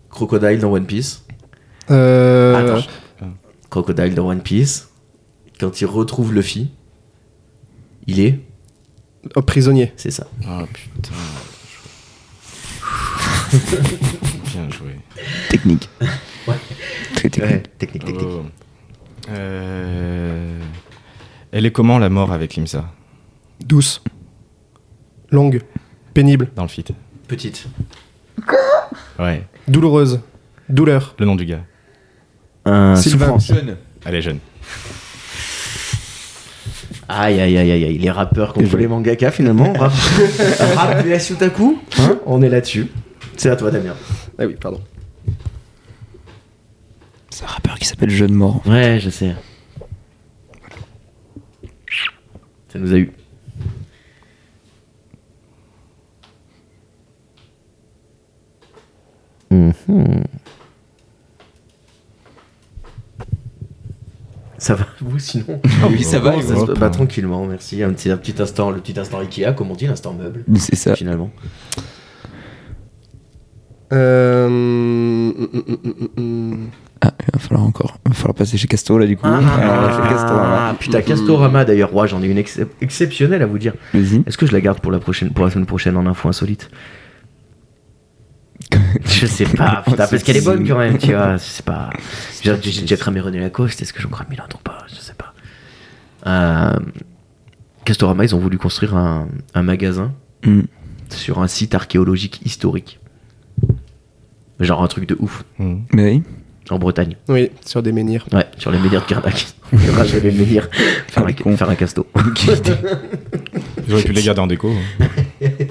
Speaker 1: Crocodile dans One Piece.
Speaker 3: Euh,
Speaker 1: Attends. Crocodile dans One Piece. Quand il retrouve Luffy, il est.
Speaker 3: oh, prisonnier.
Speaker 1: C'est ça.
Speaker 4: Ah [laughs] putain. Bien joué.
Speaker 2: Technique.
Speaker 1: [laughs] Ouais.
Speaker 2: Très technique.
Speaker 1: technique,
Speaker 4: Ah ouais,
Speaker 1: technique.
Speaker 4: ouais. Euh, Elle est comment la mort avec Limsa
Speaker 3: Douce. Longue. Pénible.
Speaker 4: dans le feat
Speaker 1: Petite.
Speaker 4: Ouais,
Speaker 3: Douloureuse. Douleur.
Speaker 4: le nom du gars.
Speaker 3: Sylvain.
Speaker 4: Elle est jeune.
Speaker 1: Aïe, aïe, aïe, aïe, aïe. Les rappeurs contre les mangaka, [laughs] finalement. Rap, rap et Asutaku. Hein On est là-dessus. C'est à toi, Damien.
Speaker 3: Ah oui, pardon.
Speaker 2: C'est un rappeur qui s'appelle Jeune Mort.
Speaker 1: Ouais, je sais. Ça nous a eu. Mhm. Ça va, Ah vous sinon
Speaker 2: oui, ça va,
Speaker 1: Bon,
Speaker 4: il
Speaker 1: se
Speaker 4: va.
Speaker 1: bah, tranquillement, merci. Un petit, un petit instant, le petit instant Ikea, comme on dit, l'instant meuble,
Speaker 2: C'est ça.
Speaker 1: finalement.
Speaker 3: Euh, mm, mm, mm, mm, mm.
Speaker 2: Ah, il va falloir encore. Il va falloir passer chez Casto là du coup.
Speaker 1: Ah,
Speaker 2: Alors, on a fait Casto, là.
Speaker 1: ah, putain, Castorama d'ailleurs, ouais, j'en ai une ex- exceptionnelle à vous dire.
Speaker 2: Vas-y.
Speaker 1: Est-ce que je la garde pour la prochaine, pour la semaine prochaine en info [laughs] insolite Je sais pas, putain, parce qu'elle est bonne quand même, tu vois. Je sais pas. J'ai j'ai déjà cramé René Lacoste, est-ce que j'en crame Milan ou pas Je sais pas. Euh, Castorama, ils ont voulu construire un, un magasin
Speaker 2: Mm.
Speaker 1: sur un site archéologique historique. Genre un truc de ouf,
Speaker 4: Mhm.
Speaker 2: Mais oui.
Speaker 1: en Bretagne.
Speaker 3: Oui, sur des menhirs.
Speaker 1: Ouais, sur les médias de [laughs] Karnak. On verra, je vais les menhirs. Faire,
Speaker 2: les
Speaker 1: un-
Speaker 2: cons.
Speaker 1: faire un casto. [laughs]
Speaker 4: J'aurais pu les garder en déco. hein.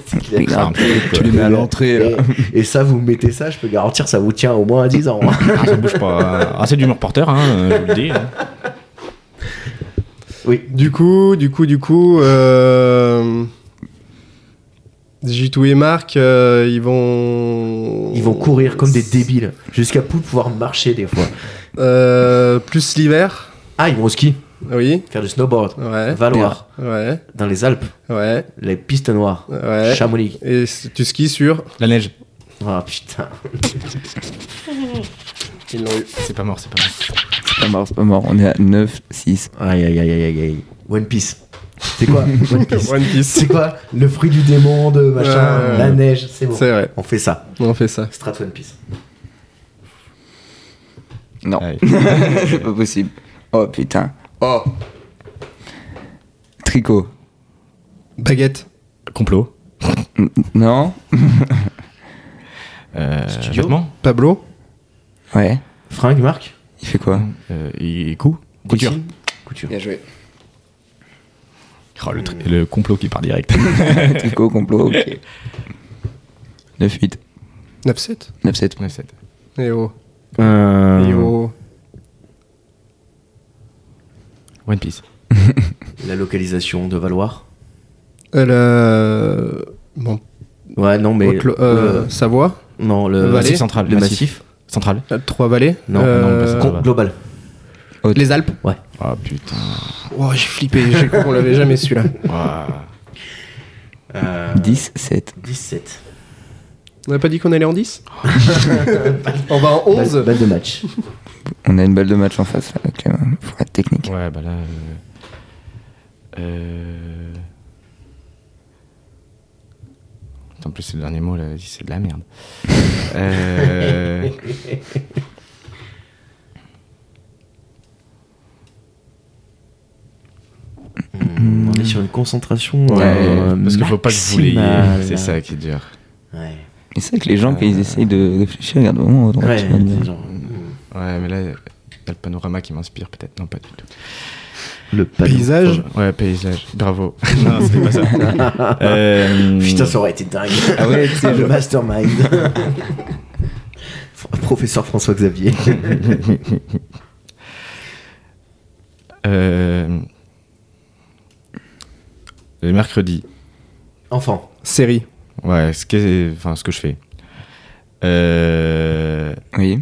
Speaker 1: C'est clair.
Speaker 2: Regarde,
Speaker 4: un petit truc,
Speaker 2: tu
Speaker 4: quoi.
Speaker 2: les mets à l'entrée là.
Speaker 1: Et, et ça, vous mettez ça, je peux garantir, ça vous tient au moins à 10 ans. hein.
Speaker 4: [laughs] Ah, ça bouge pas. Ah, c'est du mur porteur, hein, euh, je vous le dis. hein.
Speaker 1: oui.
Speaker 3: Du coup, du coup, du coup, euh... Jitou et Marc, euh, ils vont.
Speaker 1: Ils vont courir comme des débiles, jusqu'à pou- pouvoir marcher des fois.
Speaker 3: Euh, plus l'hiver,
Speaker 1: Ah, ils vont au ski,
Speaker 3: oui.
Speaker 1: faire du snowboard.
Speaker 3: Ouais.
Speaker 1: Valoir,
Speaker 3: Ouais,
Speaker 1: dans les Alpes,
Speaker 3: ouais,
Speaker 1: les pistes noires.
Speaker 3: ouais.
Speaker 1: Chamonix.
Speaker 3: Et c- tu skis sur.
Speaker 4: La neige.
Speaker 1: Ah putain.
Speaker 3: Ils l'ont eu.
Speaker 4: C'est pas mort, c'est pas mort.
Speaker 2: C'est pas mort, c'est pas mort. On est à 9, 6.
Speaker 1: Aïe aïe aïe aïe aïe aïe. One Piece. C'est quoi One Piece
Speaker 3: One Piece.
Speaker 1: C'est quoi Le fruit du démon, de machin,
Speaker 3: Ouais, ouais,
Speaker 1: la
Speaker 3: ouais.
Speaker 1: neige, c'est bon.
Speaker 3: C'est vrai,
Speaker 1: On fait ça.
Speaker 3: on fait ça.
Speaker 1: Strat One Piece.
Speaker 2: Non,
Speaker 4: Allez.
Speaker 2: c'est pas possible. Oh putain. Oh. Tricot.
Speaker 3: Baguette.
Speaker 4: [laughs] Complot.
Speaker 2: Non
Speaker 4: Euh,
Speaker 1: Studio.
Speaker 4: Vêtements.
Speaker 3: Pablo.
Speaker 2: Ouais.
Speaker 1: Fringue, Marc
Speaker 2: Il fait quoi
Speaker 4: Euh, et, et coup. Couture.
Speaker 1: Poutine Couture.
Speaker 2: joué.
Speaker 4: Oh, le, tr-
Speaker 2: [laughs]
Speaker 4: le [laughs] complot qui part direct.
Speaker 2: Tricot, complot, ok. 9, 8.
Speaker 3: 9-7
Speaker 2: 9-7.
Speaker 4: On est sept.
Speaker 3: Eh oh.
Speaker 1: Euh,
Speaker 3: Eh oh.
Speaker 4: One Piece.
Speaker 1: La localisation de Valoir.
Speaker 3: Euh, la- euh, bon,
Speaker 1: Ouais, non, mais.
Speaker 3: Haute-Lo- euh,
Speaker 1: le-
Speaker 3: Savoie,
Speaker 1: non, le.
Speaker 3: le Valais.
Speaker 4: Massif central.
Speaker 1: Le massif.
Speaker 4: Central.
Speaker 3: Trois-Vallées,
Speaker 1: Non, non,
Speaker 3: euh,
Speaker 4: pas ça.
Speaker 1: Con- Global.
Speaker 3: les Alpes.
Speaker 4: Ah putain.
Speaker 3: Oh, j'ai flippé, j'ai cru qu'on l'avait jamais celui-là.
Speaker 4: Ouah.
Speaker 1: Euh,
Speaker 2: 10-7.
Speaker 1: 17.
Speaker 3: On n'a pas dit qu'on allait en 10 On va en 11
Speaker 1: Balle, balle de match.
Speaker 2: On a une balle de match en face, là, avec euh, pour la technique.
Speaker 4: Ouais, bah là. euh, euh, Attends, En plus, c'est le dernier mot, là, c'est de la [laughs] merde. Euh,
Speaker 1: Hmm, On est sur une concentration.
Speaker 4: Ouais,
Speaker 1: euh,
Speaker 4: parce qu'il faut pas que vous l'ayez.
Speaker 1: maximale.
Speaker 4: C'est ça qui est dur.
Speaker 1: Ouais.
Speaker 2: Et c'est vrai que les gens, quand
Speaker 4: Euh.
Speaker 2: ils essayent de réfléchir, ils regardent vraiment au droit.
Speaker 1: Ouais,
Speaker 2: tu vois,
Speaker 1: c'est
Speaker 2: ils-
Speaker 1: genre, hmm,
Speaker 4: Ouais, mais là, il y a le panorama qui m'inspire peut-être. Non, pas du tout.
Speaker 1: Le panneau.
Speaker 3: Paysage
Speaker 4: Ouais, paysage. Bravo. [laughs] non, c'était pas ça. [laughs] Euh,
Speaker 1: Putain, ça aurait été dingue.
Speaker 2: Ah
Speaker 1: [laughs]
Speaker 2: ouais, tu sais,
Speaker 1: le
Speaker 2: genre-
Speaker 1: mastermind. Fr- Professeur François Xavier.
Speaker 4: euh, Le mercredi.
Speaker 1: Enfant.
Speaker 3: Série.
Speaker 4: Ouais, ce que, enfin, ce que je fais. Euh...
Speaker 2: Oui.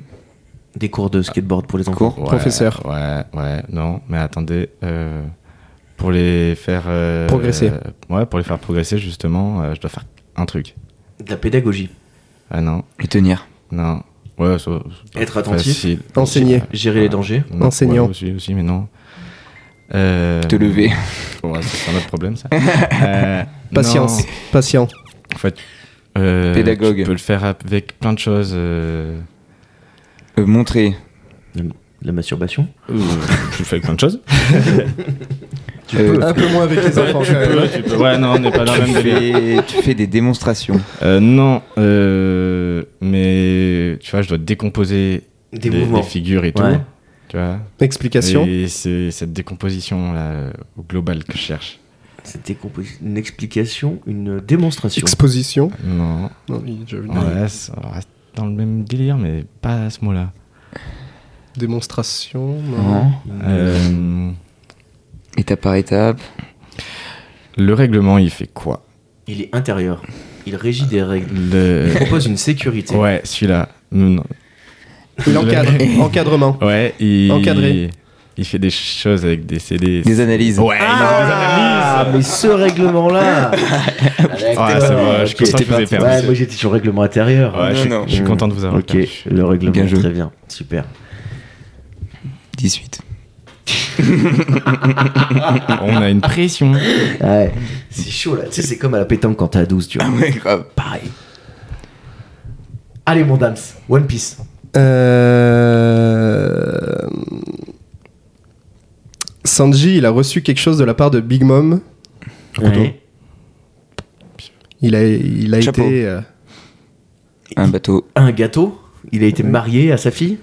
Speaker 1: Des cours de skateboard pour les enfants.
Speaker 2: Cours.
Speaker 4: ouais,
Speaker 3: Professeur.
Speaker 4: Ouais, ouais, non, mais attendez. euh, pour les faire. euh,
Speaker 3: Progresser.
Speaker 4: euh, ouais, pour les faire progresser, justement, euh, je dois faire un truc.
Speaker 1: De la pédagogie.
Speaker 4: Ah non,
Speaker 2: Et tenir.
Speaker 4: non. Ouais, ça- c'est pas
Speaker 1: Être attentif.
Speaker 4: facile.
Speaker 3: Enseigner.
Speaker 1: Gérer les dangers.
Speaker 4: Non,
Speaker 3: Enseignant.
Speaker 4: ouais, aussi, aussi, mais non. Euh,
Speaker 2: Te lever.
Speaker 4: Ouais, ça, c'est un autre
Speaker 2: [laughs]
Speaker 4: problème, ça. Euh,
Speaker 3: Patience.
Speaker 4: non.
Speaker 3: Patient.
Speaker 4: En fait, euh,
Speaker 2: Pédagogue.
Speaker 4: Tu peux le faire avec plein de choses. euh,
Speaker 2: Euh, montrer.
Speaker 1: La masturbation.
Speaker 4: euh, [laughs] tu le fais avec plein
Speaker 2: [laughs]
Speaker 4: de choses.
Speaker 1: Tu
Speaker 2: Euh,
Speaker 1: peux.
Speaker 3: Un peu moins avec les enfants quand
Speaker 4: [laughs]
Speaker 3: même.
Speaker 4: Tu peux- Ouais, non, on n'est pas dans le
Speaker 2: Tu
Speaker 4: même délire.
Speaker 2: fais, tu fais des démonstrations.
Speaker 4: Euh, non, euh, mais tu vois, je dois décomposer
Speaker 1: Des mouvements.
Speaker 4: figures et tout.
Speaker 1: Ouais.
Speaker 4: Tu vois
Speaker 3: Explication.
Speaker 4: Et c'est cette décomposition là, globale que je cherche.
Speaker 1: C'était compos- une explication, une démonstration.
Speaker 3: Exposition.
Speaker 4: Non,
Speaker 3: Non, il est déjà venu.
Speaker 4: ouais, ça reste dans le même délire, mais pas à ce mot-là.
Speaker 3: Démonstration. non.
Speaker 2: Hein.
Speaker 4: Euh,
Speaker 2: Étape par étape.
Speaker 4: le règlement, il fait quoi
Speaker 1: Il est intérieur. Il régit des règles.
Speaker 4: le...
Speaker 1: [laughs] Il propose une sécurité.
Speaker 4: Ouais, celui-là. Non, non.
Speaker 3: L'encadre- Encadrement.
Speaker 4: Ouais, il...
Speaker 3: Encadré.
Speaker 4: Il fait des choses avec des CD.
Speaker 2: Des analyses.
Speaker 4: Ouais,
Speaker 1: Ah, mais ce règlement-là
Speaker 4: Ah, c'est vrai, je
Speaker 1: Ok.
Speaker 4: suis content que vous ayez perdu.
Speaker 1: Ouais, moi j'étais sur le règlement intérieur. Mm.
Speaker 4: Ouais, je, suis-
Speaker 2: Non, non.
Speaker 4: je suis content de vous avoir
Speaker 1: Ok,
Speaker 4: perdu.
Speaker 1: le règlement,
Speaker 2: Bien joué.
Speaker 1: très bien, super.
Speaker 2: 18. Ah.
Speaker 4: On a une pression.
Speaker 1: Ouais, c'est chaud là, tu sais, c'est comme à la pétanque quand t'es à 12, tu
Speaker 4: Ah,
Speaker 1: vois.
Speaker 2: Ah Ouais, grave.
Speaker 1: Pareil. Allez, mon dams, One Piece.
Speaker 3: Euh, Sanji, il a reçu quelque chose de la part de Big Mom.
Speaker 1: Ouais.
Speaker 3: Il a, il a
Speaker 2: Chapeau.
Speaker 3: été. euh,
Speaker 2: Un bateau.
Speaker 1: Un gâteau, il a été marié à sa fille.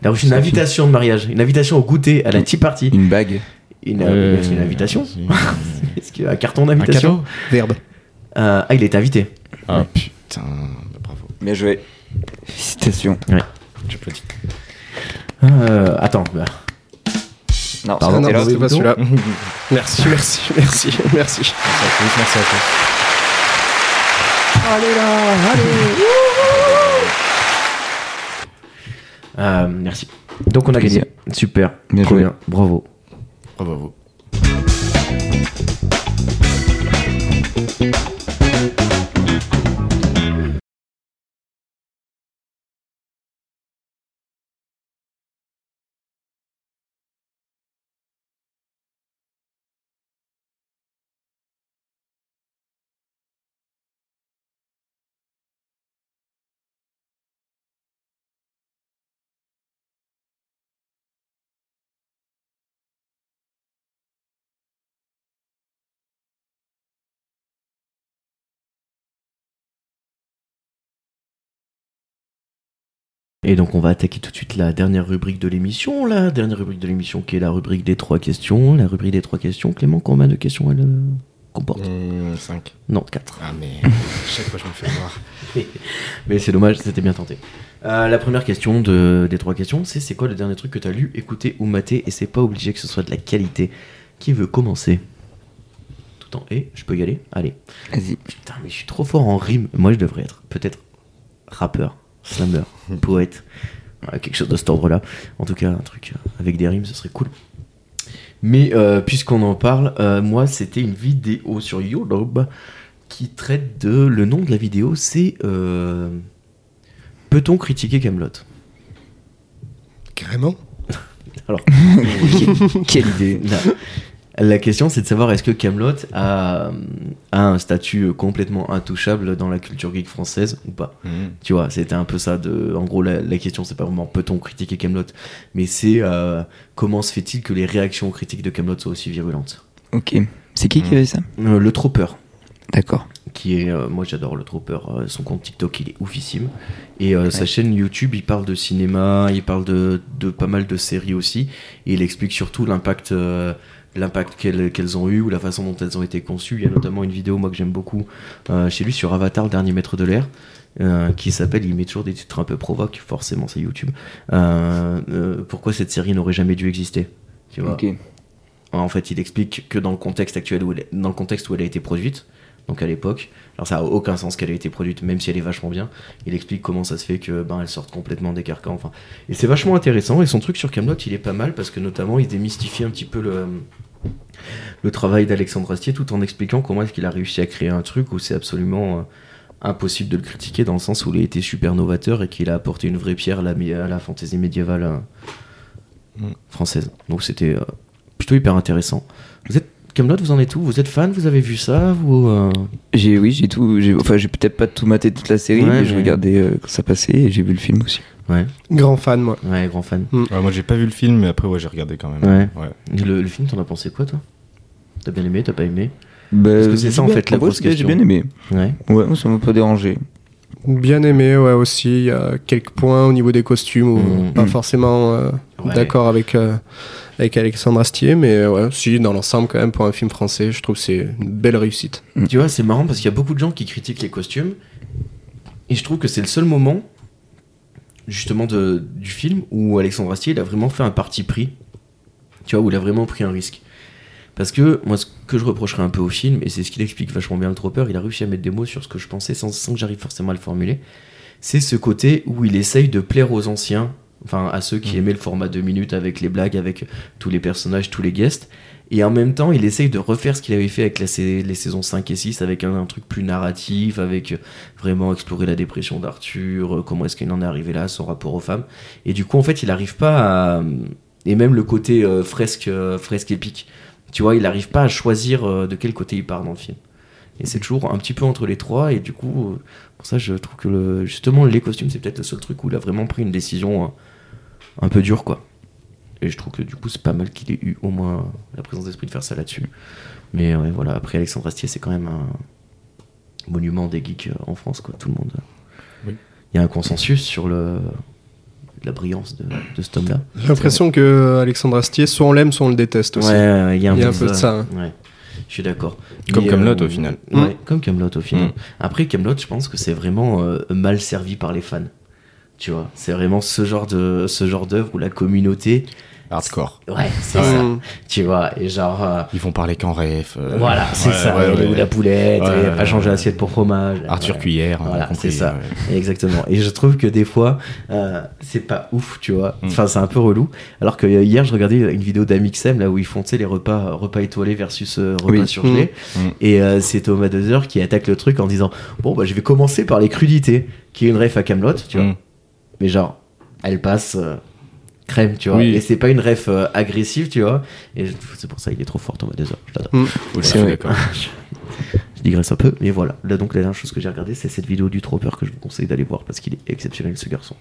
Speaker 1: Il a reçu une invitation de mariage, une invitation au goûter, à la tea party.
Speaker 2: Une bague.
Speaker 1: Une,
Speaker 4: Euh,
Speaker 1: une invitation [laughs]
Speaker 4: c'est-
Speaker 1: Est-ce que- Un carton
Speaker 4: Un
Speaker 1: d'invitation
Speaker 4: cadeau
Speaker 3: verbe.
Speaker 1: Euh, Ah, il est invité.
Speaker 4: Ah putain, bah, bravo.
Speaker 2: Bien joué. Félicitations.
Speaker 4: J'applaudis.
Speaker 2: Ah.
Speaker 1: Euh, attends, bah,
Speaker 2: Non,
Speaker 1: Pardon,
Speaker 3: Ah non,
Speaker 2: c'était là.
Speaker 1: Brésil.
Speaker 3: c'était
Speaker 1: Bouton.
Speaker 3: pas
Speaker 1: [laughs]
Speaker 3: celui-là. Merci, merci, merci, merci.
Speaker 4: Merci à tous, merci à tous.
Speaker 3: Allez là, allez.
Speaker 1: euh, merci. Donc on a
Speaker 2: Plaisir.
Speaker 1: gagné. Super.
Speaker 2: Bien
Speaker 1: Trop
Speaker 2: joué.
Speaker 1: bien. Bravo.
Speaker 4: Bravo à vous.
Speaker 1: Et donc on va attaquer tout de suite la dernière rubrique de l'émission, la dernière rubrique de l'émission qui est la rubrique des trois questions, la rubrique des trois questions. Clément, combien de questions elle, euh, comporte.
Speaker 4: 5.
Speaker 1: Non, 4.
Speaker 4: Ah, [laughs] mais chaque fois je me fais voir.
Speaker 1: [laughs] Mais c'est dommage, c'était bien tenté. Euh, la première question de, des trois questions, c'est c'est quoi le dernier truc que t'as lu, écouté ou maté Et c'est pas obligé que ce soit de la qualité. Qui veut commencer Tout en et, je peux y aller Allez.
Speaker 2: Vas-y.
Speaker 1: Putain, mais je suis trop fort en rime. Moi, je devrais être peut-être rappeur, slammer, poète. Voilà, quelque chose de cet ordre-là. En tout cas, un truc euh, avec des rimes, ce serait cool. Mais euh, puisqu'on en parle, euh, moi, c'était une vidéo sur YouTube qui traite de. Le nom de la vidéo, c'est. euh, Peut-on critiquer Camelot
Speaker 3: Carrément.
Speaker 1: Alors, [laughs]
Speaker 2: Quelle idée.
Speaker 1: La, la question, c'est de savoir est-ce que Camelot a, a un statut complètement intouchable dans la culture geek française ou pas. Tu vois, c'était un peu ça. De, en gros, la, la question, c'est pas vraiment peut-on critiquer Camelot, mais c'est euh, comment se fait-il que les réactions aux critiques de Camelot soient aussi virulentes.
Speaker 2: Ok. C'est qui qui avait ça
Speaker 1: Euh, le Trooper,
Speaker 2: D'accord.
Speaker 1: qui est, euh, moi j'adore le Trooper, euh, son compte TikTok il est oufissime. Et euh, sa chaîne YouTube, il parle de cinéma, il parle de, de pas mal de séries aussi. Et il explique surtout l'impact euh, l'impact qu'elles qu'elles ont eu ou la façon dont elles ont été conçues. Il y a notamment une vidéo, moi que j'aime beaucoup, euh, chez lui sur Avatar, le dernier maître de l'air. euh, qui s'appelle, il met toujours des titres un peu provoques, forcément c'est YouTube. Euh, euh, pourquoi cette série n'aurait jamais dû exister tu vois
Speaker 2: Ok.
Speaker 1: Euh, en fait, il explique que dans le contexte actuel, où elle, dans le contexte où elle a été produite, donc à l'époque, alors ça a aucun sens qu'elle ait été produite, même si elle est vachement bien. Il explique comment ça se fait que ben elle sorte complètement des carcans. Enfin, et c'est vachement intéressant. Et son truc sur Camelot, il est pas mal parce que notamment, il démystifie un petit peu le le travail d'Alexandre Astier, tout en expliquant comment est-ce qu'il a réussi à créer un truc où c'est absolument euh, impossible de le critiquer dans le sens où il a été super novateur et qu'il a apporté une vraie pierre à la, mé- à la fantaisie médiévale euh,
Speaker 4: Mm.
Speaker 1: française. Donc c'était euh, plutôt hyper intéressant. Vous êtes Camelot, vous en êtes où Vous êtes fan Vous avez vu ça Vous euh,
Speaker 2: J'ai oui, j'ai tout. j'ai- Enfin, j'ai peut-être pas tout maté toute la série,
Speaker 1: Ouais,
Speaker 2: mais je
Speaker 1: mais-
Speaker 2: regardais euh, quand ça passait et j'ai vu le film aussi.
Speaker 1: ouais,
Speaker 3: Grand fan, moi.
Speaker 1: ouais, grand fan.
Speaker 4: moi j'ai pas vu le film, mais après ouais, j'ai regardé quand même.
Speaker 1: Ouais.
Speaker 4: Ouais.
Speaker 1: Le, le film, t'en as pensé quoi toi T'as bien aimé T'as pas aimé
Speaker 2: Bah,
Speaker 1: que c'est ça, en
Speaker 2: bien-
Speaker 1: fait, la
Speaker 2: vrai,
Speaker 1: grosse
Speaker 2: c'est bien,
Speaker 1: question.
Speaker 2: J'ai bien aimé.
Speaker 1: Ouais.
Speaker 2: Ouais, moi, ça m'a pas dérangé.
Speaker 3: Bien aimé, ouais, aussi. Il y a quelques points au niveau des costumes où
Speaker 1: Mhm.
Speaker 3: pas forcément euh,
Speaker 1: Ouais.
Speaker 3: d'accord avec, euh, avec Alexandre Astier, mais euh, ouais, si, dans l'ensemble, quand même, pour un film français, je trouve que c'est une belle réussite.
Speaker 1: Tu vois, c'est marrant parce qu'il y a beaucoup de gens qui critiquent les costumes. Et je trouve que c'est le seul moment, justement, de- du film où Alexandre Astier, il a vraiment fait un parti pris. Tu vois, où il a vraiment pris un risque. Parce que moi, ce que je reprocherais un peu au film, et c'est ce qu'il explique vachement bien le Trooper, il a réussi à mettre des mots sur ce que je pensais sans, sans que j'arrive forcément à le formuler. C'est ce côté où il essaye de plaire aux anciens, enfin à ceux qui aimaient le format 2 minutes avec les blagues, avec tous les personnages, tous les guests. Et en même temps, il essaye de refaire ce qu'il avait fait avec la sais- les saisons 5 et 6, avec un, un truc plus narratif, avec euh, vraiment explorer la dépression d'Arthur, euh, comment est-ce qu'il en est arrivé là, son rapport aux femmes. Et du coup, en fait, il n'arrive pas à... Et même le côté euh, fresque, euh, fresque épique, tu vois, il n'arrive pas à choisir euh, de quel côté il part dans le film. Et c'est toujours un petit peu entre les trois, et du coup, euh, pour ça, je trouve que le- justement, les costumes, c'est peut-être le seul truc où il a vraiment pris une décision euh, un peu dure, quoi. Et je trouve que du coup, c'est pas mal qu'il ait eu au moins la présence d'esprit de faire ça là-dessus. Mais ouais, voilà, après Alexandre Astier, c'est quand même un monument des geeks euh, en France, quoi. Tout le monde. euh,
Speaker 4: Oui.
Speaker 1: Il y a un consensus sur le, la brillance de, de cet homme-là.
Speaker 3: J'ai l'impression que euh, Alexandre Astier, soit on l'aime, soit on le déteste aussi.
Speaker 1: Ouais, ouais, il y a un,
Speaker 3: Il y a
Speaker 1: peu, de ça.
Speaker 3: hein.
Speaker 1: Ouais. Je suis d'accord.
Speaker 4: Comme
Speaker 1: Mais, euh,
Speaker 4: Kaamelott, au final.
Speaker 1: Ouais,
Speaker 3: Mm.
Speaker 1: comme Camelot au final.
Speaker 4: Mm.
Speaker 1: Après Camelot, je pense que c'est vraiment euh, mal servi par les fans. Tu vois, c'est vraiment ce genre de ce genre d'œuvre où la communauté,
Speaker 4: Hardcore.
Speaker 1: ouais, c'est ça.
Speaker 3: Mhm.
Speaker 1: Tu vois, et genre euh,
Speaker 4: Ils vont parler qu'en ref. euh,
Speaker 1: Voilà, c'est
Speaker 4: ouais,
Speaker 1: ça.
Speaker 4: ouais,
Speaker 1: il est
Speaker 4: ouais.
Speaker 1: où la poulette
Speaker 4: Ouais,
Speaker 1: Il a pas
Speaker 4: ouais,
Speaker 1: changé
Speaker 4: ouais.
Speaker 1: assiette pour fromage.
Speaker 4: Arthur
Speaker 1: Voilà.
Speaker 4: Cuillère. on a
Speaker 1: Voilà,
Speaker 4: compris,
Speaker 1: c'est ça.
Speaker 4: ouais.
Speaker 1: Exactement. Et je trouve que des fois, euh, c'est pas ouf, tu vois.
Speaker 4: Mm.
Speaker 1: Enfin, c'est un peu relou. Alors que euh, hier, je regardais une vidéo d'Amixem là où ils font tu sais, les repas, repas étoilés versus euh, repas
Speaker 2: Oui.
Speaker 1: surgelés.
Speaker 4: Mm. Mm.
Speaker 1: Et euh, c'est Thomas Dozer qui attaque le truc en disant Bon, bah, je vais commencer par les crudités, qui est une ref à Camelot, tu vois.
Speaker 4: Mm.
Speaker 1: Mais genre, elle passe. euh, crème tu vois
Speaker 4: Oui.
Speaker 1: et c'est pas une ref euh, agressive tu vois et je- c'est pour ça il est trop fort Thomas Dozer je l'adore
Speaker 4: Oui, je
Speaker 2: C'est
Speaker 4: suis
Speaker 2: vrai.
Speaker 4: d'accord.
Speaker 1: je digresse un peu, mais voilà. Là, donc, la dernière chose que j'ai regardée, c'est cette vidéo du Trooper que je vous conseille d'aller voir parce qu'il est exceptionnel, ce garçon.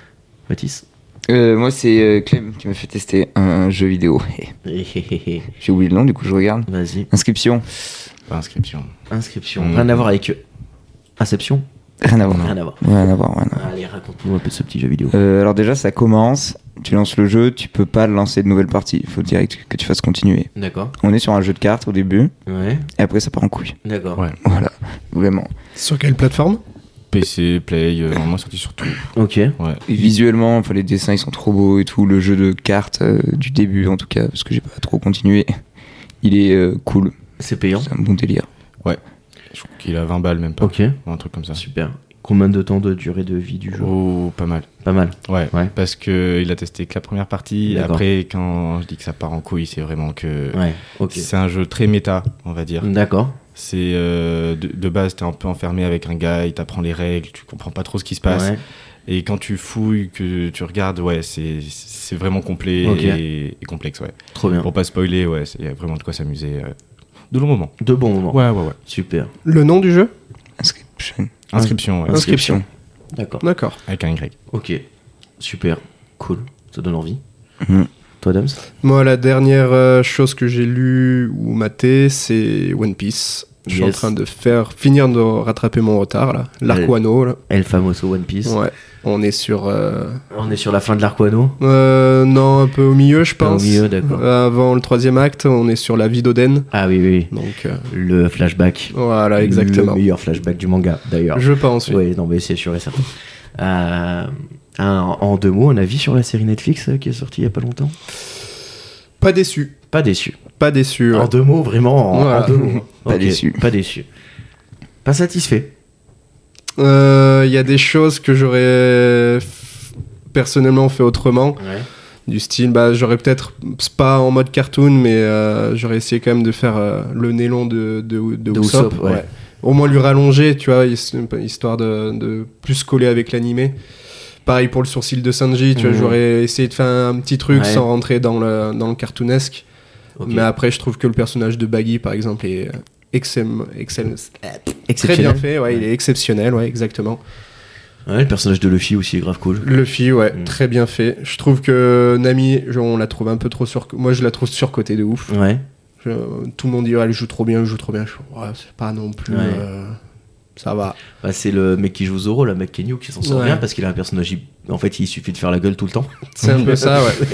Speaker 1: [laughs] Mathis.
Speaker 2: Euh, moi, c'est euh, Clem qui m'a fait tester un, un jeu vidéo. [laughs] Eh,
Speaker 1: Hé, hé, hé, hé.
Speaker 2: J'ai oublié le nom, du coup, je regarde.
Speaker 1: Vas-y.
Speaker 2: Inscription.
Speaker 4: Pas inscription.
Speaker 1: Inscription.
Speaker 4: Mm.
Speaker 1: Rien à voir avec. euh, Inception
Speaker 2: Rien à voir.
Speaker 1: Rien à voir.
Speaker 2: Rien à voir, rien à voir.
Speaker 1: Allez, raconte-nous un peu ce petit jeu vidéo.
Speaker 2: Euh, alors déjà, ça commence, tu lances le jeu, tu peux pas lancer de nouvelles parties. Il faut direct que tu fasses continuer.
Speaker 1: D'accord.
Speaker 2: On est sur un jeu de cartes au début,
Speaker 1: Ouais.
Speaker 2: et après ça part en couille.
Speaker 1: D'accord.
Speaker 4: Ouais.
Speaker 2: Voilà, vraiment.
Speaker 3: Sur quelle plateforme
Speaker 4: PC, Play, euh, normalement sorti sur tout.
Speaker 1: Ok.
Speaker 4: Ouais.
Speaker 2: Et visuellement, enfin, les dessins ils sont trop beaux et tout. Le jeu de cartes euh, du début, en tout cas, parce que j'ai pas trop continué, [laughs] il est euh, cool.
Speaker 1: C'est payant.
Speaker 2: C'est un bon délire.
Speaker 4: Je crois qu'il a 20 balles même pas.
Speaker 1: Ok.
Speaker 4: Un truc comme ça.
Speaker 1: Super. Combien de temps de durée de vie du Oh. jeu
Speaker 4: Oh, pas mal.
Speaker 1: Pas mal.
Speaker 4: Ouais,
Speaker 1: Ouais.
Speaker 4: parce que il a testé que la première partie.
Speaker 1: D'accord.
Speaker 4: Après, quand je dis que ça part en couille, c'est vraiment que
Speaker 1: Ouais. Ok. Mm.
Speaker 4: c'est un jeu très méta, on va dire.
Speaker 1: D'accord.
Speaker 4: C'est euh, de, de base, t'es un peu enfermé avec un gars, il t'apprend les règles, tu comprends pas trop ce qui se passe.
Speaker 1: Ouais.
Speaker 4: Et quand tu fouilles, que tu regardes, ouais, c'est c'est vraiment complet
Speaker 1: Ok.
Speaker 4: et, et complexe, ouais.
Speaker 1: Trop bien.
Speaker 4: Pour pas spoiler, ouais, c'est- il y a vraiment de quoi s'amuser. euh, de long moment.
Speaker 1: De bons moments.
Speaker 4: Ouais, ouais, ouais.
Speaker 1: Super.
Speaker 3: Le nom du jeu
Speaker 2: Inscription.
Speaker 4: Inscription, ouais.
Speaker 1: Inscription. D'accord.
Speaker 3: D'accord.
Speaker 4: Avec un Y.
Speaker 1: Ok. Super. Cool. Ça donne envie.
Speaker 2: Mhm.
Speaker 1: Toi, Dams
Speaker 3: Moi, la dernière euh, chose que j'ai lue ou matée, c'est One Piece. Je suis en
Speaker 1: Yes.
Speaker 3: train de faire finir de rattraper mon retard là. L'arcuano là.
Speaker 1: El Famoso One Piece.
Speaker 3: Ouais. On est sur. euh,
Speaker 1: On est sur la fin de l'Arquano.
Speaker 3: euh, non, un peu au milieu, je
Speaker 1: Peu au
Speaker 3: pense.
Speaker 1: milieu, d'accord.
Speaker 3: Euh, Avant le troisième acte, on est sur la vie d'Oden.
Speaker 1: Ah oui, oui.
Speaker 3: Donc euh,
Speaker 1: Le flashback.
Speaker 3: voilà, exactement.
Speaker 1: Le meilleur flashback du manga, d'ailleurs.
Speaker 3: Je pense. Oui.
Speaker 1: Oui, non, mais c'est sûr et certain. Euh, un- en deux mots, un avis sur la série Netflix euh, qui est sortie il y a pas longtemps
Speaker 3: Pas déçu.
Speaker 1: Pas déçu.
Speaker 3: Pas déçu. ouais.
Speaker 1: En deux mots, vraiment, en, en
Speaker 3: Voilà.
Speaker 1: deux
Speaker 3: [laughs]
Speaker 1: mots.
Speaker 2: Pas
Speaker 1: Ok,
Speaker 2: déçu.
Speaker 1: Pas déçu. Pas satisfait.
Speaker 3: Euh, Il y a des choses que j'aurais f- personnellement fait autrement.
Speaker 1: Ouais.
Speaker 3: du style bah j'aurais peut-être c'est pas en mode cartoon mais euh, j'aurais essayé quand même de faire euh, le nez long de de, de,
Speaker 1: De
Speaker 3: Usopp,
Speaker 1: Usopp, ouais.
Speaker 3: au moins lui rallonger tu vois his- histoire de, de plus coller avec l'animé pareil pour le sourcil de Sanji tu vois
Speaker 1: Mhm.
Speaker 3: j'aurais essayé de faire un petit truc
Speaker 1: Ouais.
Speaker 3: sans rentrer dans le dans le cartoonesque
Speaker 1: Ok.
Speaker 3: mais après je trouve que le personnage de Baggy par exemple est euh, excellent excellent- très
Speaker 1: Exceptionnel.
Speaker 3: bien fait ouais, il est exceptionnel ouais exactement
Speaker 1: Ouais, le personnage de Luffy aussi est grave cool.
Speaker 3: Luffy, ouais,
Speaker 1: Mm.
Speaker 3: très bien fait. Je trouve que Nami, je- on la trouve un peu trop sur. Moi, je la trouve surcotée de ouf.
Speaker 1: Ouais.
Speaker 3: Je- tout le monde dit, ah, elle joue trop bien, elle joue trop bien. Je fais, ouais, c'est pas non plus.
Speaker 1: Ouais.
Speaker 3: euh, ça va.
Speaker 1: Bah, c'est le mec qui joue Zoro, le mec Kenyu, qui s'en sort
Speaker 3: Ouais.
Speaker 1: bien parce qu'il a un personnage. hy- En fait, il suffit de faire la gueule tout le temps. [laughs]
Speaker 3: C'est un peu ça, ouais.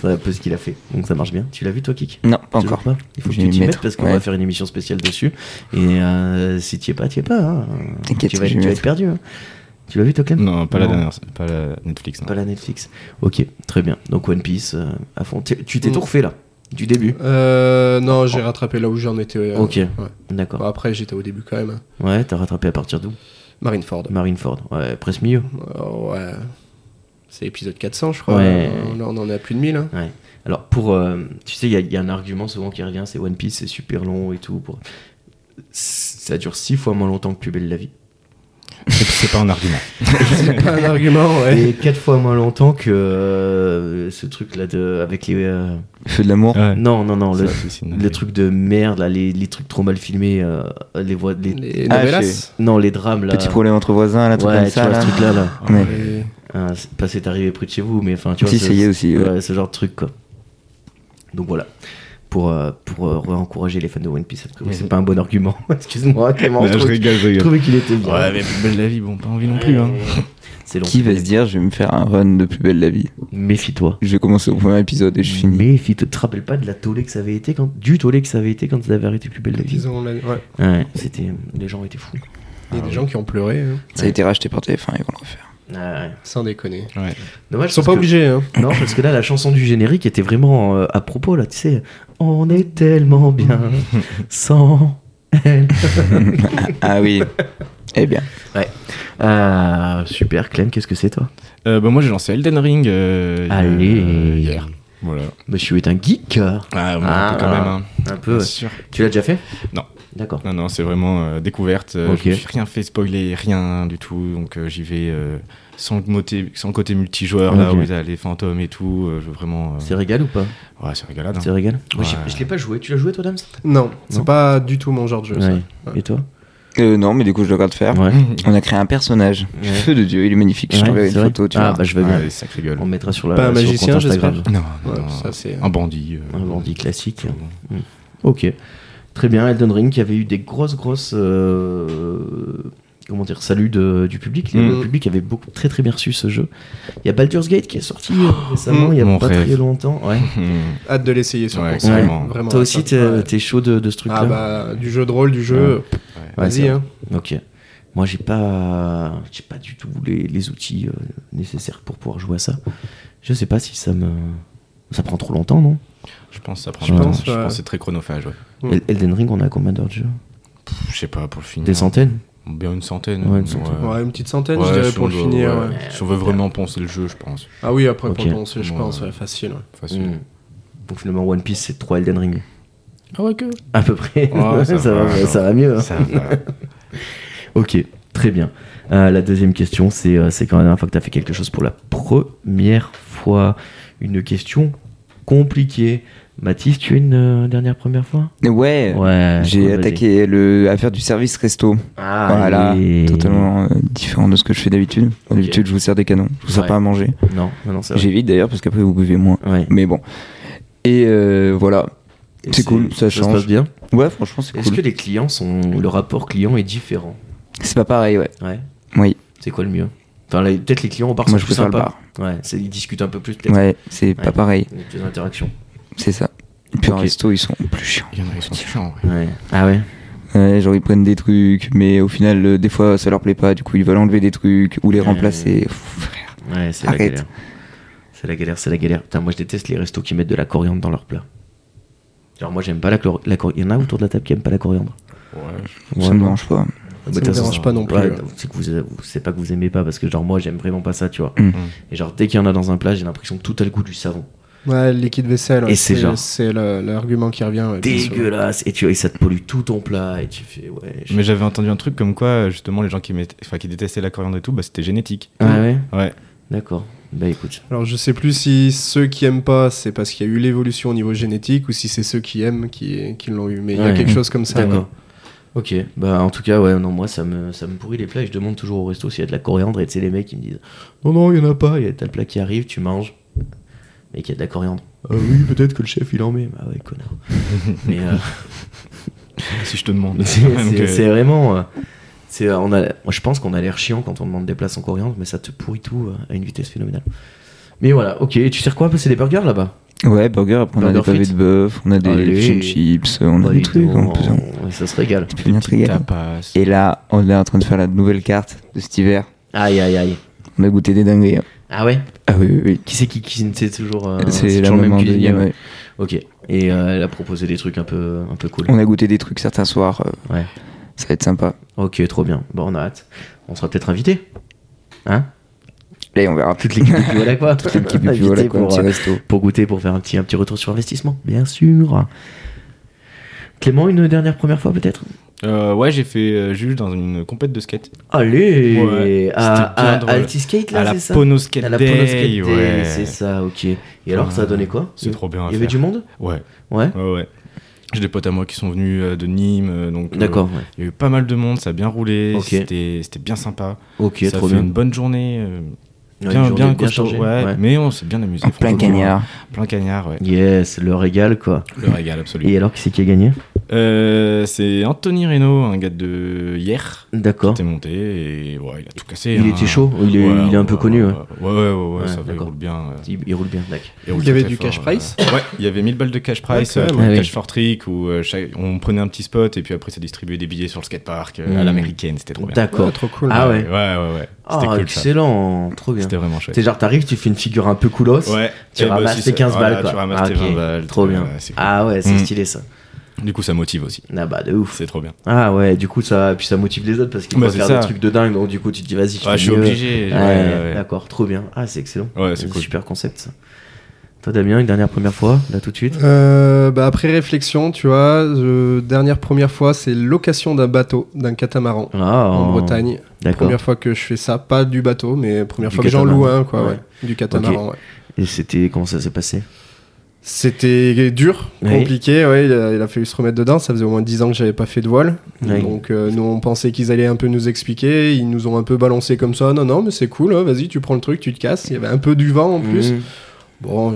Speaker 1: C'est un peu ce qu'il a fait. Donc ça marche bien. Tu l'as vu, toi, Kik
Speaker 2: Non, pas
Speaker 1: Toujours
Speaker 2: encore.
Speaker 1: pas. Il faut que
Speaker 2: Je vais
Speaker 1: tu
Speaker 2: m'y
Speaker 1: t'y mettes
Speaker 2: mettre,
Speaker 1: parce qu'on
Speaker 2: ouais.
Speaker 1: va faire une émission spéciale dessus. Et euh, si t'y es pas, t'y es pas. hein.
Speaker 2: T'inquiète,
Speaker 1: tu vas,
Speaker 2: je
Speaker 1: tu
Speaker 2: vais m'y
Speaker 1: vas
Speaker 2: mettre.
Speaker 1: être perdu. hein. Tu l'as vu, toi, Clem
Speaker 4: Non, pas la
Speaker 1: Non.
Speaker 4: dernière, pas la Netflix. non.
Speaker 1: Pas la Netflix. Ok, très bien. Donc One Piece euh, à fond. T'es- Tu t'es
Speaker 3: Mm.
Speaker 1: tout refait là, du début.
Speaker 3: [laughs] Euh, non, j'ai rattrapé là où j'en étais. euh,
Speaker 1: Ok.
Speaker 3: ouais. Bah. Bon,
Speaker 1: D'accord.
Speaker 3: après, j'étais au début quand même. hein.
Speaker 1: Ouais, t'as rattrapé à partir d'où
Speaker 3: Marineford.
Speaker 1: Marineford. Ouais, presse milieu.
Speaker 3: Euh, ouais. C'est épisode 400, je crois.
Speaker 1: Ouais.
Speaker 3: Euh, Là, on en est à plus de 1000. hein.
Speaker 1: Ouais. Alors pour, euh, tu sais, il y, a- il y a un argument souvent qui revient, c'est One Piece, c'est super long et tout. Pour... Ça dure six fois moins longtemps que Plus belle la vie.
Speaker 4: C'est c'est pas un argument.
Speaker 3: C'est pas un argument, ouais.
Speaker 1: Et quatre fois moins longtemps que euh, ce truc là de avec les. euh,
Speaker 2: Feu de l'amour.
Speaker 4: Ouais.
Speaker 1: [laughs] Non non non le,
Speaker 4: Ça, c'est- c'est une
Speaker 1: le truc de merde là, les, les trucs trop mal filmés, euh, les voix, les...
Speaker 3: Les
Speaker 2: Ah,
Speaker 3: novellas.
Speaker 1: non les drames là.
Speaker 2: Petit problème entre voisins, là, tout
Speaker 1: ouais,
Speaker 2: comme
Speaker 1: tu
Speaker 2: ça.
Speaker 1: vois,
Speaker 2: là.
Speaker 1: ce truc là là.
Speaker 2: Ouais.
Speaker 3: Et-
Speaker 1: Hein, c'est- pas c'est arrivé près de chez vous, mais enfin, tu vois,
Speaker 2: Si,
Speaker 1: ce-
Speaker 2: ça y est aussi. ouais.
Speaker 1: ouais, ce genre de truc, quoi. Donc voilà, pour, euh, pour euh, encourager les fans de One Piece, parce que c'est pas un bon argument. [laughs] Excuse-moi, Clément,
Speaker 2: Bah,
Speaker 4: Non,
Speaker 1: je
Speaker 4: je
Speaker 1: trouvais-
Speaker 4: rigole, je
Speaker 1: je
Speaker 4: rigole.
Speaker 1: trouvais qu'il était bien.
Speaker 4: Ouais, mais plus belle la vie, bon, pas envie non plus. Hein.
Speaker 1: [laughs] C'est long.
Speaker 2: Qui va se dire, je vais me faire un run de plus belle la vie
Speaker 1: Méfie-toi.
Speaker 2: Je vais commencer au premier épisode et je finis.
Speaker 1: Méfie-toi. Tu te rappelles pas de la tollée que ça avait été quand, du tollé que ça avait été quand ils avaient arrêté plus belle la vie.
Speaker 3: Disons, là, ouais.
Speaker 1: Ouais, c'était, les gens étaient fous.
Speaker 3: Il y
Speaker 1: Ah
Speaker 3: a des gens qui ont pleuré, hein.
Speaker 2: Ça a été racheté par TF1, ils vont le refaire.
Speaker 1: Ouais, ouais.
Speaker 3: sans déconner.
Speaker 4: Ouais.
Speaker 1: Dommage.
Speaker 3: Ils sont
Speaker 1: parce
Speaker 3: pas
Speaker 1: que-
Speaker 3: obligés, hein.
Speaker 1: Non, parce que là, la chanson du générique était vraiment euh, à propos, là, tu sais. On est tellement bien
Speaker 3: [laughs]
Speaker 1: sans elle.
Speaker 2: [laughs] Ah oui. Eh bien.
Speaker 1: Ah, super, Clem, qu'est-ce que c'est, toi
Speaker 4: Euh, bah, moi, j'ai lancé Elden Ring euh,
Speaker 1: Allez.
Speaker 4: euh, hier. Voilà.
Speaker 1: Monsieur est un geek.
Speaker 4: Ah, bon,
Speaker 1: Ah,
Speaker 4: un peu quand
Speaker 1: ah.
Speaker 4: même. Hein.
Speaker 1: Un peu.
Speaker 4: Bien
Speaker 1: ouais.
Speaker 4: sûr.
Speaker 1: Tu l'as déjà fait
Speaker 4: Non.
Speaker 1: D'accord.
Speaker 4: Non, non, c'est vraiment euh, découverte. Euh,
Speaker 1: Ok.
Speaker 4: Je me suis rien fait spoiler, rien du tout. Donc, euh, j'y vais euh, sans, le moté- sans le côté multijoueur, là
Speaker 1: Ok.
Speaker 4: où il y a les fantômes et tout. euh, je veux vraiment. euh,
Speaker 1: C'est régal ou pas
Speaker 4: Ouais, c'est régalade. hein.
Speaker 1: C'est régal Moi, j'ai-
Speaker 4: Ouais.
Speaker 1: je l'ai pas joué. Tu l'as joué, toi, Dams
Speaker 3: Non, c'est
Speaker 1: Non.
Speaker 3: pas du tout mon genre de jeu. ça.
Speaker 1: Ouais. Et toi
Speaker 2: Euh, non, mais du coup, je le regarde faire.
Speaker 1: Ouais.
Speaker 2: On a créé un personnage.
Speaker 1: Ouais.
Speaker 2: Feu de Dieu, il est magnifique. Je
Speaker 1: Ouais,
Speaker 2: t'enverrai
Speaker 1: c'est
Speaker 2: une
Speaker 1: vrai
Speaker 2: photo, tu
Speaker 1: Ah,
Speaker 2: vois.
Speaker 1: bah, je veux bien.
Speaker 4: Ouais, sacré gueule.
Speaker 1: On mettra sur la.
Speaker 3: Pas un
Speaker 1: sur le
Speaker 3: magicien,
Speaker 1: compte Instagram.
Speaker 4: Non, non,
Speaker 3: Ouais,
Speaker 4: non,
Speaker 3: ça, c'est-
Speaker 4: Un bandit. euh,
Speaker 1: Un bandit classique. Ok. Très bien, Elden Ring qui avait eu des grosses, grosses euh, comment dire, salut de- du public. Le
Speaker 4: Mm.
Speaker 1: public avait beaucoup, très très bien reçu ce jeu. Il y a Baldur's Gate qui est sorti euh,
Speaker 3: Oh,
Speaker 1: récemment, il y a
Speaker 4: Mon
Speaker 1: pas
Speaker 4: rêve.
Speaker 1: très longtemps. Ouais. [laughs]
Speaker 3: Hâte de l'essayer sur
Speaker 4: Ouais,
Speaker 3: console.
Speaker 4: carrément.
Speaker 3: Vraiment,
Speaker 1: Toi aussi,
Speaker 3: ça-
Speaker 1: t'es
Speaker 3: ouais.
Speaker 1: t'es chaud de, de ce truc-là
Speaker 3: Ah bah, du jeu de rôle, du jeu.
Speaker 1: Ouais, c'est
Speaker 3: Vas-y, hein.
Speaker 1: Ok. Moi, j'ai pas, j'ai pas du tout les, les outils euh, nécessaires pour pouvoir jouer à ça. Je sais pas si ça me, ça prend trop longtemps, non
Speaker 4: Je pense que ça prend
Speaker 1: Je
Speaker 4: du temps.
Speaker 1: pense,
Speaker 4: Je
Speaker 3: ouais.
Speaker 4: pense que c'est très chronophage. ouais.
Speaker 3: Mm.
Speaker 1: El- Elden Ring, on a combien d'heures de jeu
Speaker 4: Pff, Je sais pas, pour le finir.
Speaker 1: Des centaines
Speaker 4: Bien une centaine.
Speaker 1: Ouais, une centaine.
Speaker 3: Ouais, une petite centaine,
Speaker 4: Ouais,
Speaker 3: je dirais,
Speaker 4: si
Speaker 3: pour
Speaker 4: on
Speaker 3: le
Speaker 4: doit-
Speaker 3: finir. euh.
Speaker 4: ouais.
Speaker 3: ouais.
Speaker 4: Si on veut vraiment penser le jeu, je pense.
Speaker 3: Ah oui, après, pour
Speaker 1: Ok.
Speaker 3: penser, je
Speaker 4: Ouais.
Speaker 3: pense, ouais, facile. ouais.
Speaker 4: Facile.
Speaker 1: Donc finalement, One Piece, c'est 3 Elden Ring.
Speaker 4: Ah ouais que
Speaker 1: À peu près. [laughs]
Speaker 4: Ouais,
Speaker 1: ça,
Speaker 4: ça
Speaker 1: va,
Speaker 4: va,
Speaker 1: ça va mieux. hein.
Speaker 4: Ça va.
Speaker 1: [laughs] Ok, très bien. Euh, la deuxième question, c'est euh, c'est quand la dernière fois que tu as fait quelque chose pour la première fois Une question compliquée. Mathis, tu as une euh, dernière première fois Ouais.
Speaker 2: Ouais, Euh, j'ai
Speaker 1: vas-y.
Speaker 2: attaqué le, à faire du service resto.
Speaker 1: Ah,
Speaker 2: Voilà,
Speaker 1: et-
Speaker 2: totalement euh, différent de ce que je fais d'habitude. D'habitude, je vous sers des canons, je vous sers
Speaker 1: Ouais.
Speaker 2: pas à manger.
Speaker 1: Non, non, non, c'est vrai.
Speaker 2: J'évite d'ailleurs parce qu'après vous buvez moins.
Speaker 1: Ouais.
Speaker 2: Mais bon. Et euh, voilà.
Speaker 1: Et
Speaker 2: C'est cool, ça
Speaker 1: Se passe
Speaker 2: change.
Speaker 1: bien.
Speaker 2: Ouais, franchement, c'est
Speaker 1: Est-ce
Speaker 2: cool.
Speaker 1: que les clients sont. Le rapport client est différent
Speaker 2: C'est pas pareil, ouais.
Speaker 1: Ouais.
Speaker 2: Oui,
Speaker 1: C'est quoi le mieux Enfin, les- peut-être les clients au bar sont
Speaker 2: moi je
Speaker 1: plus
Speaker 2: préfère le
Speaker 1: sympas.
Speaker 2: bar.
Speaker 1: Ouais, c'est- ils discutent un peu plus, peut-être.
Speaker 2: Ouais, c'est
Speaker 1: Ouais.
Speaker 2: pas pareil,
Speaker 1: Il y a Plus d'interactions.
Speaker 2: c'est ça. Et puis en
Speaker 1: Ok.
Speaker 2: resto, ils sont plus chiants.
Speaker 4: Il y en a qui sont chiants. ouais.
Speaker 1: Ouais. Ah ouais
Speaker 2: Ouais, genre ils prennent des trucs, mais au final, euh, des fois ça leur plaît pas, du coup ils veulent enlever des trucs ou les
Speaker 1: Ouais.
Speaker 2: remplacer. Pff, frère.
Speaker 1: Ouais, c'est la
Speaker 2: Arrête.
Speaker 1: galère. C'est la galère, c'est la galère. Putain, moi je déteste les restos qui mettent de la coriandre dans leur plat. Genre, moi j'aime pas la coriandre. Il y en a autour de la table qui aiment pas la coriandre.
Speaker 4: Ouais.
Speaker 2: ça me dérange
Speaker 1: Bah,
Speaker 2: pas.
Speaker 3: Ça
Speaker 1: de
Speaker 3: me
Speaker 1: toute façon,
Speaker 3: dérange pas non plus.
Speaker 1: ouais, c'est que vous, vous- c'est pas que vous aimez pas, parce que genre moi j'aime vraiment pas ça, tu vois.
Speaker 2: Mm.
Speaker 1: Et genre dès qu'il y en a dans un plat, j'ai l'impression que tout a le goût du savon.
Speaker 3: Ouais, le liquide vaisselle.
Speaker 1: Et
Speaker 3: ouais,
Speaker 1: c'est genre-
Speaker 3: C'est le- l'argument qui revient. ouais, bien sûr.
Speaker 1: Dégueulasse Et tu et ça te pollue tout ton plat, et tu fais ouais. je-
Speaker 4: Mais j'avais entendu un truc comme quoi, justement, les gens qui, mettaient- enfin, qui détestaient la coriandre et tout, bah, c'était génétique.
Speaker 1: Ah ouais
Speaker 4: Ouais.
Speaker 1: D'accord. Bah écoute.
Speaker 3: Alors je sais plus si ceux qui aiment pas, c'est parce qu'il y a eu l'évolution au niveau génétique ou si c'est ceux qui aiment qui, qui l'ont eu. Mais il y a
Speaker 1: Ouais.
Speaker 3: quelque chose comme ça.
Speaker 1: D'accord. Ok, bah en tout cas, ouais, non, moi ça me, ça me pourrit les plats et je demande toujours au resto s'il y a de la coriandre et tu sais, les mecs ils me disent
Speaker 3: Oh
Speaker 1: Non, non, il y en a pas, il y a t'as le plat qui arrive, tu manges, mais qu'il y a de la coriandre. Ah oui, peut-être que le chef il en met, bah ouais, connard. mais euh,
Speaker 4: Si je te demande.
Speaker 1: [laughs] c'est
Speaker 4: [laughs] Donc,
Speaker 1: c'est-
Speaker 4: euh,
Speaker 1: c'est vraiment. euh, c'est, euh, on a, moi, je pense qu'on a l'air chiant quand on demande des plats sans coriandre, mais ça te pourrit tout euh, à une vitesse phénoménale. Mais voilà, ok, et tu sers quoi C'est des burgers là-bas
Speaker 2: Ouais, burger, après on a
Speaker 1: Burger
Speaker 2: des pavés
Speaker 1: frites.
Speaker 2: de bœuf, on a des
Speaker 1: Allez.
Speaker 2: fish and chips, on a
Speaker 1: Bah,
Speaker 2: des
Speaker 1: dis
Speaker 2: trucs.
Speaker 1: donc,
Speaker 2: on peut- on
Speaker 1: ouais, Ça se régale.
Speaker 2: peut bien te
Speaker 4: petites
Speaker 2: régaler.
Speaker 4: tapas.
Speaker 2: Et là, on est en train de faire la nouvelle carte de cet hiver.
Speaker 1: Aïe aïe aïe.
Speaker 2: On a goûté des dingueries. hein.
Speaker 1: Ah ouais
Speaker 2: Ah oui, oui, oui.
Speaker 1: Qui c'est qui cuisine C'est toujours, euh,
Speaker 2: c'est la
Speaker 1: toujours le
Speaker 2: même
Speaker 1: même
Speaker 2: en
Speaker 1: cuisinier.
Speaker 2: deuxième,
Speaker 1: ouais.
Speaker 2: ouais.
Speaker 1: Ok. Et euh, elle a proposé des trucs un peu, un peu cool.
Speaker 2: On a goûté des trucs certains soirs. euh,
Speaker 1: Ouais.
Speaker 2: Ça va être sympa.
Speaker 1: Ok, trop bien. Bon, on a hâte. On sera peut-être invité. Hein
Speaker 2: Allez, on verra.
Speaker 1: Toute l'équipe du voilà quoi. Toute [laughs]
Speaker 2: L'équipe, et puis voilà quoi, un
Speaker 1: pour,
Speaker 2: petit
Speaker 1: euh,
Speaker 2: resto.
Speaker 1: pour goûter, pour faire un petit, un petit retour sur investissement, bien sûr. Clément, une dernière première fois peut-être
Speaker 4: Euh, ouais, j'ai fait euh, Jules dans une compète de skate.
Speaker 1: Allez
Speaker 4: Ouais,
Speaker 1: À,
Speaker 4: c'était bien
Speaker 1: à,
Speaker 4: drôle.
Speaker 1: à Altiskate,
Speaker 4: à
Speaker 1: là,
Speaker 4: la
Speaker 1: Ah, c'est ça
Speaker 4: Pono Skate
Speaker 1: À la
Speaker 4: Day.
Speaker 1: Pono Skate Day,
Speaker 4: ouais.
Speaker 1: c'est ça, ok. Et alors, ça a donné quoi
Speaker 4: C'est trop bien à
Speaker 1: Il y avait
Speaker 4: faire.
Speaker 1: du monde
Speaker 4: Ouais,
Speaker 1: Ouais.
Speaker 4: ouais, ouais. J'ai des potes à moi qui sont venus euh, de Nîmes, euh, donc euh,
Speaker 1: D'accord, ouais.
Speaker 4: il y a eu pas mal de monde, ça a bien roulé,
Speaker 1: Ok.
Speaker 4: c'était c'était bien sympa.
Speaker 1: Ok,
Speaker 4: ça
Speaker 1: trop
Speaker 4: fait
Speaker 1: bien.
Speaker 4: une bonne journée, euh,
Speaker 1: Ouais,
Speaker 4: bien,
Speaker 1: une journée
Speaker 4: bien costaud,
Speaker 1: chargée,
Speaker 4: ouais,
Speaker 1: ouais.
Speaker 4: mais on s'est bien amusé.
Speaker 2: En plein
Speaker 4: franchement.
Speaker 2: cagnard.
Speaker 4: Plein cagnard, ouais.
Speaker 1: Yes, le régal quoi.
Speaker 4: Le régal, absolu.
Speaker 1: Et alors, qui c'est qui a gagné
Speaker 4: Euh, C'est Anthony Reynaud, un gars de hier,
Speaker 1: D'accord.
Speaker 4: qui était monté et ouais, il a tout cassé.
Speaker 1: Hein Il
Speaker 4: hein.
Speaker 1: était chaud, il est,
Speaker 4: Ouais,
Speaker 1: il est un peu
Speaker 4: ouais,
Speaker 1: connu.
Speaker 4: Ouais,
Speaker 1: ouais.
Speaker 4: ouais, ouais, ouais, ouais,
Speaker 1: Ouais,
Speaker 4: ça va, il
Speaker 1: d'accord.
Speaker 4: roule bien. euh,
Speaker 1: Il, il roule bien, d'accord.
Speaker 4: Et on
Speaker 3: Il y avait
Speaker 4: très
Speaker 3: du
Speaker 4: fort,
Speaker 3: cash
Speaker 4: euh,
Speaker 3: price
Speaker 4: Ouais, il y avait 1000 balles de cash price,
Speaker 3: Ouais,
Speaker 4: euh,
Speaker 3: quand
Speaker 1: même. Ah oui.
Speaker 4: cash for trick, où euh, chaque- on prenait un petit spot et puis après ça distribuait des billets sur le skatepark euh, à
Speaker 1: Mm.
Speaker 4: l'américaine, c'était trop bien.
Speaker 1: D'accord.
Speaker 3: Ouais, trop cool.
Speaker 1: Ah ouais.
Speaker 4: Ouais, ouais, ouais. C'était
Speaker 1: Ah,
Speaker 4: cool ça.
Speaker 1: excellent, trop bien.
Speaker 4: C'était vraiment
Speaker 1: C'est
Speaker 4: chouette.
Speaker 1: genre, t'arrives, tu fais une figure un peu coolos,
Speaker 4: Ouais,
Speaker 1: tu
Speaker 4: Eh ben,
Speaker 1: ramasses
Speaker 4: si
Speaker 1: tes
Speaker 4: ça-
Speaker 1: 15
Speaker 4: voilà,
Speaker 1: balles quoi.
Speaker 4: Tu ramasses
Speaker 1: Ah,
Speaker 4: tes
Speaker 1: ok.
Speaker 4: 20 balles.
Speaker 1: Trop bien.
Speaker 4: ouais, c'est cool.
Speaker 1: Ah ouais, c'est
Speaker 4: Mm.
Speaker 1: stylé ça.
Speaker 4: Du coup, ça motive aussi.
Speaker 1: Ah bah de ouf.
Speaker 4: C'est trop bien.
Speaker 1: Ah ouais, du coup ça, puis ça motive les autres parce qu'ils
Speaker 4: Bah,
Speaker 1: vont
Speaker 4: c'est
Speaker 1: faire
Speaker 4: ça.
Speaker 1: des trucs de dingue, donc du coup tu te dis vas-y.
Speaker 4: Ouais,
Speaker 1: fais
Speaker 4: je suis
Speaker 1: mieux.
Speaker 4: obligé.
Speaker 1: Ouais,
Speaker 4: ouais, ouais.
Speaker 1: D'accord, trop bien. Ah c'est excellent.
Speaker 4: Ouais, c'est
Speaker 1: un
Speaker 4: cool.
Speaker 1: Super concept. ça. Toi Damien, une dernière première fois là tout de suite.
Speaker 3: Euh, bah, après réflexion, tu vois, euh, dernière première fois, c'est location d'un bateau, d'un catamaran
Speaker 1: Ah,
Speaker 3: en Bretagne.
Speaker 1: D'accord.
Speaker 3: Première fois que je fais ça, pas du bateau, mais première
Speaker 1: Du
Speaker 3: fois que j'en loue
Speaker 1: catamaran.
Speaker 3: un, quoi,
Speaker 1: Ouais.
Speaker 3: ouais. du catamaran. ouais.
Speaker 1: Et c'était comment ça s'est passé
Speaker 3: C'était dur,
Speaker 1: Oui.
Speaker 3: compliqué, ouais, il, a, il a fallu se remettre dedans, ça faisait au moins 10 ans que j'avais pas fait de voile,
Speaker 1: Oui.
Speaker 3: donc euh, nous on pensait qu'ils allaient un peu nous expliquer, ils nous ont un peu balancé
Speaker 1: Mm. Hmm.
Speaker 3: comme ça, non non mais c'est cool, hein, vas-y tu prends le truc, tu te casses, il y avait un peu du vent en plus,
Speaker 1: Mhm.
Speaker 3: bon euh,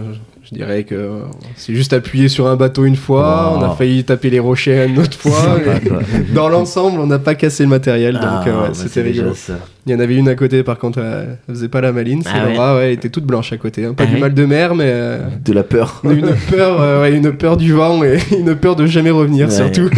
Speaker 3: Je dirais que euh, c'est juste appuyé sur un bateau une fois,
Speaker 1: Wow.
Speaker 3: on a failli taper les rochers une
Speaker 1: [laughs]
Speaker 3: autre fois.
Speaker 1: Sympa,
Speaker 3: mais [laughs]
Speaker 1: quoi.
Speaker 3: dans l'ensemble, on n'a pas cassé le matériel, donc
Speaker 1: Ah,
Speaker 3: euh, ouais,
Speaker 1: bah,
Speaker 3: euh, c'était
Speaker 1: c'est déjà
Speaker 3: rigolo.
Speaker 1: ça.
Speaker 3: Il y en avait une à côté, par contre, euh, elle faisait pas la maline, c'est
Speaker 1: Ah ouais.
Speaker 3: Laura, ouais. elle était toute blanche à côté. hein. Pas
Speaker 1: Ah
Speaker 3: du
Speaker 1: ouais.
Speaker 3: mal de mer, mais euh,
Speaker 2: De la peur.
Speaker 3: une peur, euh, ouais, une peur du vent et [laughs] une peur de jamais revenir
Speaker 1: Ouais.
Speaker 3: surtout.
Speaker 1: [laughs]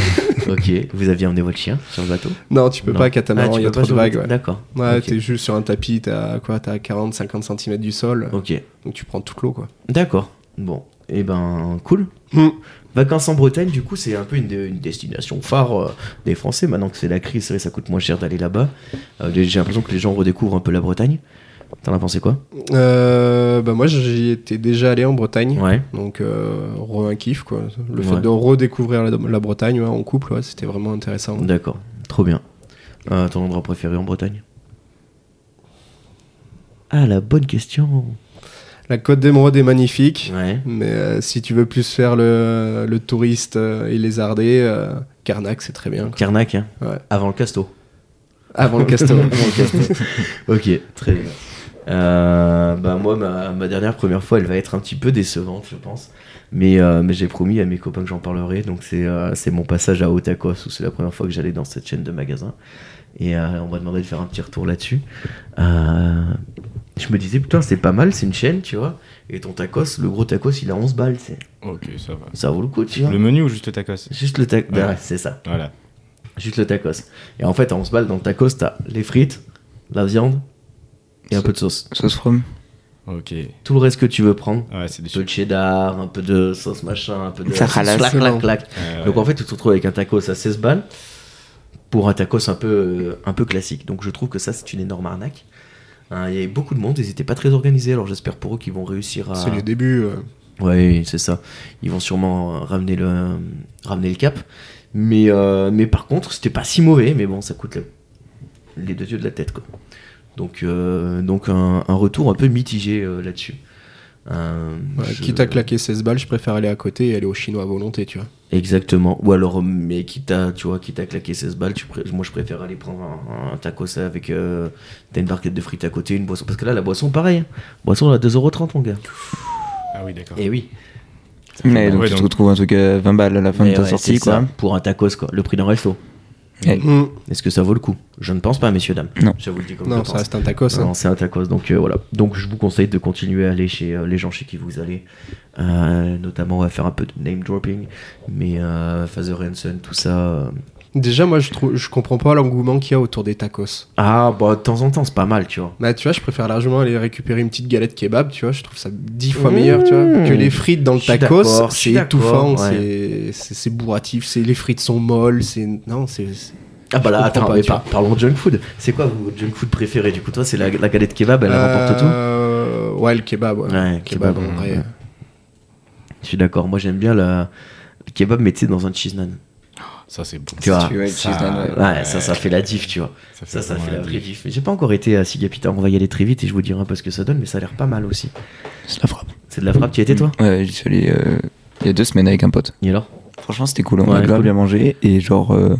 Speaker 1: Ok, vous aviez emmené votre chien sur le bateau
Speaker 3: Non, tu peux
Speaker 1: Non.
Speaker 3: pas
Speaker 1: Ah,
Speaker 3: catamaran,
Speaker 1: tu
Speaker 3: il y a
Speaker 1: peux pas
Speaker 3: trop de
Speaker 1: sur le
Speaker 3: vagues.
Speaker 1: bateau.
Speaker 3: Ouais,
Speaker 1: D'accord.
Speaker 3: ouais
Speaker 1: Ok.
Speaker 3: t'es juste sur un tapis, t'as quoi, t'as 40-50 cm du sol,
Speaker 1: Ok,
Speaker 3: donc tu prends toute l'eau quoi.
Speaker 1: d'accord. Bon, et ben cool.
Speaker 3: Hmm.
Speaker 1: Vacances en Bretagne, du coup, c'est un peu une, une destination phare euh, des Français. Maintenant que c'est la crise, c'est vrai, ça coûte moins cher d'aller là-bas. Euh, J'ai l'impression que les gens redécouvrent un peu la Bretagne. T'en as pensé quoi
Speaker 3: Euh, bah moi j'y étais déjà allé en Bretagne,
Speaker 1: Ouais.
Speaker 3: donc euh, re un kiff quoi. Le fait
Speaker 1: Ouais.
Speaker 3: de redécouvrir la, la Bretagne ouais, en couple, ouais, c'était vraiment intéressant.
Speaker 1: D'accord, trop bien. Euh, ton endroit préféré en Bretagne Ah, la bonne question.
Speaker 3: La Côte d'Emeraude est magnifique,
Speaker 1: Ouais.
Speaker 3: mais euh, si tu veux plus faire le, le touriste euh, et les ardés, euh, Carnac c'est très bien. quoi.
Speaker 1: Carnac, hein
Speaker 3: Ouais.
Speaker 1: Avant le Casto.
Speaker 3: Avant le
Speaker 1: [laughs]
Speaker 3: Castor.
Speaker 1: Ok, très bien. Euh, bah moi, ma, ma dernière première fois, elle va être un petit peu décevante, je pense. Mais, euh, mais j'ai promis à mes copains que j'en parlerai. Donc c'est euh, c'est mon passage à Otakos où c'est la première fois que j'allais dans cette chaîne de magasins. Et euh, on m'a demandé de faire un petit retour là-dessus. Euh, je me disais, putain, c'est pas mal, c'est une chaîne, tu vois. Et ton tacos, le gros tacos, il a 11 balles, tu sais.
Speaker 4: Ok, ça va.
Speaker 1: Ça vaut le coup, tu vois.
Speaker 4: Le menu ou juste tacos
Speaker 1: Juste le tacos.
Speaker 4: Ouais.
Speaker 1: c'est ça.
Speaker 4: Voilà.
Speaker 1: Juste le tacos. Et en fait, à 11 balles, dans le tacos, t'as les frites, la viande et un peu de sauce.
Speaker 2: Sauce from.
Speaker 4: Ok.
Speaker 1: Tout le reste que tu veux prendre,
Speaker 4: Ouais, c'est des
Speaker 1: un peu de cheddar, un peu de sauce machin, un peu de.
Speaker 2: Ça ralasse.
Speaker 1: Clac, clac, clac.
Speaker 4: Ah Ouais, ouais.
Speaker 1: Donc en fait, tu te retrouves avec un tacos à 16 balles pour un tacos un peu, euh, un peu classique. Donc je trouve que ça, c'est une énorme arnaque. Hein, Il y avait beaucoup de monde, ils n'étaient pas très organisés, alors j'espère pour eux qu'ils vont réussir à.
Speaker 3: [laughs] C'est le début. euh.
Speaker 1: Ouais, c'est ça. Ils vont sûrement euh, ramener le, euh, ramener le cap. Mais, euh, mais par contre, c'était pas si mauvais, mais bon, ça coûte le- les deux yeux de la tête. Quoi. Donc, euh, donc un, un retour un peu mitigé euh, là-dessus. Euh,
Speaker 3: Ouais,
Speaker 1: je-
Speaker 3: Quitte à claquer 16 balles, je préfère aller à côté et aller au chinois à volonté, tu vois.
Speaker 1: Exactement. Ou alors, euh, mais quitte à, tu vois, quitte à claquer 16 balles, tu pré- moi je préfère aller prendre un, un tacos avec euh, t'as une barquette de frites à côté, une boisson. Parce que là, la boisson, pareil. hein. Boisson à 2,30€, mon gars.
Speaker 4: Ah oui, d'accord.
Speaker 1: Et oui.
Speaker 2: Mais donc
Speaker 4: Ouais,
Speaker 2: tu te
Speaker 4: donc-
Speaker 2: retrouves un truc à 20 balles à la fin
Speaker 1: Mais
Speaker 2: de ta
Speaker 1: ouais,
Speaker 2: sortie,
Speaker 1: c'est
Speaker 2: quoi.
Speaker 1: ça, Pour un tacos, quoi. Le prix d'un resto.
Speaker 3: Hmm.
Speaker 1: Est-ce que ça vaut le coup Je ne pense pas, messieurs, dames.
Speaker 2: Non.
Speaker 1: Je vous le dis comme
Speaker 3: Non,
Speaker 1: je
Speaker 3: ça
Speaker 1: pense.
Speaker 3: reste un tacos. hein.
Speaker 1: Non, c'est un tacos, donc euh, voilà. Donc je vous conseille de continuer à aller chez euh, les gens chez qui vous allez, Euh, notamment à faire un peu de name dropping, mais euh, Father Hansen, tout ça. euh.
Speaker 3: Déjà, moi, je, trouve, je comprends pas l'engouement qu'il y a autour des tacos.
Speaker 1: Ah bah de temps en temps, c'est pas mal, tu vois.
Speaker 3: Bah, tu vois, je préfère largement aller récupérer une petite galette kebab, tu vois. Je trouve ça dix fois meilleur, tu vois. Que les frites dans le
Speaker 1: Je suis d'accord,
Speaker 3: tacos,
Speaker 1: je
Speaker 3: c'est
Speaker 1: suis d'accord,
Speaker 3: étouffant,
Speaker 1: ouais.
Speaker 3: c'est- c'est c'est bourratif, c'est- les frites sont molles, c'est. Non, c'est. c'est-
Speaker 1: Ah bah là,
Speaker 3: Je comprends
Speaker 1: attends,
Speaker 3: pas,
Speaker 1: mais
Speaker 3: tu
Speaker 1: par- parlons de junk food. C'est quoi votre junk food préféré Du coup, toi, c'est la, la galette kebab, elle remporte tout
Speaker 3: Euh, Ouais, le kebab, ouais.
Speaker 1: Ouais,
Speaker 3: kebab,
Speaker 1: kebab,
Speaker 3: en vrai.
Speaker 1: ouais. Je suis d'accord, moi j'aime bien la... le kebab, mais tu sais, dans un cheese naan.
Speaker 4: Ça, c'est bon.
Speaker 1: Tu vois,
Speaker 2: Tu vois, le cheese naan, ouais.
Speaker 1: Ouais, ça, ça fait la diff, tu vois. Ça, ça
Speaker 4: vraiment
Speaker 1: fait la vraie
Speaker 4: diff.
Speaker 1: diff. Mais J'ai pas encore été à Sigapita, on va y aller très vite et je vous dirai un peu ce que ça donne, mais ça a l'air pas mal aussi.
Speaker 2: C'est la frappe.
Speaker 1: C'est de la frappe, tu y étais toi
Speaker 2: Ouais, j'y suis allé euh, il y a deux semaines avec un pote.
Speaker 1: Et alors
Speaker 2: Franchement, c'était cool. On a
Speaker 1: Ouais,
Speaker 2: grave
Speaker 1: cool.
Speaker 2: bien mangé. Et genre, euh,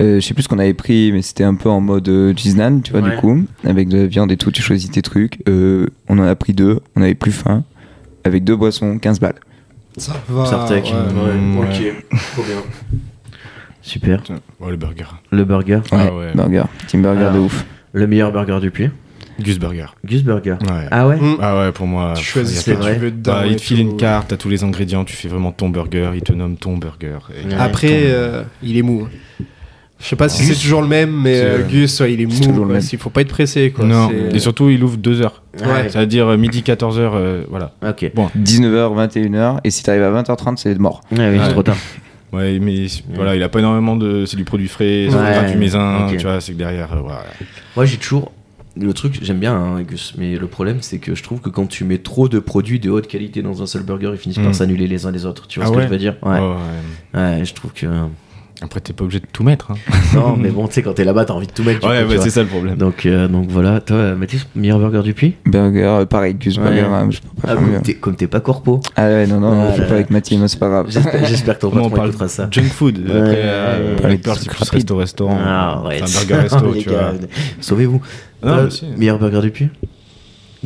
Speaker 2: euh, je sais plus ce qu'on avait pris, mais c'était un peu en mode euh, cheese naan, tu vois,
Speaker 1: Ouais.
Speaker 2: du coup. Avec de la viande et tout, tu choisis tes trucs. Euh, on en a pris deux, on avait plus faim. Avec deux boissons, 15 balles.
Speaker 3: Ça va.
Speaker 1: Sartec.
Speaker 3: ouais.
Speaker 4: Mm, ouais.
Speaker 1: trop bien. Super.
Speaker 4: Putain. Ouais, le burger.
Speaker 1: Le burger,
Speaker 2: Ouais,
Speaker 4: Ah ouais.
Speaker 2: burger. Team burger de
Speaker 1: Alors.
Speaker 2: ouf.
Speaker 1: le meilleur burger du puy.
Speaker 4: Gus Burger.
Speaker 1: Gus Burger.
Speaker 4: Ouais.
Speaker 1: Ah ouais
Speaker 3: Mm.
Speaker 4: Ah ouais, pour moi.
Speaker 3: Tu choisis
Speaker 1: c'est
Speaker 3: ce que
Speaker 1: vrai.
Speaker 3: tu veux dedans.
Speaker 4: Bah,
Speaker 3: et
Speaker 4: il te file
Speaker 3: tout.
Speaker 4: une carte, t'as tous les ingrédients, tu fais vraiment ton burger, il te nomme ton burger. Et-
Speaker 1: Ouais.
Speaker 3: Après,
Speaker 4: Ton-
Speaker 3: euh, il est mou. hein. Je sais pas si
Speaker 4: Gus.
Speaker 3: c'est toujours le même, mais
Speaker 4: C'est,
Speaker 3: euh,
Speaker 4: euh,
Speaker 3: Gus, ouais, il
Speaker 2: c'est
Speaker 3: est mou.
Speaker 2: toujours le
Speaker 3: quoi.
Speaker 2: même.
Speaker 3: Il faut pas être pressé. Quoi.
Speaker 4: non,
Speaker 3: C'est-
Speaker 4: et surtout, il ouvre 2 heures.
Speaker 3: Ouais.
Speaker 4: C'est-à-dire euh, midi 14h, euh, voilà.
Speaker 1: Ok.
Speaker 4: Bon,
Speaker 2: 19h, 21h. Et si t'arrives à 20h30, c'est mort.
Speaker 1: Ouais, oui, c'est
Speaker 4: Ouais.
Speaker 1: trop tard.
Speaker 4: ouais, mais c- voilà, il a pas énormément de. C'est du produit frais, c'est
Speaker 1: Ouais.
Speaker 4: pas du maisin,
Speaker 1: Ok.
Speaker 4: tu vois, c'est que derrière. euh, voilà.
Speaker 1: Moi, j'ai toujours. Le truc, j'aime bien hein, Gus, mais le problème, c'est que je trouve que quand tu mets trop de produits de haute qualité dans un seul burger, ils finissent
Speaker 4: Mm.
Speaker 1: par s'annuler les uns les autres. Tu vois
Speaker 4: Ah
Speaker 1: ce
Speaker 4: ouais
Speaker 1: que je veux dire ouais.
Speaker 4: Ouais, ouais.
Speaker 1: Ouais, je trouve que.
Speaker 4: Après, t'es pas obligé de tout mettre. hein.
Speaker 1: non, mais bon, tu sais, quand t'es là-bas, t'as envie de tout mettre. du
Speaker 4: Ouais,
Speaker 1: coup, tu
Speaker 4: ouais,
Speaker 1: vois.
Speaker 4: c'est ça le problème.
Speaker 1: donc, euh, donc voilà, toi, euh, Mathis, meilleur burger du puits
Speaker 2: Burger, euh, pareil, Gus
Speaker 1: Ouais.
Speaker 2: Burger. hein, je peux
Speaker 1: ah,
Speaker 2: pas faire mieux.
Speaker 1: comme t'es- Comme t'es pas corpo.
Speaker 2: Ah ouais, non, non,
Speaker 1: Ah
Speaker 2: je
Speaker 1: là
Speaker 2: joue
Speaker 1: là.
Speaker 2: pas avec ma team, c'est pas grave.
Speaker 1: J'espère j'espère que ton
Speaker 4: Comment on
Speaker 1: patron
Speaker 4: parle
Speaker 1: écoutera ça.
Speaker 4: [laughs] Junk food. Après,
Speaker 1: Ouais,
Speaker 4: euh,
Speaker 1: ouais,
Speaker 4: avec
Speaker 2: ouais.
Speaker 4: peur,
Speaker 2: Des
Speaker 4: c'est
Speaker 2: trucs
Speaker 4: plus
Speaker 2: rapides.
Speaker 4: resto restaurant.
Speaker 1: Ah, ouais.
Speaker 4: Enfin, burger
Speaker 1: [laughs]
Speaker 4: resto,
Speaker 1: Les
Speaker 4: tu
Speaker 1: gars,
Speaker 4: vois.
Speaker 1: Sauvez-vous. Euh,
Speaker 4: Non,
Speaker 1: Toi,
Speaker 4: mais si.
Speaker 1: Meilleur burger du puits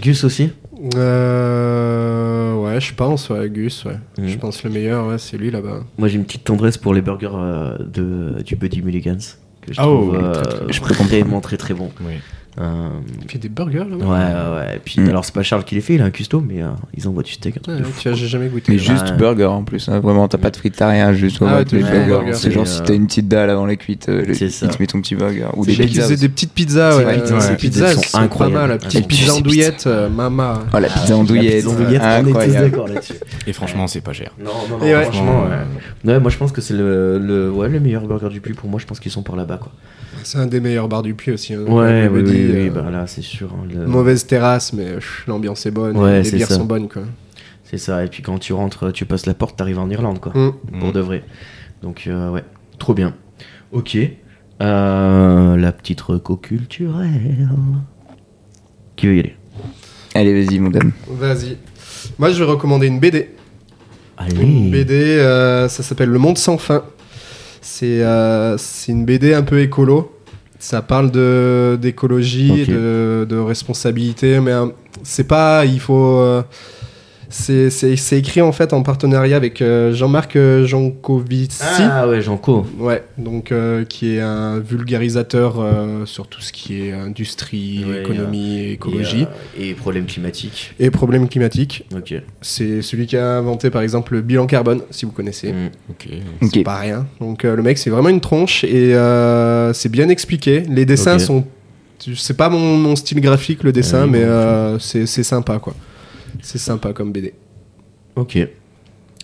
Speaker 1: Gus aussi
Speaker 3: Euh, ouais, Ouais, je pense, ouais, Gus, ouais.
Speaker 1: Mhm.
Speaker 3: Je pense le meilleur, ouais, c'est lui là-bas.
Speaker 1: Moi, j'ai une petite tendresse pour les burgers euh, de, du Buddy Mulligan's. Que je
Speaker 3: Ah,
Speaker 1: trouve
Speaker 3: oh,
Speaker 1: euh,
Speaker 3: très, très bon.
Speaker 1: je trouve vraiment très très bon.
Speaker 4: Oui.
Speaker 1: Euh,
Speaker 3: Il fait des burgers là-bas
Speaker 1: ouais, ouais, ouais. Et puis,
Speaker 2: Mm.
Speaker 1: alors, c'est pas Charles qui les fait, il a un custo, mais euh, ils envoient du steak. Un truc
Speaker 3: Ouais,
Speaker 1: de
Speaker 3: ouais,
Speaker 1: fou.
Speaker 3: tu vois, j'ai jamais goûté.
Speaker 2: Mais
Speaker 3: là.
Speaker 2: juste
Speaker 1: Ouais.
Speaker 2: burger en plus, hein, vraiment t'as pas de frites, t'as rien, juste
Speaker 3: Ah
Speaker 2: ouais,
Speaker 3: ouais,
Speaker 2: t'as les
Speaker 1: ouais,
Speaker 2: burgers.
Speaker 3: burger.
Speaker 2: C'est genre
Speaker 1: C'est,
Speaker 2: si
Speaker 1: euh,
Speaker 2: t'as une petite dalle avant les cuites, euh, le-
Speaker 1: C'est ça.
Speaker 2: il te met ton petit burger. Ou
Speaker 1: C'est
Speaker 2: des
Speaker 1: chez
Speaker 3: J'ai
Speaker 2: pizzas.
Speaker 3: utilisé
Speaker 2: aussi.
Speaker 3: des petites pizzas,
Speaker 1: Ces
Speaker 3: ouais.
Speaker 1: pizzas,
Speaker 3: ouais.
Speaker 1: ces
Speaker 3: Des
Speaker 1: pizzas, elles
Speaker 3: qui
Speaker 1: sont
Speaker 3: Pas mal,
Speaker 1: incroyables.
Speaker 3: la
Speaker 1: Elles
Speaker 3: petite
Speaker 1: sont
Speaker 3: pizza
Speaker 2: juste-
Speaker 3: andouillette, euh, mama.
Speaker 2: Oh la pizza
Speaker 1: La
Speaker 2: andouillette.
Speaker 1: pizza andouillette, on est tous
Speaker 2: Incroyable.
Speaker 1: d'accord là-dessus.
Speaker 4: Et franchement, c'est pas cher.
Speaker 1: [laughs] Non, non, non,
Speaker 3: Et ouais.
Speaker 1: franchement.
Speaker 4: Franchement, euh,
Speaker 1: Ouais. Ouais, moi je pense que c'est le, le, ouais, le meilleur burger du puits. Pour moi, je pense qu'ils sont par là-bas. quoi.
Speaker 3: C'est un des meilleurs bars du puits aussi. hein.
Speaker 1: Ouais,
Speaker 3: Comme
Speaker 1: oui,
Speaker 3: le
Speaker 1: oui,
Speaker 3: dit,
Speaker 1: oui,
Speaker 3: euh,
Speaker 1: bah là, c'est sûr. hein, le-
Speaker 3: Mauvaise terrasse, mais pff, l'ambiance est bonne,
Speaker 1: Ouais,
Speaker 3: les
Speaker 1: c'est
Speaker 3: bières
Speaker 1: ça.
Speaker 3: sont bonnes quoi.
Speaker 1: C'est ça. Et puis quand tu rentres, tu passes la porte, t'arrives en Irlande, quoi.
Speaker 3: Mm.
Speaker 1: Pour
Speaker 4: Mm.
Speaker 1: de vrai. Donc, euh, ouais, trop bien. Ok. Euh, la petite reco culturelle. Qui veut y aller
Speaker 2: Allez, vas-y, mon dame.
Speaker 3: Vas-y. Moi, je vais recommander une BD. Une
Speaker 1: Allez.
Speaker 3: BD, euh, ça s'appelle Le Monde sans fin. C'est euh, c'est une BD un peu écolo. Ça parle de- d'écologie,
Speaker 1: Ok.
Speaker 3: de, de responsabilité, mais euh, c'est pas. Il faut. euh, c'est- c'est c'est écrit en fait en partenariat avec euh, Jean-Marc euh, Jancovici.
Speaker 1: Ah ouais, Janko.
Speaker 3: Ouais, donc euh, qui est un vulgarisateur euh, sur tout ce qui est industrie,
Speaker 1: Ouais,
Speaker 3: économie, et écologie
Speaker 1: Et, euh, et problème climatique.
Speaker 3: et problèmes climatiques.
Speaker 1: Ok.
Speaker 3: C'est celui qui a inventé par exemple le bilan carbone, si vous connaissez.
Speaker 1: Mm.
Speaker 4: Ok.
Speaker 2: Ok.
Speaker 3: C'est pas rien. Donc euh, le mec, c'est vraiment une tronche et euh, c'est bien expliqué. Les dessins
Speaker 1: Ok.
Speaker 3: sont. tu- C'est pas mon, mon style graphique le dessin,
Speaker 1: Ah oui,
Speaker 3: mais
Speaker 1: bon,
Speaker 3: euh, c'est c'est sympa quoi. C'est sympa comme BD.
Speaker 1: Ok.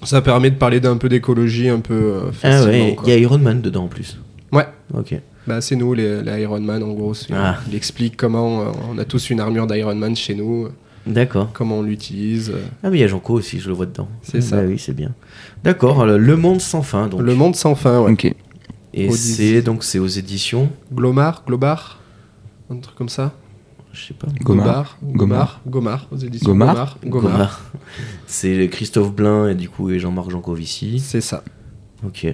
Speaker 3: Ça permet de parler d'un peu d'écologie un peu euh,
Speaker 1: Ah
Speaker 3: facilement.
Speaker 1: ouais,
Speaker 3: quoi.
Speaker 1: il y a Iron Man dedans en plus.
Speaker 3: Ouais.
Speaker 1: Ok.
Speaker 3: Bah, c'est nous, les, les Iron Man en gros. c'est-
Speaker 1: Ah.
Speaker 3: Il explique comment euh, on a tous une armure d'Iron Man chez nous, euh,
Speaker 1: D'accord.
Speaker 3: comment on l'utilise. euh.
Speaker 1: Ah mais il y a Janko aussi, je le vois dedans.
Speaker 3: C'est ça.
Speaker 1: Bah oui, c'est bien. D'accord, le- Le Monde sans fin donc.
Speaker 3: Le monde sans fin, ouais.
Speaker 2: Ok.
Speaker 1: Et
Speaker 3: Au
Speaker 1: c'est donc c'est aux éditions,
Speaker 3: Glomar, Globar un truc comme ça.
Speaker 1: je sais pas.
Speaker 3: Gomar,
Speaker 2: Gomard.
Speaker 3: Gomar, Gomar, aux éditions
Speaker 2: Gomard
Speaker 3: Gomard, Gomard.
Speaker 1: Gomard. C'est Christophe Blain et du coup et Jean-Marc Jancovici.
Speaker 3: C'est ça.
Speaker 1: OK.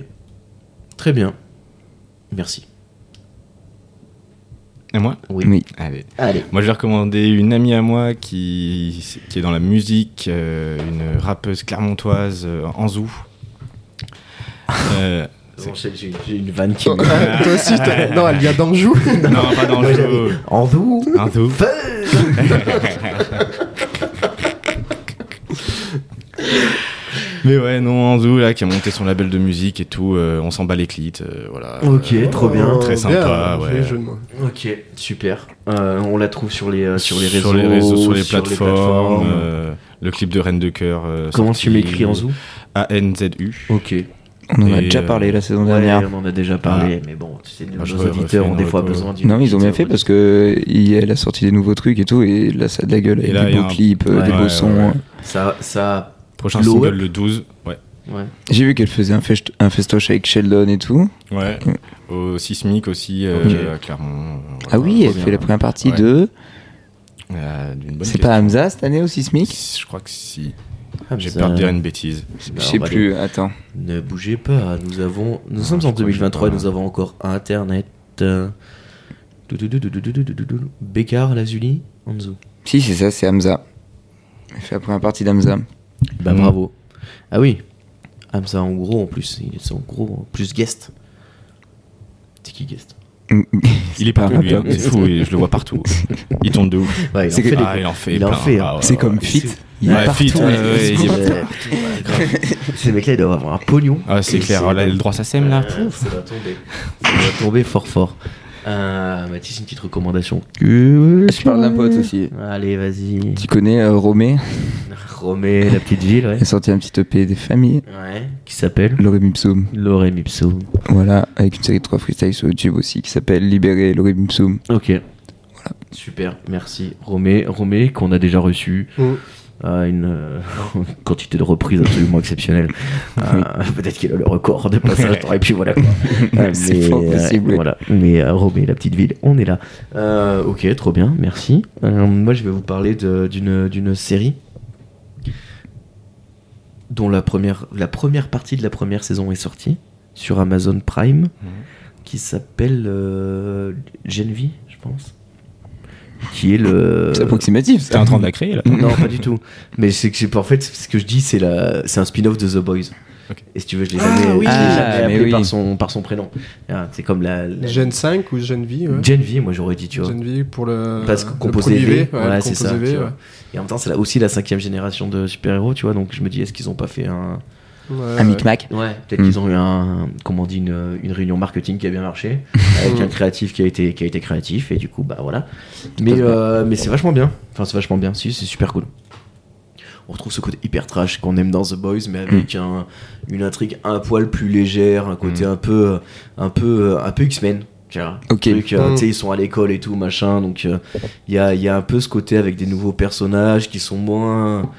Speaker 1: Très bien. Merci.
Speaker 4: Et moi
Speaker 1: Oui.
Speaker 2: Oui.
Speaker 4: Allez.
Speaker 1: Allez.
Speaker 4: Moi, je vais recommander une amie à moi qui, qui est dans la musique, euh, une rappeuse clermontoise, euh, Anzou. Euh,
Speaker 1: Bon, j'ai j'ai- j'ai une vanne qui me
Speaker 3: Ah, [laughs] Toi aussi, t'as- non, elle vient d'Anjou.
Speaker 4: non, pas dans le jeu.
Speaker 1: en vous.
Speaker 4: Anzou. Mais ouais, non, Anzou, là, qui a monté son label de musique et tout, euh, on s'en bat les clites, euh, voilà.
Speaker 1: Ok,
Speaker 4: Euh,
Speaker 1: trop bien.
Speaker 3: Oh,
Speaker 4: Très sympa,
Speaker 3: bien,
Speaker 4: ouais.
Speaker 3: joli jeu de mots.
Speaker 1: OK, super. Euh, on la trouve sur les euh, sur les réseaux
Speaker 4: sur les réseaux, sur les
Speaker 1: sur
Speaker 4: plateformes.
Speaker 1: plateformes.
Speaker 4: euh, le clip de Reine de Cœur. euh,
Speaker 1: Comment
Speaker 4: sorti-
Speaker 1: tu m'écris en zoo
Speaker 4: A-N-Z-U.
Speaker 1: OK.
Speaker 2: On en a
Speaker 4: Et,
Speaker 2: déjà
Speaker 4: euh,
Speaker 2: parlé la saison
Speaker 1: Ouais,
Speaker 2: dernière.
Speaker 1: on en a déjà parlé, mais bon, tu sais, nos
Speaker 4: Bah, je refais
Speaker 1: auditeurs ont
Speaker 4: une
Speaker 1: des fois
Speaker 4: reco.
Speaker 1: besoin d'une.
Speaker 2: Non, ils ont bien fait
Speaker 1: petite-
Speaker 2: parce que euh, il- elle a sorti des nouveaux trucs et tout, et là ça a de la gueule.
Speaker 4: Et
Speaker 2: avec
Speaker 4: là,
Speaker 2: des
Speaker 4: il y a
Speaker 2: beaux
Speaker 4: un-
Speaker 2: clips, euh,
Speaker 1: Ouais.
Speaker 2: des
Speaker 4: Ouais,
Speaker 2: beaux
Speaker 4: ouais,
Speaker 2: sons.
Speaker 4: ouais.
Speaker 2: hein.
Speaker 1: Ça, ça,
Speaker 4: Prochain
Speaker 1: Blow
Speaker 4: single
Speaker 1: Up.
Speaker 4: le 12. Ouais.
Speaker 1: ouais.
Speaker 2: J'ai vu qu'elle faisait un, fest- un festoche avec Sheldon et tout.
Speaker 4: Ouais. Au Sismic aussi, euh,
Speaker 1: Ok.
Speaker 4: à Clermont. euh,
Speaker 2: Ah
Speaker 4: voilà,
Speaker 2: oui, elle
Speaker 4: revient.
Speaker 2: fait la première partie
Speaker 4: Ouais.
Speaker 2: de.
Speaker 4: Euh, d'une bonne
Speaker 2: C'est
Speaker 4: question.
Speaker 2: pas Hamza cette année au Sismic
Speaker 4: Je crois que si.
Speaker 1: Ah, mais
Speaker 4: J'ai
Speaker 1: ça-
Speaker 4: peur de dire une bêtise.
Speaker 2: Je sais
Speaker 1: bah,
Speaker 2: plus, attends.
Speaker 1: Ne bougez pas, nous avons, nous sommes
Speaker 4: je
Speaker 1: en
Speaker 4: crois que j'ai
Speaker 1: 2023 et
Speaker 4: pas.
Speaker 1: nous avons encore Internet. euh, doudoudoudoudoudoudoudoudoudou. Bécard, Lazuli, Anzu.
Speaker 2: Si, c'est ça, c'est Hamza. Elle fait la première partie d'Hamza.
Speaker 1: Bah
Speaker 4: Mm.
Speaker 1: bravo. Ah oui, Hamza en gros en plus, il est en gros hein. plus guest. C'est qui guest
Speaker 4: Il est partout,
Speaker 2: pas
Speaker 4: lui. hein.
Speaker 2: rappeur.
Speaker 4: C'est fou, et je le vois partout. Il tourne de
Speaker 1: [laughs]
Speaker 4: ouf.
Speaker 1: Ouais, Bah, il en
Speaker 2: C'est
Speaker 1: fait
Speaker 2: que-
Speaker 1: des-
Speaker 4: Ah, il en fait
Speaker 1: Il en
Speaker 4: plein.
Speaker 1: fait, hein.
Speaker 4: Ah, ouais,
Speaker 2: C'est
Speaker 4: ouais.
Speaker 2: comme Fit. Il
Speaker 4: Ouais,
Speaker 2: est partout.
Speaker 4: Fit, ouais, ouais, il est-
Speaker 1: Euh, [laughs] Ces mecs-là, ils doivent avoir un pognon.
Speaker 4: Ah, c'est
Speaker 1: Et
Speaker 4: clair. Ah, là, le droit, ça sème, là.
Speaker 1: Euh, ça va tomber. Ça va tomber fort fort. Euh, Mathis, une petite recommandation. Je
Speaker 2: Je parle d'un pote aussi.
Speaker 1: Allez, vas-y.
Speaker 2: Tu connais euh, Romé
Speaker 1: Romé, la petite ville, ouais.
Speaker 2: Elle a sorti un petit EP des familles.
Speaker 1: Ouais. Qui s'appelle
Speaker 2: Lorem Ipsum.
Speaker 1: Lorem Ipsum.
Speaker 2: Voilà, avec une série de trois freestyles sur YouTube aussi qui s'appelle Libérer Lorem Ipsum.
Speaker 1: Ok. Super, merci Romé. Romé, qu'on a déjà reçu
Speaker 3: Mm.
Speaker 1: à une euh, [laughs] quantité de reprises absolument
Speaker 2: [laughs]
Speaker 1: exceptionnelle. Euh, Peut-être qu'il a le record de passage, et puis
Speaker 2: [laughs]
Speaker 1: voilà quoi. Euh,
Speaker 2: C'est
Speaker 1: mais,
Speaker 2: fort
Speaker 1: euh,
Speaker 2: possible.
Speaker 1: voilà. Mais euh, Romé, la petite ville, on est là. Euh, ok, trop bien, merci. Euh, moi, je vais vous parler de- d'une d'une série dont la première, la première partie de la première saison est sortie sur Amazon Prime,
Speaker 4: Mhm.
Speaker 1: qui s'appelle euh, Gen V, je pense. qui est le.
Speaker 2: [laughs] C'est approximatif.
Speaker 5: T'es
Speaker 2: ça.
Speaker 5: en train de la créer là.
Speaker 1: [laughs] Non, pas du tout. Mais c'est que j'ai- en fait, ce que je dis, c'est la, c'est un spin-off de The Boys.
Speaker 5: Ok.
Speaker 1: Et si tu veux, je l'ai jamais,
Speaker 3: oui.
Speaker 1: je l'ai
Speaker 2: Ah,
Speaker 1: jamais
Speaker 2: mais
Speaker 1: appelé
Speaker 2: oui.
Speaker 1: par son par son prénom. Ah, C'est comme la, la-
Speaker 3: Gen 5 ou Gen V ouais.
Speaker 1: Gen V, moi j'aurais dit, tu vois.
Speaker 3: Gen V pour le,
Speaker 1: Parce que
Speaker 3: le
Speaker 1: composé
Speaker 3: produit
Speaker 1: V,
Speaker 3: V. ouais,
Speaker 1: voilà,
Speaker 3: le
Speaker 1: c'est ça.
Speaker 3: composé V,
Speaker 1: tu vois.
Speaker 3: ouais.
Speaker 1: Et en même temps, c'est la- aussi la cinquième génération de super-héros, tu vois. Donc je me dis, est-ce qu'ils ont pas fait un.
Speaker 3: Ouais,
Speaker 2: Un
Speaker 3: ouais.
Speaker 2: micmac.
Speaker 1: Ouais, peut-être
Speaker 2: Mm.
Speaker 1: qu'ils ont eu un, comment on dit, une, une réunion marketing qui a bien marché, avec un créatif qui a été, qui a été créatif, et du coup, bah voilà. Mais, euh, mais c'est vachement bien. Enfin, c'est vachement bien, si, c'est super cool. On retrouve ce côté hyper trash qu'on aime dans The Boys, mais avec un, une intrigue un poil plus légère, un côté un peu, un peu, un peu X-Men. tu vois.
Speaker 2: Ok.
Speaker 1: Truc, euh,
Speaker 3: Mm.
Speaker 1: tu sais, ils sont à l'école et tout, machin. Donc, euh, il y a, il y a un peu ce côté avec des nouveaux personnages qui sont moins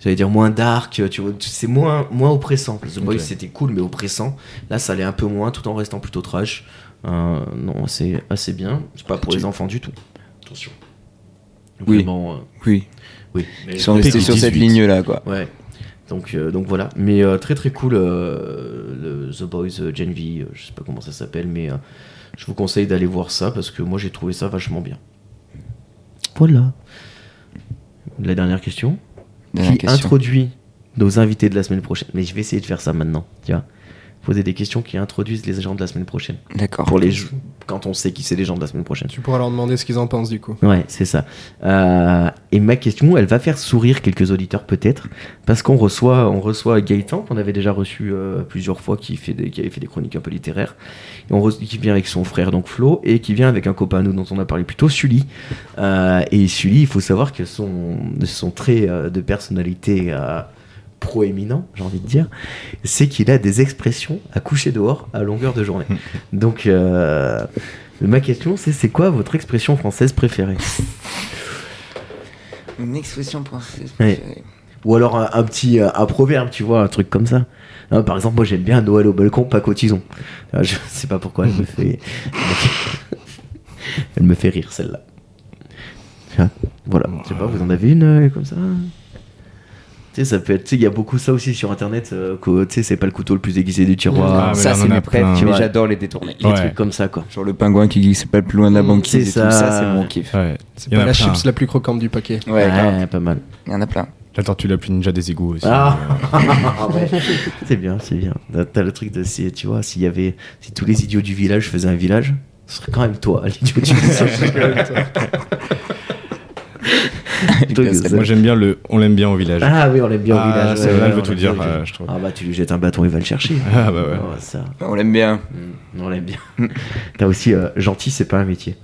Speaker 1: j'allais dire moins dark tu vois c'est moins moins oppressant The Boys
Speaker 4: Ok.
Speaker 1: c'était cool mais oppressant là ça allait un peu moins tout en restant plutôt trash Euh, non c'est assez bien c'est pas pour les enfants du tout attention
Speaker 2: Oui.
Speaker 1: Vraiment, euh,
Speaker 2: Oui.
Speaker 1: oui Mais-
Speaker 2: Ils sont restés sur cette
Speaker 5: 18.
Speaker 2: ligne là quoi.
Speaker 1: ouais donc euh, donc voilà mais euh, très très cool euh, le The Boys euh, Gen V euh, je sais pas comment ça s'appelle mais euh, je vous conseille d'aller voir ça parce que moi j'ai trouvé ça vachement bien voilà la dernière question
Speaker 2: Dernière
Speaker 1: qui
Speaker 2: question.
Speaker 1: introduit nos invités de la semaine prochaine. Mais je vais essayer de faire ça maintenant, tu vois. Poser des questions qui introduisent les gens de la semaine prochaine.
Speaker 2: D'accord.
Speaker 1: Pour les jou- quand on sait qui c'est les gens de la semaine prochaine.
Speaker 3: Tu pourras leur demander ce qu'ils en pensent du coup.
Speaker 1: Ouais, c'est ça. Euh, et ma question, elle va faire sourire quelques auditeurs peut-être, parce qu'on reçoit, on reçoit Gaëtan qu'on avait déjà reçu euh, plusieurs fois, qui fait des, qui avait fait des chroniques un peu littéraires, et on reçoit- qui vient avec son frère donc Flo, et qui vient avec un copain à nous dont on a parlé plus tôt, Sully. Euh, et Sully, il faut savoir que son son trait euh, de personnalité euh, proéminent, j'ai envie de dire, c'est qu'il a des expressions à coucher dehors à longueur de journée. Donc euh, Ma question, c'est c'est quoi votre expression française préférée
Speaker 2: Une expression française.
Speaker 1: Ouais. Ou alors un, un petit euh, un proverbe, tu vois, un truc comme ça. Hein, par exemple, moi j'aime bien Noël au balcon, pas cotison. Euh, je [laughs] sais pas pourquoi, elle me fait. elle me fait rire celle-là. Hein, Voilà, je sais pas, vous en avez une euh, comme ça tu sais, ça peut être, tu sais, il y a beaucoup ça aussi sur internet. euh, que, tu sais, c'est pas le couteau le plus aiguisé du tiroir.
Speaker 4: Ah, mais
Speaker 2: ça
Speaker 4: là, on
Speaker 2: c'est
Speaker 4: en a
Speaker 2: mes
Speaker 4: plein.
Speaker 2: préfs, tu
Speaker 1: Ouais.
Speaker 2: vois, j'adore les détourner.
Speaker 1: Des
Speaker 4: Ouais.
Speaker 1: trucs comme ça, quoi.
Speaker 2: Genre le pingouin qui glisse pas plus loin de la
Speaker 3: Mm,
Speaker 2: banquise et
Speaker 1: c'est ça.
Speaker 2: tout ça, c'est mon kiff.
Speaker 4: Ouais.
Speaker 3: C'est
Speaker 4: Il y en
Speaker 3: pas
Speaker 4: a
Speaker 3: la
Speaker 4: plein.
Speaker 3: chips la plus croquante du paquet.
Speaker 2: Ouais, grave.
Speaker 1: pas mal.
Speaker 2: il y en a plein.
Speaker 4: La tortue la plus ninja des égouts aussi.
Speaker 1: Ah.
Speaker 4: Euh,
Speaker 1: Ah ouais. c'est bien, c'est bien. T'as- T'as le truc de si tu vois, s'il y avait, si tous les idiots du village faisaient un village, ce serait quand même toi, [laughs] l'idiot du village. [laughs] Plutôt que ça.
Speaker 4: Moi j'aime bien le. On l'aime bien au village.
Speaker 1: Ah oui, on l'aime bien au
Speaker 4: Ah,
Speaker 1: village.
Speaker 4: celle-là, elle veut
Speaker 1: on
Speaker 4: tout
Speaker 1: l'aime
Speaker 4: dire,
Speaker 1: bien au village.
Speaker 4: euh, je trouve.
Speaker 1: Ah bah tu lui jettes un bâton, il va le chercher.
Speaker 4: Ah, bah ouais.
Speaker 1: Oh, ça,
Speaker 2: On l'aime bien.
Speaker 1: mm, on l'aime bien. T'as aussi euh, gentil, c'est pas un métier.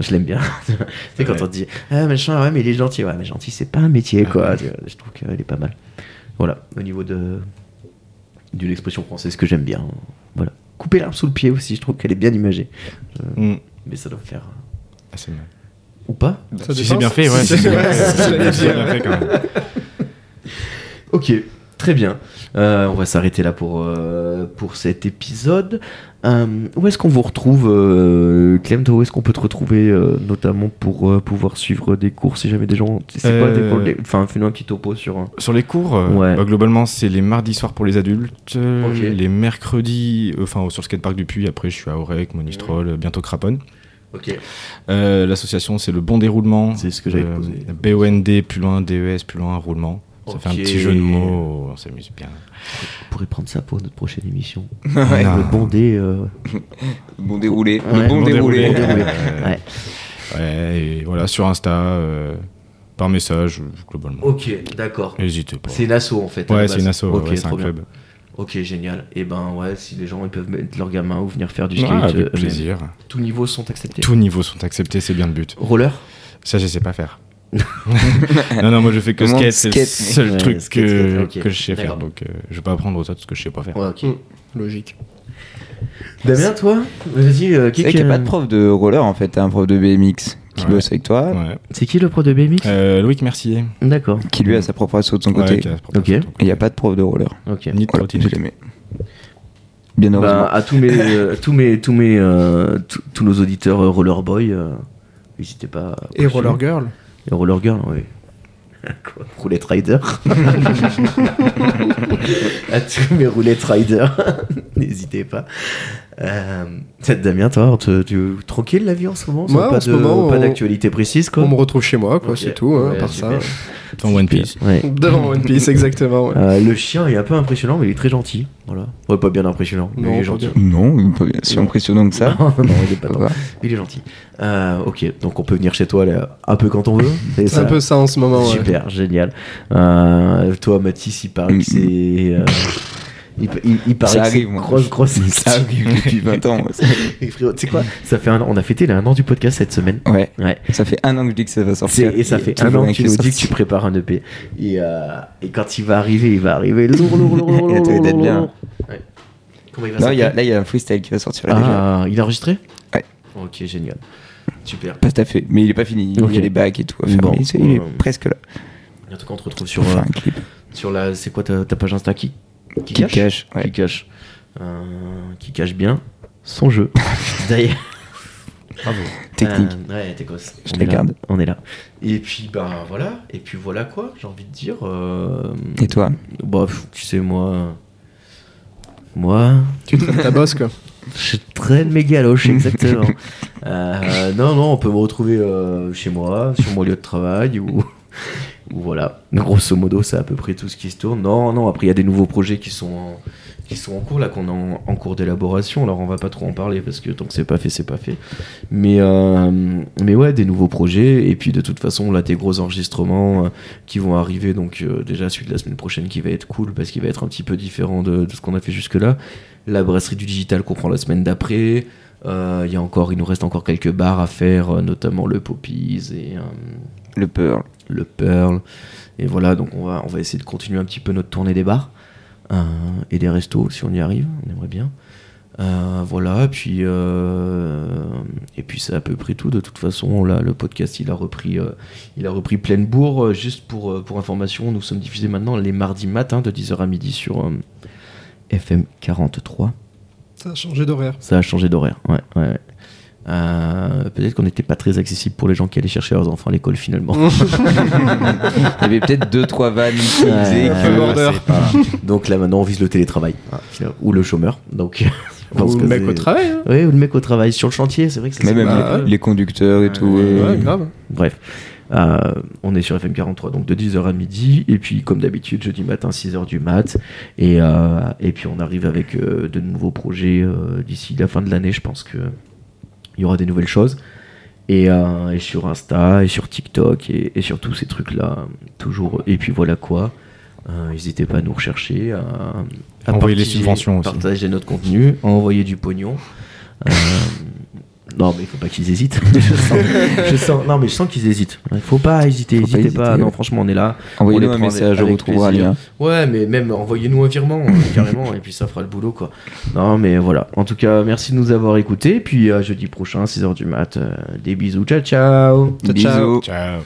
Speaker 1: Je l'aime bien. [laughs] tu sais, quand
Speaker 4: Ouais.
Speaker 1: on te dit, ah, machin, ouais, mais il est gentil. Ouais, mais gentil, c'est pas un métier, quoi. Tu vois, Je trouve qu'elle est pas mal. Voilà, au niveau de d'une expression française que j'aime bien. Voilà. Couper l'arbre sous le pied aussi, je trouve qu'elle est bien imagée.
Speaker 4: Mm.
Speaker 1: Mais ça doit faire. euh,
Speaker 4: Ah, c'est mal.
Speaker 1: Ou pas
Speaker 3: Ça
Speaker 4: Si
Speaker 3: dépend,
Speaker 4: c'est bien
Speaker 3: [laughs]
Speaker 4: fait, ouais.
Speaker 3: si
Speaker 4: Si c'est bien fait,
Speaker 3: c'est-
Speaker 4: ouais. Si c'est [laughs] bien fait, quand même.
Speaker 1: Ok, très bien. Euh, on va s'arrêter là pour, euh, pour cet épisode. Euh, où est-ce qu'on vous retrouve, euh, Clemto Où est-ce qu'on peut te retrouver, euh, notamment pour euh, pouvoir suivre des cours si jamais des gens. C'est quoi des
Speaker 4: Euh,
Speaker 1: cours des- Enfin, fais-nous un petit topo sur. un-
Speaker 4: Sur les cours, euh,
Speaker 1: Ouais.
Speaker 4: bah, globalement, c'est les mardis soirs pour les adultes, euh,
Speaker 1: Ok.
Speaker 4: les mercredis, euh, enfin sur le skatepark du Puy. Après, je suis à Aurec, Monistrol, euh, bientôt Craponne.
Speaker 1: Ok.
Speaker 4: Euh, L'association, c'est le bon déroulement.
Speaker 1: C'est ce que j'allais te
Speaker 4: Euh,
Speaker 1: poser.
Speaker 4: BOND, plus loin, DES, plus loin, roulement. Ça fait un
Speaker 1: Ok.
Speaker 4: petit jeu de mots, on s'amuse bien.
Speaker 1: On pourrait prendre ça pour notre prochaine émission.
Speaker 4: [laughs]
Speaker 2: Ouais.
Speaker 4: Ah.
Speaker 1: Le bon dé. euh,
Speaker 2: Bon déroulé.
Speaker 1: Ouais,
Speaker 2: le bon,
Speaker 1: bon
Speaker 2: déroulé.
Speaker 1: déroulé. [laughs]
Speaker 4: Euh,
Speaker 1: Ouais.
Speaker 4: ouais, et voilà, sur Insta, euh, par message, euh, globalement.
Speaker 1: Ok, d'accord.
Speaker 4: N'hésitez pas.
Speaker 1: C'est une asso en fait. à la
Speaker 4: Ouais,
Speaker 1: base.
Speaker 4: c'est une asso,
Speaker 1: Ok,
Speaker 4: ouais, c'est
Speaker 1: trop
Speaker 4: un
Speaker 1: bien.
Speaker 4: club.
Speaker 1: Ok, génial. Et ben ouais, si les gens ils peuvent mettre leur gamin ou venir faire du skate,
Speaker 4: Ah,
Speaker 1: euh,
Speaker 4: avec
Speaker 1: mais
Speaker 4: plaisir.
Speaker 1: tous niveaux sont acceptés.
Speaker 4: Tous niveaux sont acceptés, c'est bien le but.
Speaker 1: Roller
Speaker 4: Ça, je sais
Speaker 1: [laughs]
Speaker 4: pas faire. non, non, moi je fais que
Speaker 2: Comment
Speaker 4: skate, c'est le
Speaker 2: skate,
Speaker 4: seul
Speaker 1: mais- Ouais,
Speaker 4: truc
Speaker 1: skate,
Speaker 4: que,
Speaker 1: skate, ok.
Speaker 4: que je sais faire.
Speaker 1: D'accord.
Speaker 4: Donc, euh, je vais pas apprendre aux autres ce que je sais pas faire.
Speaker 1: Ouais, ok.
Speaker 3: Mm. Logique.
Speaker 1: Damien, toi Vas-y, euh, qui
Speaker 2: C'est vrai qu'il
Speaker 1: qui-
Speaker 2: n'y a pas de prof de roller en fait, t'as un prof de BMX qui
Speaker 4: Ouais.
Speaker 2: bosse avec toi,
Speaker 4: Ouais.
Speaker 1: C'est qui le pro de BMX
Speaker 4: Euh, Loïc Mercier.
Speaker 1: D'accord.
Speaker 2: qui lui a sa propre asso de son
Speaker 4: Ouais,
Speaker 2: côté.
Speaker 4: qui a ce problème.
Speaker 1: Ok.
Speaker 2: Et il n'y a pas de prof de roller.
Speaker 1: Ok.
Speaker 4: Ni de
Speaker 2: Voilà, je
Speaker 4: trottinette.
Speaker 2: l'aimais. Bien
Speaker 1: Bah,
Speaker 2: heureusement.
Speaker 1: à tous mes, euh, tous mes, tous mes, euh, tous- tous nos auditeurs euh, Roller Boy, euh, n'hésitez pas. à
Speaker 3: Et
Speaker 1: poursuivre.
Speaker 3: Roller Girl.
Speaker 1: Et Roller Girl, oui. Quoi [laughs] Roulette Rider. à tous mes roulettes Rider, [laughs] n'hésitez pas. Euh, Damien, toi, on te- tu, tranquille la vie en ce moment Ça,
Speaker 3: Ouais,
Speaker 1: Pas,
Speaker 3: en ce
Speaker 1: de-
Speaker 3: moment,
Speaker 1: pas
Speaker 3: on-
Speaker 1: d'actualité précise, quoi
Speaker 3: On me retrouve chez moi, quoi,
Speaker 1: Ok.
Speaker 3: c'est tout, hein,
Speaker 1: Ouais,
Speaker 3: à part
Speaker 1: super.
Speaker 3: ça.
Speaker 4: Dans One Piece.
Speaker 1: Ouais.
Speaker 3: Devant One Piece, exactement. ouais.
Speaker 1: Euh, le chien est un peu impressionnant, mais il est très gentil. Voilà. Ouais, pas bien impressionnant, mais
Speaker 3: Non,
Speaker 1: il est
Speaker 3: pas
Speaker 1: gentil.
Speaker 3: bien.
Speaker 2: Non, pas bien si impressionnant que ça.
Speaker 1: [laughs] non, non, il est pas
Speaker 2: Ça
Speaker 1: tant.
Speaker 2: va.
Speaker 1: Il est gentil. Euh, ok, donc on peut venir chez toi là, un peu quand on
Speaker 3: [laughs]
Speaker 1: veut. C'est
Speaker 3: C'est un
Speaker 1: ça
Speaker 3: peu ça en ce moment. ouais.
Speaker 1: Super, génial. Euh, toi, Mathis, il paraît que c'est. euh, il, il- il paraît
Speaker 2: Mm, Ça
Speaker 1: que c'est
Speaker 2: arrive, moi.
Speaker 1: grosse, grosse.
Speaker 2: [laughs]
Speaker 1: [laughs]
Speaker 2: Ça arrive depuis 20 ans.
Speaker 1: Et frérot, Tu sais quoi Ça fait un an- On a fêté là, un an du podcast cette semaine.
Speaker 2: Ouais.
Speaker 1: Ouais.
Speaker 2: Ça fait un an que je dis que ça va
Speaker 1: C'est-
Speaker 2: sortir.
Speaker 1: Et ça fait un
Speaker 2: toujours
Speaker 1: an que
Speaker 2: rien
Speaker 1: tu
Speaker 2: qui est
Speaker 1: nous dis que
Speaker 2: sorti.
Speaker 1: tu prépares un EP. Et, euh, et quand il va arriver, il va arriver lourd, lourd, lourd, lourd,
Speaker 2: Il a
Speaker 1: lourd,
Speaker 2: trouvé
Speaker 1: lourd,
Speaker 2: d'être
Speaker 1: lourd,
Speaker 2: bien.
Speaker 1: lourd. Ouais. Comment il va
Speaker 2: Non, il y a-
Speaker 1: s'appeler
Speaker 2: là, il y a un freestyle qui va sortir là déjà.
Speaker 1: Ah, il a enregistré
Speaker 2: Ouais.
Speaker 1: Ok, génial. Super.
Speaker 2: Pas tout à fait, mais il est pas fini.
Speaker 1: Ok.
Speaker 2: Il y a les bacs et tout à faire.
Speaker 1: Bon.
Speaker 2: mais c'est- il est
Speaker 1: Euh,
Speaker 2: presque là.
Speaker 1: En tout cas, on te retrouve sur,
Speaker 2: Pour faire
Speaker 1: euh,
Speaker 2: un clip.
Speaker 1: sur la. C'est quoi ta, ta page Insta qui,
Speaker 2: Qui cache.
Speaker 1: qui
Speaker 2: ouais.
Speaker 1: cache, euh, qui cache bien son jeu. [laughs] D'ailleurs,
Speaker 4: Bravo.
Speaker 2: Technique.
Speaker 1: Euh, ouais, Techos.
Speaker 2: Je
Speaker 1: On
Speaker 2: la
Speaker 1: est là,
Speaker 2: garde.
Speaker 1: On est là. Et puis bah voilà. Et puis voilà quoi. J'ai envie de dire. euh,
Speaker 2: Et toi
Speaker 1: bah, pff, tu sais moi, moi,
Speaker 3: Tu traînes ta bosse, quoi.
Speaker 1: je traîne mes galoches exactement. Euh, non non, on peut me retrouver euh, chez moi, sur mon lieu de travail ou. [laughs] ou Voilà, grosso modo, c'est à peu près tout ce qui se tourne. Non, non, après, il y a des nouveaux projets qui sont en, qui sont en cours, là, qu'on a en, en cours d'élaboration. Alors, on va pas trop en parler parce que tant que c'est pas fait, c'est pas fait. Mais, euh, mais ouais, des nouveaux projets. Et puis, de toute façon, là, des gros enregistrements euh, qui vont arriver. Donc, euh, déjà, celui de la semaine prochaine qui va être cool parce qu'il va être un petit peu différent de, de ce qu'on a fait jusque-là. La brasserie du digital qu'on prend la semaine d'après. Euh, Il y a encore, il nous reste encore quelques bars à faire, euh, notamment le Poppies et. euh,
Speaker 2: Le Pearl.
Speaker 1: le Pearl. Et voilà, donc on va, on va essayer de continuer un petit peu notre tournée des bars euh, et des restos si on y arrive, on aimerait bien. Euh, voilà, puis, euh, et puis c'est à peu près tout. De toute façon, là, le podcast, il a repris, euh, il a repris pleine bourre. Euh, Juste pour, euh, pour information, nous sommes diffusés maintenant les mardis matins de 10h à midi sur euh, FM 43.
Speaker 3: Ça a changé d'horaire.
Speaker 1: Ça a changé d'horaire, ouais. ouais, ouais. Euh, Peut-être qu'on n'était pas très accessible pour les gens qui allaient chercher leurs enfants à l'école finalement.
Speaker 3: [laughs]
Speaker 2: Il y avait peut-être 2-3 vannes qui
Speaker 1: Ouais.
Speaker 2: disaient
Speaker 1: Un peu
Speaker 2: que-
Speaker 3: border.
Speaker 2: c'est pas-
Speaker 1: Donc là maintenant on vise le télétravail hein, finalement, ou le chômeur. Donc [laughs] je pense
Speaker 3: Ou
Speaker 1: que
Speaker 3: le mec
Speaker 1: c'est-
Speaker 3: au travail. hein.
Speaker 1: Ouais, ou le mec au travail sur le chantier, c'est vrai que ça
Speaker 2: Mais
Speaker 1: c'est
Speaker 2: même
Speaker 1: pas-
Speaker 3: Bah,
Speaker 2: les, les conducteurs et tout. euh,
Speaker 3: Ouais, grave.
Speaker 1: Bref, Euh, on est sur FM 43 donc de 10h à midi et puis comme d'habitude jeudi matin 6h du mat et euh, et puis on arrive avec euh, de nouveaux projets euh, d'ici la fin de l'année, je pense que il y aura des nouvelles choses. Et, euh, et sur Insta, et sur TikTok, et, et sur tous ces trucs-là, toujours. Et puis voilà quoi. Euh, N'hésitez pas à nous rechercher, à, à
Speaker 4: Envoyer les
Speaker 1: partager-
Speaker 4: subventions aussi.
Speaker 1: Partager notre contenu, à envoyer du pognon. Euh, non, mais il faut pas qu'ils hésitent. [laughs] je, sens, je sens- non, mais je sens qu'ils hésitent. Il faut pas hésiter,
Speaker 2: Faut pas
Speaker 1: n'hésitez pas.
Speaker 2: hésiter,
Speaker 1: Non,
Speaker 2: ouais.
Speaker 1: franchement, on est là.
Speaker 2: Envoyez-nous
Speaker 1: On les
Speaker 2: un
Speaker 1: prend
Speaker 2: message, on
Speaker 1: avec
Speaker 2: retrouvera
Speaker 1: plaisir.
Speaker 2: lien.
Speaker 1: Ouais, mais même envoyez-nous un virement euh, [laughs] carrément et puis ça fera le boulot quoi. Non, mais voilà. En tout cas, merci de nous avoir écoutés. Puis à jeudi prochain, euh, 6h du mat. euh, des bisous, ciao ciao.
Speaker 3: Ciao, ciao.
Speaker 2: Bisous.
Speaker 4: Ciao.